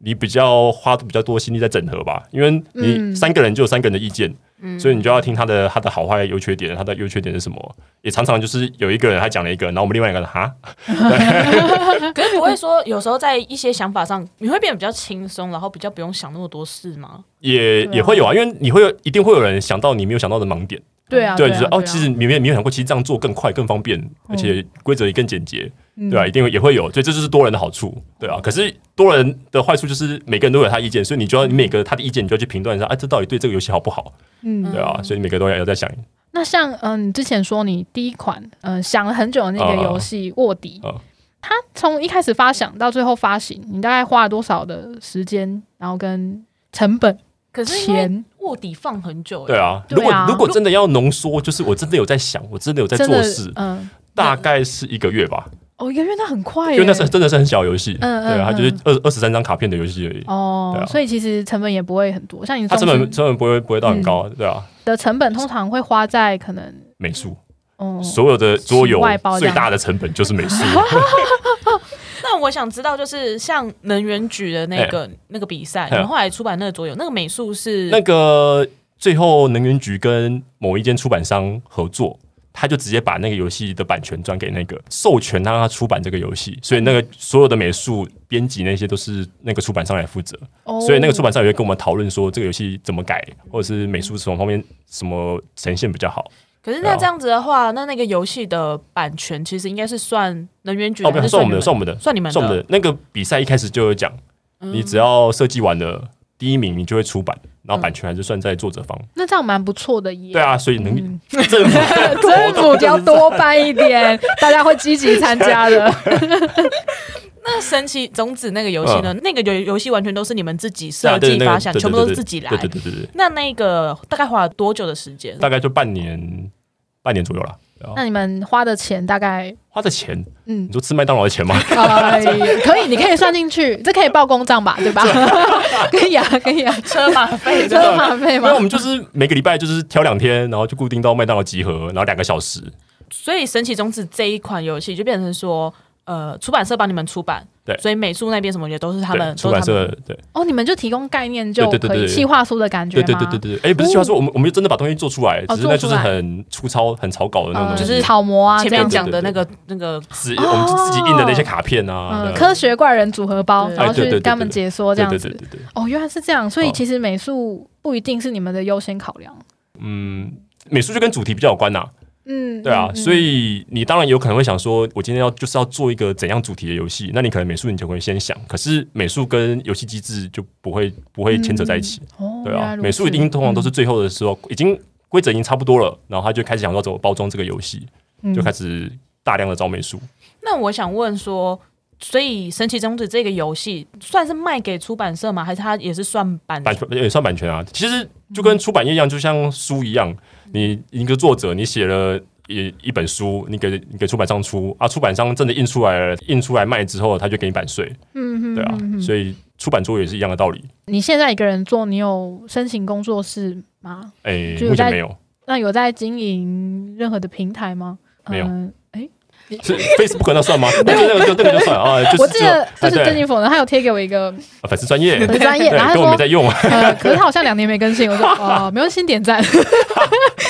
Speaker 3: 你比较花比较多心力在整合吧，因为你
Speaker 2: 嗯
Speaker 3: 三个人就有三个人的意见，所以你就要听他的他的好坏、优缺点，他的优缺点是什么？也常常就是有一个人他讲了一个，然后我们另外一个人哈，嗯
Speaker 1: 可是不会说，有时候在一些想法上，你会变得比较轻松，然后比较不用想那么多事吗？
Speaker 3: 也
Speaker 2: 对啊
Speaker 3: 也会有啊，因为你会有一定会有人想到你没有想到的盲点，
Speaker 2: 对啊，
Speaker 3: 对，
Speaker 2: 啊
Speaker 3: 就是
Speaker 2: 对
Speaker 3: 哦，
Speaker 2: 啊嗯
Speaker 3: 其实你没有没有想过，其实这样做更快、更方便，而且规则也更简洁，对啊吧、一定会也会有，所以这就是多人的好处，对啊。可是多人的坏处就是每个人都有他意见，所以你就要你每个他的意见，你就要去评断一下，哎、这到底对这个游戏好不好？
Speaker 2: 嗯，
Speaker 3: 对啊，所以你每个都要要再想，
Speaker 2: 那像嗯、呃你之前说你第一款嗯、呃想了很久的那个
Speaker 3: 啊
Speaker 2: 游戏《卧底》
Speaker 3: 啊
Speaker 2: 它从一开始发想到最后发行，你大概花了多少的时间，然后跟成本、
Speaker 1: 可是因为
Speaker 2: 钱，
Speaker 1: 卧底放很久、欸，
Speaker 3: 对啊。
Speaker 2: 对
Speaker 3: 如果
Speaker 2: 啊
Speaker 3: 如果真的要浓缩，就是我真的有在想，我真的有在
Speaker 2: 真
Speaker 3: 做
Speaker 2: 的
Speaker 3: 事，
Speaker 2: 嗯、
Speaker 3: 大概是一个月吧，
Speaker 2: 哦，一个月那很快耶，
Speaker 3: 因为那是真的是很小游戏，
Speaker 2: 嗯嗯
Speaker 3: 对啊，它就是
Speaker 2: 嗯
Speaker 3: 二二十三张卡片的游戏而已。
Speaker 2: 哦
Speaker 3: 对，啊
Speaker 2: 所以其实成本也不会很多，像你
Speaker 3: 它
Speaker 2: 中
Speaker 3: 成本成本不会不会到很
Speaker 2: 嗯
Speaker 3: 高，对啊，
Speaker 2: 的成本通常会花在可能
Speaker 3: 美术
Speaker 2: 哦，
Speaker 3: 所有的桌游
Speaker 2: 洗外包这
Speaker 3: 最
Speaker 2: 样
Speaker 3: 大的成本就是美术，
Speaker 1: 那我想知道，就是像能源局的那个、那个比赛，
Speaker 3: 嗯
Speaker 1: 你们后来出版那个桌游，那个美术是
Speaker 3: 那个最后能源局跟某一间出版商合作，他就直接把那个游戏的版权转给那个授权让他出版这个游戏，所以那个所有的美术编辑那些都是那个出版商来负责，
Speaker 2: 哦
Speaker 3: 所以那个出版商也会跟我们讨论说这个游戏怎么改，或者是美术什么方面什么呈现比较好。
Speaker 1: 可是
Speaker 3: 对
Speaker 1: 那
Speaker 3: 啊
Speaker 1: 这样子的话，那那个游戏的版权其实应该是算能源局
Speaker 3: 哦，
Speaker 1: 还
Speaker 3: 没有
Speaker 1: 是
Speaker 3: 算我
Speaker 1: 你
Speaker 3: 们的，
Speaker 1: 们
Speaker 3: 算我们的，
Speaker 1: 嗯算你们嗯
Speaker 3: 算我们的。那个比赛一开始就有讲，你只要设计完了第一名，你就会出版，然后版权还是算在作者
Speaker 1: 嗯
Speaker 3: 方。
Speaker 2: 那这样蛮不错的耶。
Speaker 3: 对啊，所以能、 (laughs) 政
Speaker 2: (laughs)
Speaker 3: 府
Speaker 2: 政府比较多办一
Speaker 3: (laughs)
Speaker 2: 点，大家会积极参加的。
Speaker 1: 那神奇种子那个游戏呢？那个游游戏完全都是你们自己设
Speaker 3: 嗯对啊对
Speaker 1: 计
Speaker 3: 那个
Speaker 1: 发想，
Speaker 3: 对对
Speaker 1: 全部都
Speaker 3: 对
Speaker 1: 是
Speaker 3: 对
Speaker 1: 自己来。
Speaker 3: 对对对对对，
Speaker 1: 那那个大概花了多久的时间？
Speaker 3: 大概就半年半年左右了。对啊
Speaker 2: 那你们花的钱大概，
Speaker 3: 花的钱，
Speaker 2: 嗯
Speaker 3: 你，说吃麦当劳的钱吗？
Speaker 1: (laughs)
Speaker 2: 哎可以，你可以算进去，这可以报公账吧，对吧？ (laughs) 可以啊，可以啊，
Speaker 1: 车马 (laughs) 费
Speaker 2: 车马费
Speaker 3: 没
Speaker 2: 吗
Speaker 3: 有，我？们就是每个礼拜就是挑两天，然后就固定到麦当劳集合，然后两个小时。
Speaker 1: 所以神奇种子这一款游戏就变成说，呃，出版社帮你们出版，
Speaker 3: 对
Speaker 1: 所以美术那边什么也都是他们
Speaker 3: 对，出版。
Speaker 1: 都是他们
Speaker 3: 社对
Speaker 2: 哦，你们就提供概念就
Speaker 3: 对对
Speaker 2: 可
Speaker 3: 对
Speaker 2: 以，
Speaker 3: 对对
Speaker 2: 企划书的感觉
Speaker 3: 对
Speaker 2: 吗？
Speaker 3: 对对对对对，哎，不是
Speaker 2: 哦
Speaker 3: 就说我们我们就真的把东西做出来，
Speaker 2: 哦
Speaker 3: 只是那就
Speaker 2: 做出
Speaker 3: 是
Speaker 2: 来
Speaker 3: 很粗糙、很草稿的那种
Speaker 2: 呃，
Speaker 3: 东西，
Speaker 1: 哦就是
Speaker 2: 草模啊，
Speaker 1: 前
Speaker 2: 这
Speaker 1: 面
Speaker 2: 样
Speaker 1: 讲的那个那个，
Speaker 3: 自我们自己印的那
Speaker 1: 哦
Speaker 3: 些卡片啊，
Speaker 2: 嗯，
Speaker 3: 对啊
Speaker 2: 科学怪人组合包，
Speaker 1: 对
Speaker 2: 然后去
Speaker 3: 哎对对对对
Speaker 2: 跟他们解说这样
Speaker 3: 对对
Speaker 2: 子。
Speaker 3: 对对对，
Speaker 2: 哦，原来是这样，所以
Speaker 3: 哦
Speaker 2: 其实美术不一定是你们的优先考量。
Speaker 3: 嗯，美术就跟主题比较有关呐、
Speaker 2: 嗯，
Speaker 3: 对啊，
Speaker 2: 嗯嗯
Speaker 3: 所以你当然有可能会想说，我今天要就是要做一个怎样主题的游戏，那你可能美术你就会先想，可是美术跟游戏机制就不会不会牵扯在一起，
Speaker 2: 哦
Speaker 3: 对
Speaker 2: 原
Speaker 3: 啊
Speaker 2: 来，如
Speaker 3: 美术
Speaker 2: 此
Speaker 3: 一定通常都是最后的时候、已经规则已经差不多了，然后他就开始想说怎么包装这个游戏，
Speaker 2: 嗯
Speaker 3: 就开始大量的招美术。
Speaker 1: 那我想问说，所以神奇种子这个游戏算是卖给出版社吗？还是它也是算版
Speaker 3: 版权也算版权啊。其实就跟出版业一样，就像书一样，你一个作者你写了一一本书，你给你给出版商出啊，出版商真的印出来了，印出来卖之后，他就给你版税，
Speaker 2: 嗯嗯，
Speaker 3: 对啊
Speaker 2: 嗯。嗯
Speaker 3: 所以出版作业也是一样的道理。
Speaker 2: 你现在一个人做，你有申请工作室吗？
Speaker 3: 哎、
Speaker 2: 就
Speaker 3: 目前
Speaker 2: 在
Speaker 3: 没有，
Speaker 2: 那有在经营任何的平台吗？
Speaker 3: 没有
Speaker 2: 嗯
Speaker 3: 是 Facebook
Speaker 2: (laughs)
Speaker 3: 那算吗？哎那个那个就那个就算啊，就
Speaker 2: 我
Speaker 3: 是
Speaker 2: 记
Speaker 3: 只有
Speaker 2: 得就
Speaker 3: 哎
Speaker 2: 是
Speaker 3: 对
Speaker 2: 珍妮佛呢，他有贴给我一个
Speaker 3: 啊粉丝专业，
Speaker 2: 很专业，
Speaker 3: (laughs) 对，
Speaker 2: 然后
Speaker 3: 跟我没
Speaker 2: 他
Speaker 3: 在
Speaker 2: 说，(laughs)
Speaker 3: 用啊，
Speaker 2: 呃，可是他好像两年没更新，
Speaker 3: (laughs)
Speaker 2: 我说哦，没关系，点赞， (laughs)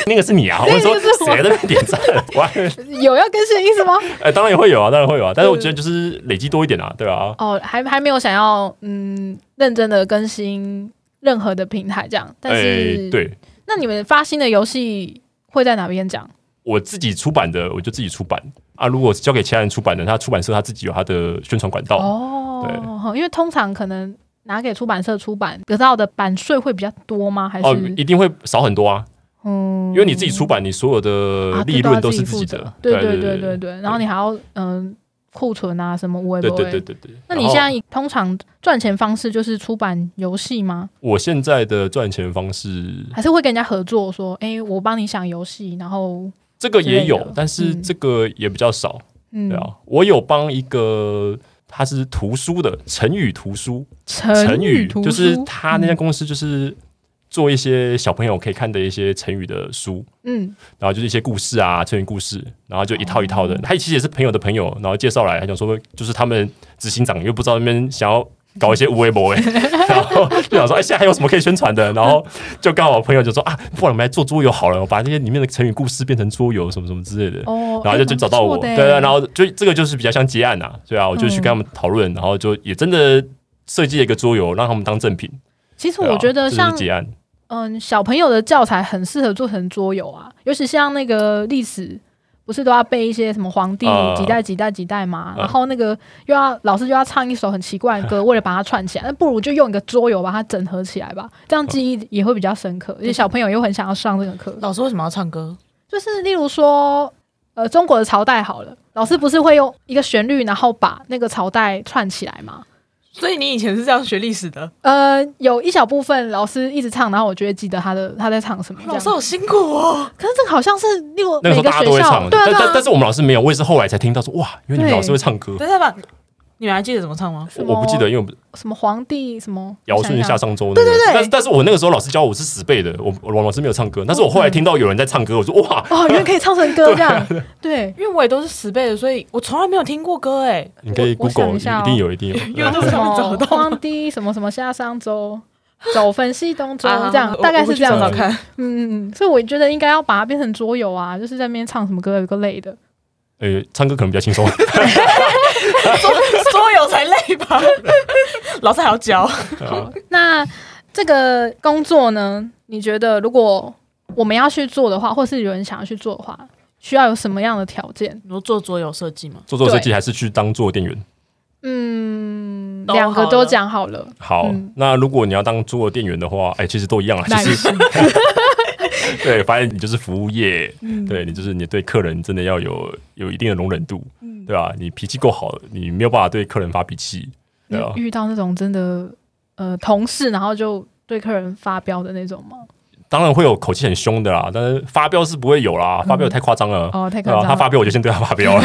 Speaker 3: 那个是你啊，
Speaker 2: 对
Speaker 3: 我说
Speaker 2: 那个是我
Speaker 3: 谁在那边点赞？ (laughs) 我还
Speaker 2: 有要更新的意思吗？
Speaker 3: 哎，当然也会有啊，当然会有啊，但是
Speaker 2: 嗯
Speaker 3: 我觉得就是累积多一点啊，对啊，
Speaker 2: 哦，还还没有想要嗯认真的更新任何的平台这样，但
Speaker 3: 哎
Speaker 2: 是、，
Speaker 3: 对，
Speaker 2: 那你们发新的游戏会在哪边讲？
Speaker 3: 我自己出版的，我就自己出版啊。如果交给其他人出版的，他出版社他自己有他的宣传管道。
Speaker 2: 哦，因为通常可能拿给出版社出版得到的版税会比较多吗？还是、
Speaker 3: 哦，一定会少很多啊，
Speaker 2: 嗯，
Speaker 3: 因为你自己出版，你所有的
Speaker 2: 啊
Speaker 3: 呃利
Speaker 2: 这
Speaker 3: 润
Speaker 2: 都
Speaker 3: 都
Speaker 2: 要
Speaker 3: 是
Speaker 2: 自
Speaker 3: 自
Speaker 2: 己负
Speaker 3: 己
Speaker 2: 责
Speaker 3: 的，
Speaker 2: 对
Speaker 3: 对
Speaker 2: 对
Speaker 3: 对
Speaker 2: 对，然后你还要嗯库存啊什么微
Speaker 3: 对
Speaker 2: 博。
Speaker 3: 对对对对。
Speaker 2: 那你
Speaker 3: 然后
Speaker 2: 现在通常赚钱方式就是出版游戏吗？
Speaker 3: 我现在的赚钱方式，
Speaker 2: 还是会跟人家合作说，哎、我帮你想游戏，然后
Speaker 3: 这个
Speaker 2: 之类
Speaker 3: 也
Speaker 2: 的
Speaker 3: 有，但是
Speaker 2: 嗯
Speaker 3: 这个也比较少，
Speaker 2: 嗯，
Speaker 3: 对啊。我有帮一个。他是图书的成语图书，
Speaker 2: 成
Speaker 3: 语
Speaker 2: 呃图书嗯
Speaker 3: 就是他那家公司就是做一些小朋友可以看的一些成语的书，
Speaker 2: 嗯
Speaker 3: 然后就是一些故事啊，成语故事，然后就一套一
Speaker 2: 哦
Speaker 3: 套的。他其实也是朋友的朋友，然后介绍来，他想说就是他们执行长又不知道那边想要搞一些无为博
Speaker 2: (laughs)
Speaker 3: 哎，然后就想说，哎，现在还有什么可以宣传的？然后就刚好我朋友就说啊，不然我们来做桌游好了，我把这些里面的成语故事变成桌游什么什么之类的。
Speaker 2: 哦，
Speaker 3: 然后就就找到我，对
Speaker 2: 对
Speaker 3: 对，然后就这个就是比较像结案呐、对啊，我就去
Speaker 2: 嗯
Speaker 3: 跟他们讨论，然后就也真的设计了一个桌游，让他们当赠品。
Speaker 2: 其实
Speaker 3: 对啊
Speaker 2: 我觉得
Speaker 3: 这就
Speaker 2: 像
Speaker 3: 是结案，
Speaker 2: 嗯，小朋友的教材很适合做成桌游啊，尤其像那个历史，不是都要背一些什么皇帝
Speaker 3: 呃
Speaker 2: 几代几代几代嘛，
Speaker 3: 呃
Speaker 2: 然后那个又要老师就要唱一首很奇怪的歌，为了把它串起来，那不如就用一个桌游把它整合起来吧，这样记忆也会比较深刻，而且小朋友又很想要上这个课。
Speaker 1: 老师为什么要唱歌？
Speaker 2: 就是例如说，呃，中国的朝代好了，老师不是会用一个旋律，然后把那个朝代串起来吗？
Speaker 1: 所以你以前是这样学历史的，
Speaker 2: 呃，有一小部分老师一直唱，然后我就会记得他的他在唱什么。这
Speaker 1: 老
Speaker 2: 样
Speaker 1: 师好辛苦哦。
Speaker 2: 可是这个好像是例如
Speaker 3: 那个
Speaker 2: 每
Speaker 3: 时候大家
Speaker 2: 学
Speaker 3: 都会
Speaker 2: 校
Speaker 3: 唱，
Speaker 2: 对啊
Speaker 3: 但
Speaker 2: 对
Speaker 3: 但
Speaker 2: 啊，
Speaker 3: 但是我们老师没有，我也是后来才听到说，哇，原来你
Speaker 2: 对
Speaker 3: 们老师会唱
Speaker 1: (laughs)
Speaker 3: 歌，
Speaker 1: 等一下吧，你们还记得怎么唱吗？
Speaker 2: 什
Speaker 3: 我
Speaker 2: 么
Speaker 3: 我不记得，因为我不
Speaker 2: 什么皇帝什么
Speaker 3: 尧舜下，商周那个，
Speaker 1: 对对对
Speaker 3: 但是但是我那个时候老师教我是死背的，我我老师没有唱歌，但是我后
Speaker 2: 嗯
Speaker 3: 来听到有人在唱歌，我说哇，
Speaker 2: 我想一下哦，原来可以唱成
Speaker 3: (laughs)
Speaker 2: 歌这样，
Speaker 3: 啊
Speaker 2: 对。
Speaker 1: 因为我也都是十倍的，所以我从来没有听过歌哎。
Speaker 3: 你可以
Speaker 2: 我我想
Speaker 3: Google，
Speaker 2: 一下哦
Speaker 3: 一定有，一定有。
Speaker 2: (laughs)
Speaker 1: 因为都
Speaker 2: 什
Speaker 1: 是他们找到
Speaker 2: 么
Speaker 1: (laughs) 的
Speaker 2: 皇帝什么什么下商周，走分西东周
Speaker 1: 啊
Speaker 2: 这样
Speaker 1: 我，
Speaker 2: 大概
Speaker 1: 我
Speaker 2: 是
Speaker 1: 去
Speaker 2: 这样
Speaker 1: 找找 (laughs)
Speaker 2: 子。
Speaker 1: 看。
Speaker 2: 嗯，嗯嗯所以我觉得应该要把它变成桌游啊，就是在那边唱什么歌有个类的。
Speaker 3: 呃，唱歌可能比较轻松，
Speaker 1: 桌游才累吧？ (laughs) 老师还要教，
Speaker 2: 好，那这个工作呢？你觉得如果我们要去做的话，或是有人想要去做的话，需要有什么样的条件？
Speaker 1: 你说做桌游设计吗？
Speaker 3: 做做设计还是去当做店员。
Speaker 2: 嗯，
Speaker 1: 都
Speaker 2: 两个
Speaker 1: 好
Speaker 2: 都
Speaker 1: 了
Speaker 2: 讲好了。
Speaker 3: 好
Speaker 2: 嗯，
Speaker 3: 那如果你要当做店员的话，哎，其实都一样啦，
Speaker 2: 那
Speaker 3: 其
Speaker 2: 也
Speaker 3: 实 (laughs) 对，反正你就是服务业，
Speaker 2: 嗯
Speaker 3: 对你就是你对客人真的要有有一定的容忍度，
Speaker 2: 嗯
Speaker 3: 对吧？你脾气够好，你没有办法对客人发脾气，
Speaker 2: 你
Speaker 3: 对啊。
Speaker 2: 遇到那种真的呃同事，然后就对客人发飙的那种吗？
Speaker 3: 当然会有口气很凶的啦，但是发飙是不会有啦，发飙也太夸张了。
Speaker 2: 嗯哦，太
Speaker 3: 对
Speaker 2: 夸
Speaker 3: 啊，
Speaker 2: 张
Speaker 3: 他发
Speaker 2: 了。
Speaker 3: 飙我就先对他发飙了，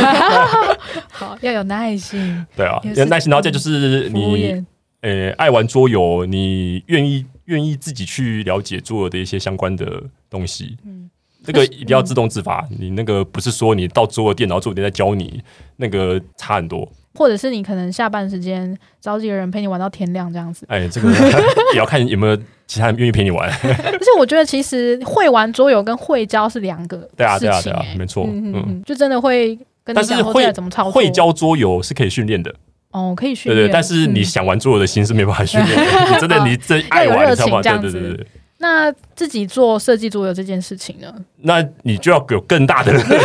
Speaker 2: (laughs) 好，要有耐心，
Speaker 3: 对啊
Speaker 2: 也，是
Speaker 3: 有耐心。然后再就是
Speaker 2: 服务
Speaker 3: 你
Speaker 2: 业
Speaker 3: 呃爱玩桌游，你愿意愿意自己去了解桌游的一些相关的东西。
Speaker 2: 嗯
Speaker 3: 这个一定要自动自发，你那个不是说你到桌游店，然后桌游店在教你，那个差很多。。
Speaker 2: 或者是你可能下班时间找几个人陪你玩到天亮这样子 (laughs)
Speaker 3: 哎，这个 (laughs) 也要看有没有其他人愿意陪你玩。
Speaker 2: 而且我觉得其实会玩桌游跟会教是两个
Speaker 3: 对啊，
Speaker 2: 事
Speaker 3: 对啊，
Speaker 2: 情
Speaker 3: 对啊
Speaker 2: 欸，
Speaker 3: 没错。
Speaker 2: 嗯嗯
Speaker 3: 嗯，
Speaker 2: 嗯，就真的会跟你
Speaker 3: 但是
Speaker 2: 讲说
Speaker 3: 会
Speaker 2: 这个怎么操作，
Speaker 3: 会教桌游是可以训练的，
Speaker 2: 哦，可以训
Speaker 3: 对
Speaker 2: 练。
Speaker 3: 对。但是你
Speaker 2: 嗯
Speaker 3: 想玩桌游的心是没办法训练 (laughs) 的，你真的你真
Speaker 2: 要
Speaker 3: 爱
Speaker 2: 有
Speaker 3: 玩，
Speaker 2: 热
Speaker 3: 你才
Speaker 2: 情
Speaker 3: 玩。对
Speaker 2: 这样
Speaker 3: 对
Speaker 2: 子
Speaker 3: 对对。对
Speaker 2: 那自己做设计桌游这件事情
Speaker 3: (laughs)
Speaker 2: 呢，
Speaker 3: 那你就要有更大的热 (laughs) 情，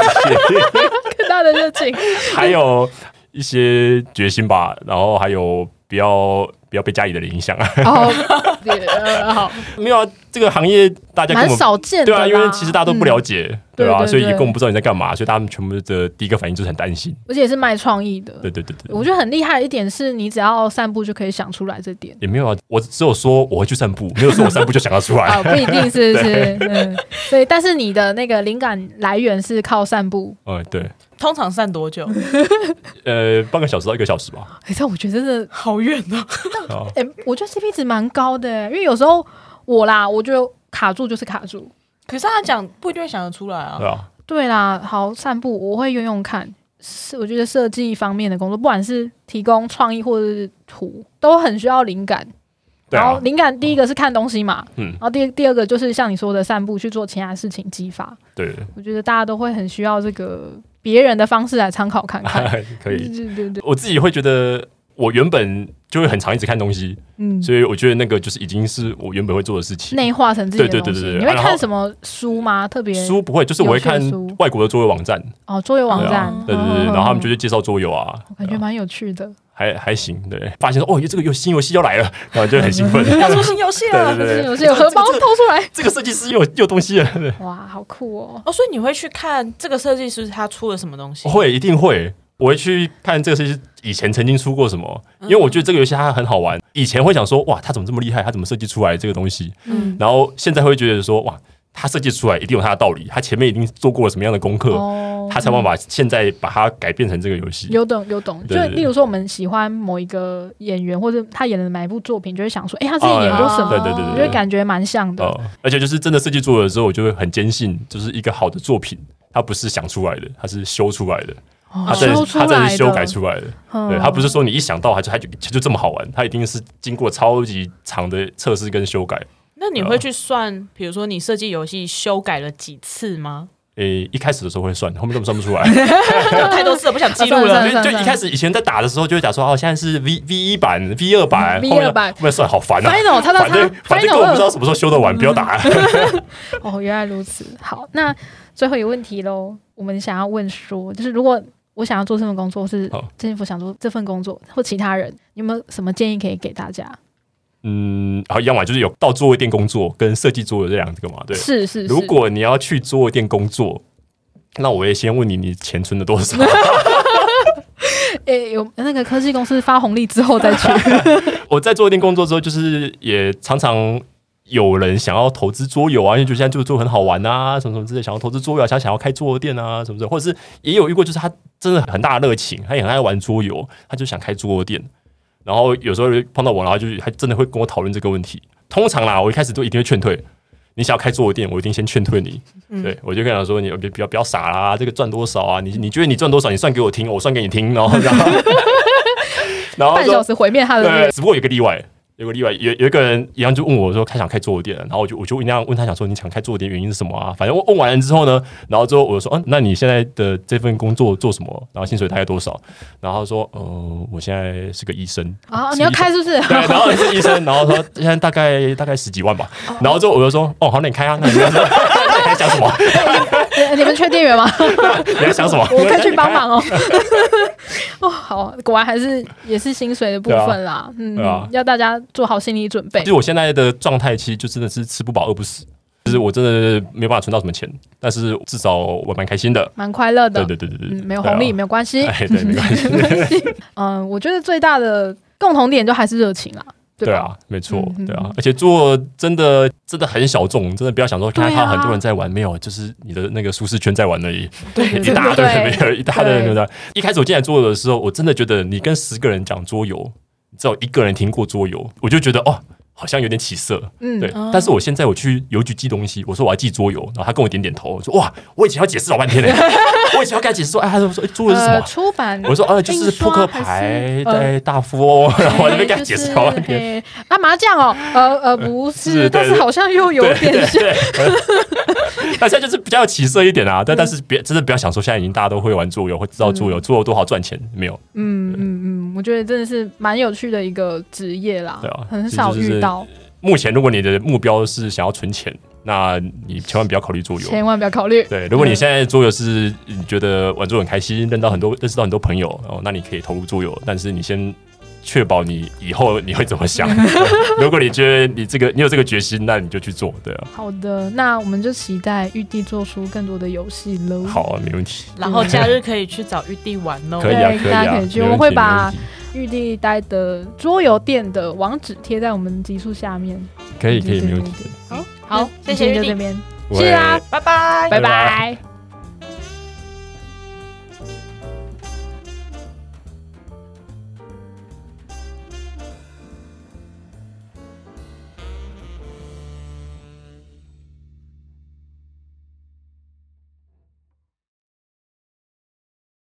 Speaker 2: 更大的热情，
Speaker 3: 还有一些决心吧，然后还有不要不要被家里的人影响啊。
Speaker 2: 哦， (laughs) 对呃好，
Speaker 3: (laughs) 没有啊，这个行业大家根
Speaker 2: 蛮
Speaker 3: 本
Speaker 2: 少见的
Speaker 3: 对
Speaker 2: 啦。
Speaker 3: 啊，因为其实大家都不了解，嗯对吧、
Speaker 2: 对对
Speaker 3: 所以也
Speaker 2: 对
Speaker 3: 根本不知道你在干嘛，所以他们全部的第一个反应就是很担心。
Speaker 2: 嗯而且也是卖创意的。
Speaker 3: 对对对对，
Speaker 2: 我觉得很厉害的一点是你只要散步就可以想出来这点
Speaker 3: 也没有啊，我只有说我会去散步，没有说我散步就想要出来。
Speaker 2: 啊，不一定
Speaker 3: (laughs)
Speaker 2: 是不是嗯，对，但是你的那个灵感来源是靠散步。
Speaker 3: 嗯，对，
Speaker 1: 通常散多久？
Speaker 3: 呃，半个小时到一个小时吧。
Speaker 2: 哎，但我觉得真的，
Speaker 1: (laughs) 好远哦！
Speaker 3: 啊，
Speaker 2: 哎，我觉得 CP 值蛮高的，欸因为有时候我啦，我就卡住就是卡住。
Speaker 1: 可是他讲不一定会想得出来啊
Speaker 3: 对。啊，
Speaker 2: 对啦，好，散步我会用用看。是，我觉得设计方面的工作，不管是提供创意或者是图，都很需要灵感。
Speaker 3: 对
Speaker 2: 然后
Speaker 3: 啊，
Speaker 2: 灵感第一个是看东西嘛，
Speaker 3: 嗯
Speaker 2: 然后第第二个就是像你说的散步去做其他事情激发。
Speaker 3: 对，
Speaker 2: 我觉得大家都会很需要这个别人的方式来参考看看。
Speaker 3: (laughs) 可以。
Speaker 2: 对对对，
Speaker 3: 我自己会觉得，我原本就会很常一直看东西，
Speaker 2: 嗯，
Speaker 3: 所以我觉得那个就是已经是我原本会做的事情。
Speaker 2: 内化成自己的
Speaker 3: 对对
Speaker 2: 东
Speaker 3: 对
Speaker 2: 西。
Speaker 3: 对对
Speaker 2: 你会
Speaker 3: 然后
Speaker 2: 看什么书吗？特别
Speaker 3: 书不会，就是我会看
Speaker 2: 有趣的书
Speaker 3: 外国的桌游网站，
Speaker 2: 哦，桌游网
Speaker 3: 对
Speaker 2: 站
Speaker 3: 啊，，对对对，
Speaker 2: 嗯
Speaker 3: 然后他们就
Speaker 2: 嗯嗯
Speaker 3: 是介绍桌游啊，
Speaker 2: (laughs) 我感
Speaker 3: 对
Speaker 2: 觉
Speaker 3: 啊
Speaker 2: 蛮有趣的。
Speaker 3: 还还行，对，发现说哦，这个游新游戏要来了， (laughs) 然后就
Speaker 2: (laughs)
Speaker 3: 很兴奋，
Speaker 1: 要出新游戏
Speaker 3: (laughs) 对啊
Speaker 1: 了
Speaker 3: 对
Speaker 2: 就
Speaker 3: 对
Speaker 2: 是有些有荷包
Speaker 3: 这
Speaker 2: 掏出来，
Speaker 3: 这个设计师又有又有东西了，对
Speaker 2: 哇，好酷哦！
Speaker 1: 哦，所以你会去看这个设计师他出了什么东西？
Speaker 3: 会一定会，我会去看这个设计师以前曾经出过什么，因为我觉得这个游戏它很好玩，以前会想说哇，他怎么这么厉害，他怎么设计出来这个东西，
Speaker 2: 嗯，
Speaker 3: 然后现在会觉得说哇，他设计出来一定有他的道理，他前面已经做过了什么样的功课，
Speaker 2: 哦
Speaker 3: 他才办法现在把它改变成这个游戏，
Speaker 2: 有懂有懂，就
Speaker 3: 对对对
Speaker 2: 例如说我们喜欢某一个演员或者他演的哪一部作品，就会想说，哎、他之前演过什么？
Speaker 3: 哦对对对对
Speaker 2: 我
Speaker 3: 对
Speaker 2: 就会感觉蛮像的。
Speaker 3: 呃，而且就是真的设计做了之后，我就会很坚信，就是一个好的作品，它不是想出来的，它是修出来的。他真的
Speaker 2: 哦修
Speaker 3: 是
Speaker 2: 出
Speaker 3: 他真的
Speaker 2: 来
Speaker 3: 是
Speaker 2: 的
Speaker 3: 修改出来的。对，
Speaker 2: 嗯
Speaker 3: 他不是说你一想到他就他就他就这么好玩，他一定是经过超级长的测试跟修改。
Speaker 1: 那你
Speaker 3: 啊
Speaker 1: 会去算，比如说你设计游戏修改了几次
Speaker 3: (laughs)
Speaker 1: 吗？
Speaker 3: 诶、一开始的时候会算，后面根本算不出来。
Speaker 2: (laughs)
Speaker 1: 太多次了，不想记录
Speaker 2: 啊算了
Speaker 1: 了
Speaker 2: 算了。
Speaker 3: 就就一开始以前在打的时候就会打说，哦，现在是 V V 一版、V 二版、
Speaker 2: V2
Speaker 3: 后面
Speaker 2: 版
Speaker 3: 后面算好烦啊。
Speaker 2: Final，他他
Speaker 3: 反正
Speaker 2: 他
Speaker 3: 反正根本不知道
Speaker 2: Final
Speaker 3: 什么时候修得完，不要打。
Speaker 2: 嗯哦，原来如此。好，那最后一个问题喽，我们想要问说，就是如果我想要做这份工作，或是
Speaker 3: 好
Speaker 2: 政府想做这份工作，或其他人，你有没有什么建议可以给大家？
Speaker 3: (laughs) 嗯，然后要么就是有到桌位店工作跟设计桌游这两个嘛，对。
Speaker 2: 是是是，
Speaker 3: 如果你要去桌游店工作，那我也先问你，你钱存了多少？
Speaker 2: 诶、有那个科技公司发红利之后再 (laughs) 去，
Speaker 3: (laughs) 我在桌游店工作之后，就是也常常有人想要投资桌游啊，因为就现在就桌游很好玩啊，什么什么之类，想要投资桌游、啊，想想要开桌游店啊，什么什么，或者是也有遇过，就是他真的很大的热情，他也很爱玩桌游，他就想开桌游店。然后有时候碰到我，然后就是还真的会跟我讨论这个问题。通常啦，我一开始都一定会劝退。你想要开桌游店，我一定先劝退你。对我就跟他说：“你别不要不要傻啦，这个赚多少啊？你你觉得你赚多少？你算给我听，我算给你听。”然后 (laughs) 然后然后
Speaker 2: 半
Speaker 3: 说
Speaker 2: 小时毁灭他的那
Speaker 3: 对，
Speaker 2: 个。
Speaker 3: 只不过有一个例外，有个例外，有有一个人一样就问我说，他想开桌游店，然后我就我就一样问他想说，你想开桌游店原因是什么啊？反正我问完了之后呢，然后之后我就说，嗯、那你现在的这份工作做什么？然后薪水大概多少？然后他说，呃，我现在是个医生。
Speaker 2: 啊，
Speaker 3: 是
Speaker 2: 你要
Speaker 3: 医
Speaker 2: 开是不是？
Speaker 3: 对， (laughs) 然后是医生，然后说现在大概大概十几万吧，然后之后我就说，哦，好，那你开啊，那你要说，那你还想什么？
Speaker 2: 你你们缺店员吗？
Speaker 3: 你还想什么？
Speaker 2: 我可以去
Speaker 3: 你开啊
Speaker 2: 帮忙
Speaker 3: (laughs)
Speaker 2: 哦。哦，好，果然还是也是薪水的部分啦。嗯，
Speaker 3: 对啊
Speaker 2: 要大家做好心理准备
Speaker 3: 其。实我现在的状态，其实就真的是吃不饱饿不死，就是我真的没有办法存到什么钱，但是至少我蛮开心的。
Speaker 2: 蛮快乐的，
Speaker 3: 对对对对对，
Speaker 2: 嗯，没有红利、
Speaker 3: 对
Speaker 2: 没有关系 (laughs)
Speaker 3: 啊。哎，对，没关系，
Speaker 2: 嗯，我觉得最大的共同点就还是热情啦，
Speaker 3: 对
Speaker 2: 吧？
Speaker 3: 啊，没错
Speaker 2: 嗯，
Speaker 3: 对啊，而且做真的真的很小众，真的不要想说，
Speaker 2: 对啊
Speaker 3: 看他很多人在玩，没有，就是你的那个舒适圈在玩
Speaker 2: (laughs)
Speaker 3: 而已，
Speaker 2: 对
Speaker 3: 一啊大堆人没有，一大堆人没有
Speaker 2: 对
Speaker 3: 在玩。一开始我进来桌游的时候，我真的觉得你跟十个人讲桌游，只有一个人听过桌游，我就觉得哦。好像有点起色，
Speaker 2: 嗯
Speaker 3: 对。但是我现在我去邮局寄东西，我说我要寄桌游，然后他跟我点点头，我说哇，我以前要解释老半天
Speaker 2: (laughs)
Speaker 3: 呢、我以前要跟他解释说，哎，他就说、哎、桌游是什么
Speaker 2: 呃，
Speaker 3: 啊？
Speaker 2: 出版
Speaker 3: 我说呃，就是
Speaker 2: 印
Speaker 3: 扑
Speaker 2: 刷
Speaker 3: 克
Speaker 2: 还
Speaker 3: 牌
Speaker 2: 是、呃
Speaker 3: 对大富翁，然后我那边跟他
Speaker 2: 哎
Speaker 3: 解释
Speaker 2: 就是
Speaker 3: 老半天。
Speaker 2: 哎
Speaker 3: (laughs)
Speaker 2: 啊，麻将哦，呃呃，不是，
Speaker 3: 是对
Speaker 2: 但是好像又有
Speaker 3: 对
Speaker 2: 点像。
Speaker 3: 对对那现在就是比较有起色一点啊，
Speaker 2: 嗯
Speaker 3: 但但是别真的不要想说现在已经大家都会玩桌游，会知道桌游桌游多好赚钱，没有
Speaker 2: 嗯嗯嗯，我觉得真的是蛮有趣的一个职业啦
Speaker 3: 对啊，
Speaker 2: 很少遇到，
Speaker 3: 目前如果你的目标是想要存钱，那你千万不要考虑桌游。
Speaker 2: 千万不嗯要考虑。
Speaker 3: 对，如果你现在桌游是你觉得玩桌游很开心，认到很多认识到很多朋友，哦，那你可以投入桌游，但是你先。确保你以后你会怎
Speaker 2: (laughs)
Speaker 3: 么想？对如果你觉得你这个你有这个决心，那你就去做，对啊。
Speaker 2: 好的，那我们就期待玉帝做出更多的游戏喽。
Speaker 3: 好啊，没问题，
Speaker 1: 然后假日可以去找玉帝玩哦。
Speaker 3: 可以啊，
Speaker 2: 对
Speaker 3: 可以
Speaker 2: 大家
Speaker 3: 啊，
Speaker 2: 可以去
Speaker 3: 没
Speaker 2: 我们
Speaker 3: 问
Speaker 2: 会
Speaker 3: 题没
Speaker 2: 把
Speaker 3: 问题
Speaker 2: 玉帝待的桌游店的网址贴在我们集数下面。
Speaker 3: 可以可以，没问题。嗯
Speaker 2: 对。对对
Speaker 1: 好
Speaker 2: 好，，
Speaker 1: 嗯谢
Speaker 2: 今
Speaker 1: 谢
Speaker 2: 天
Speaker 1: 玉
Speaker 2: 就这
Speaker 1: 帝，
Speaker 2: 边，
Speaker 3: 喂
Speaker 2: 是啊，
Speaker 1: 拜拜。
Speaker 2: 拜
Speaker 3: 拜拜
Speaker 2: 拜。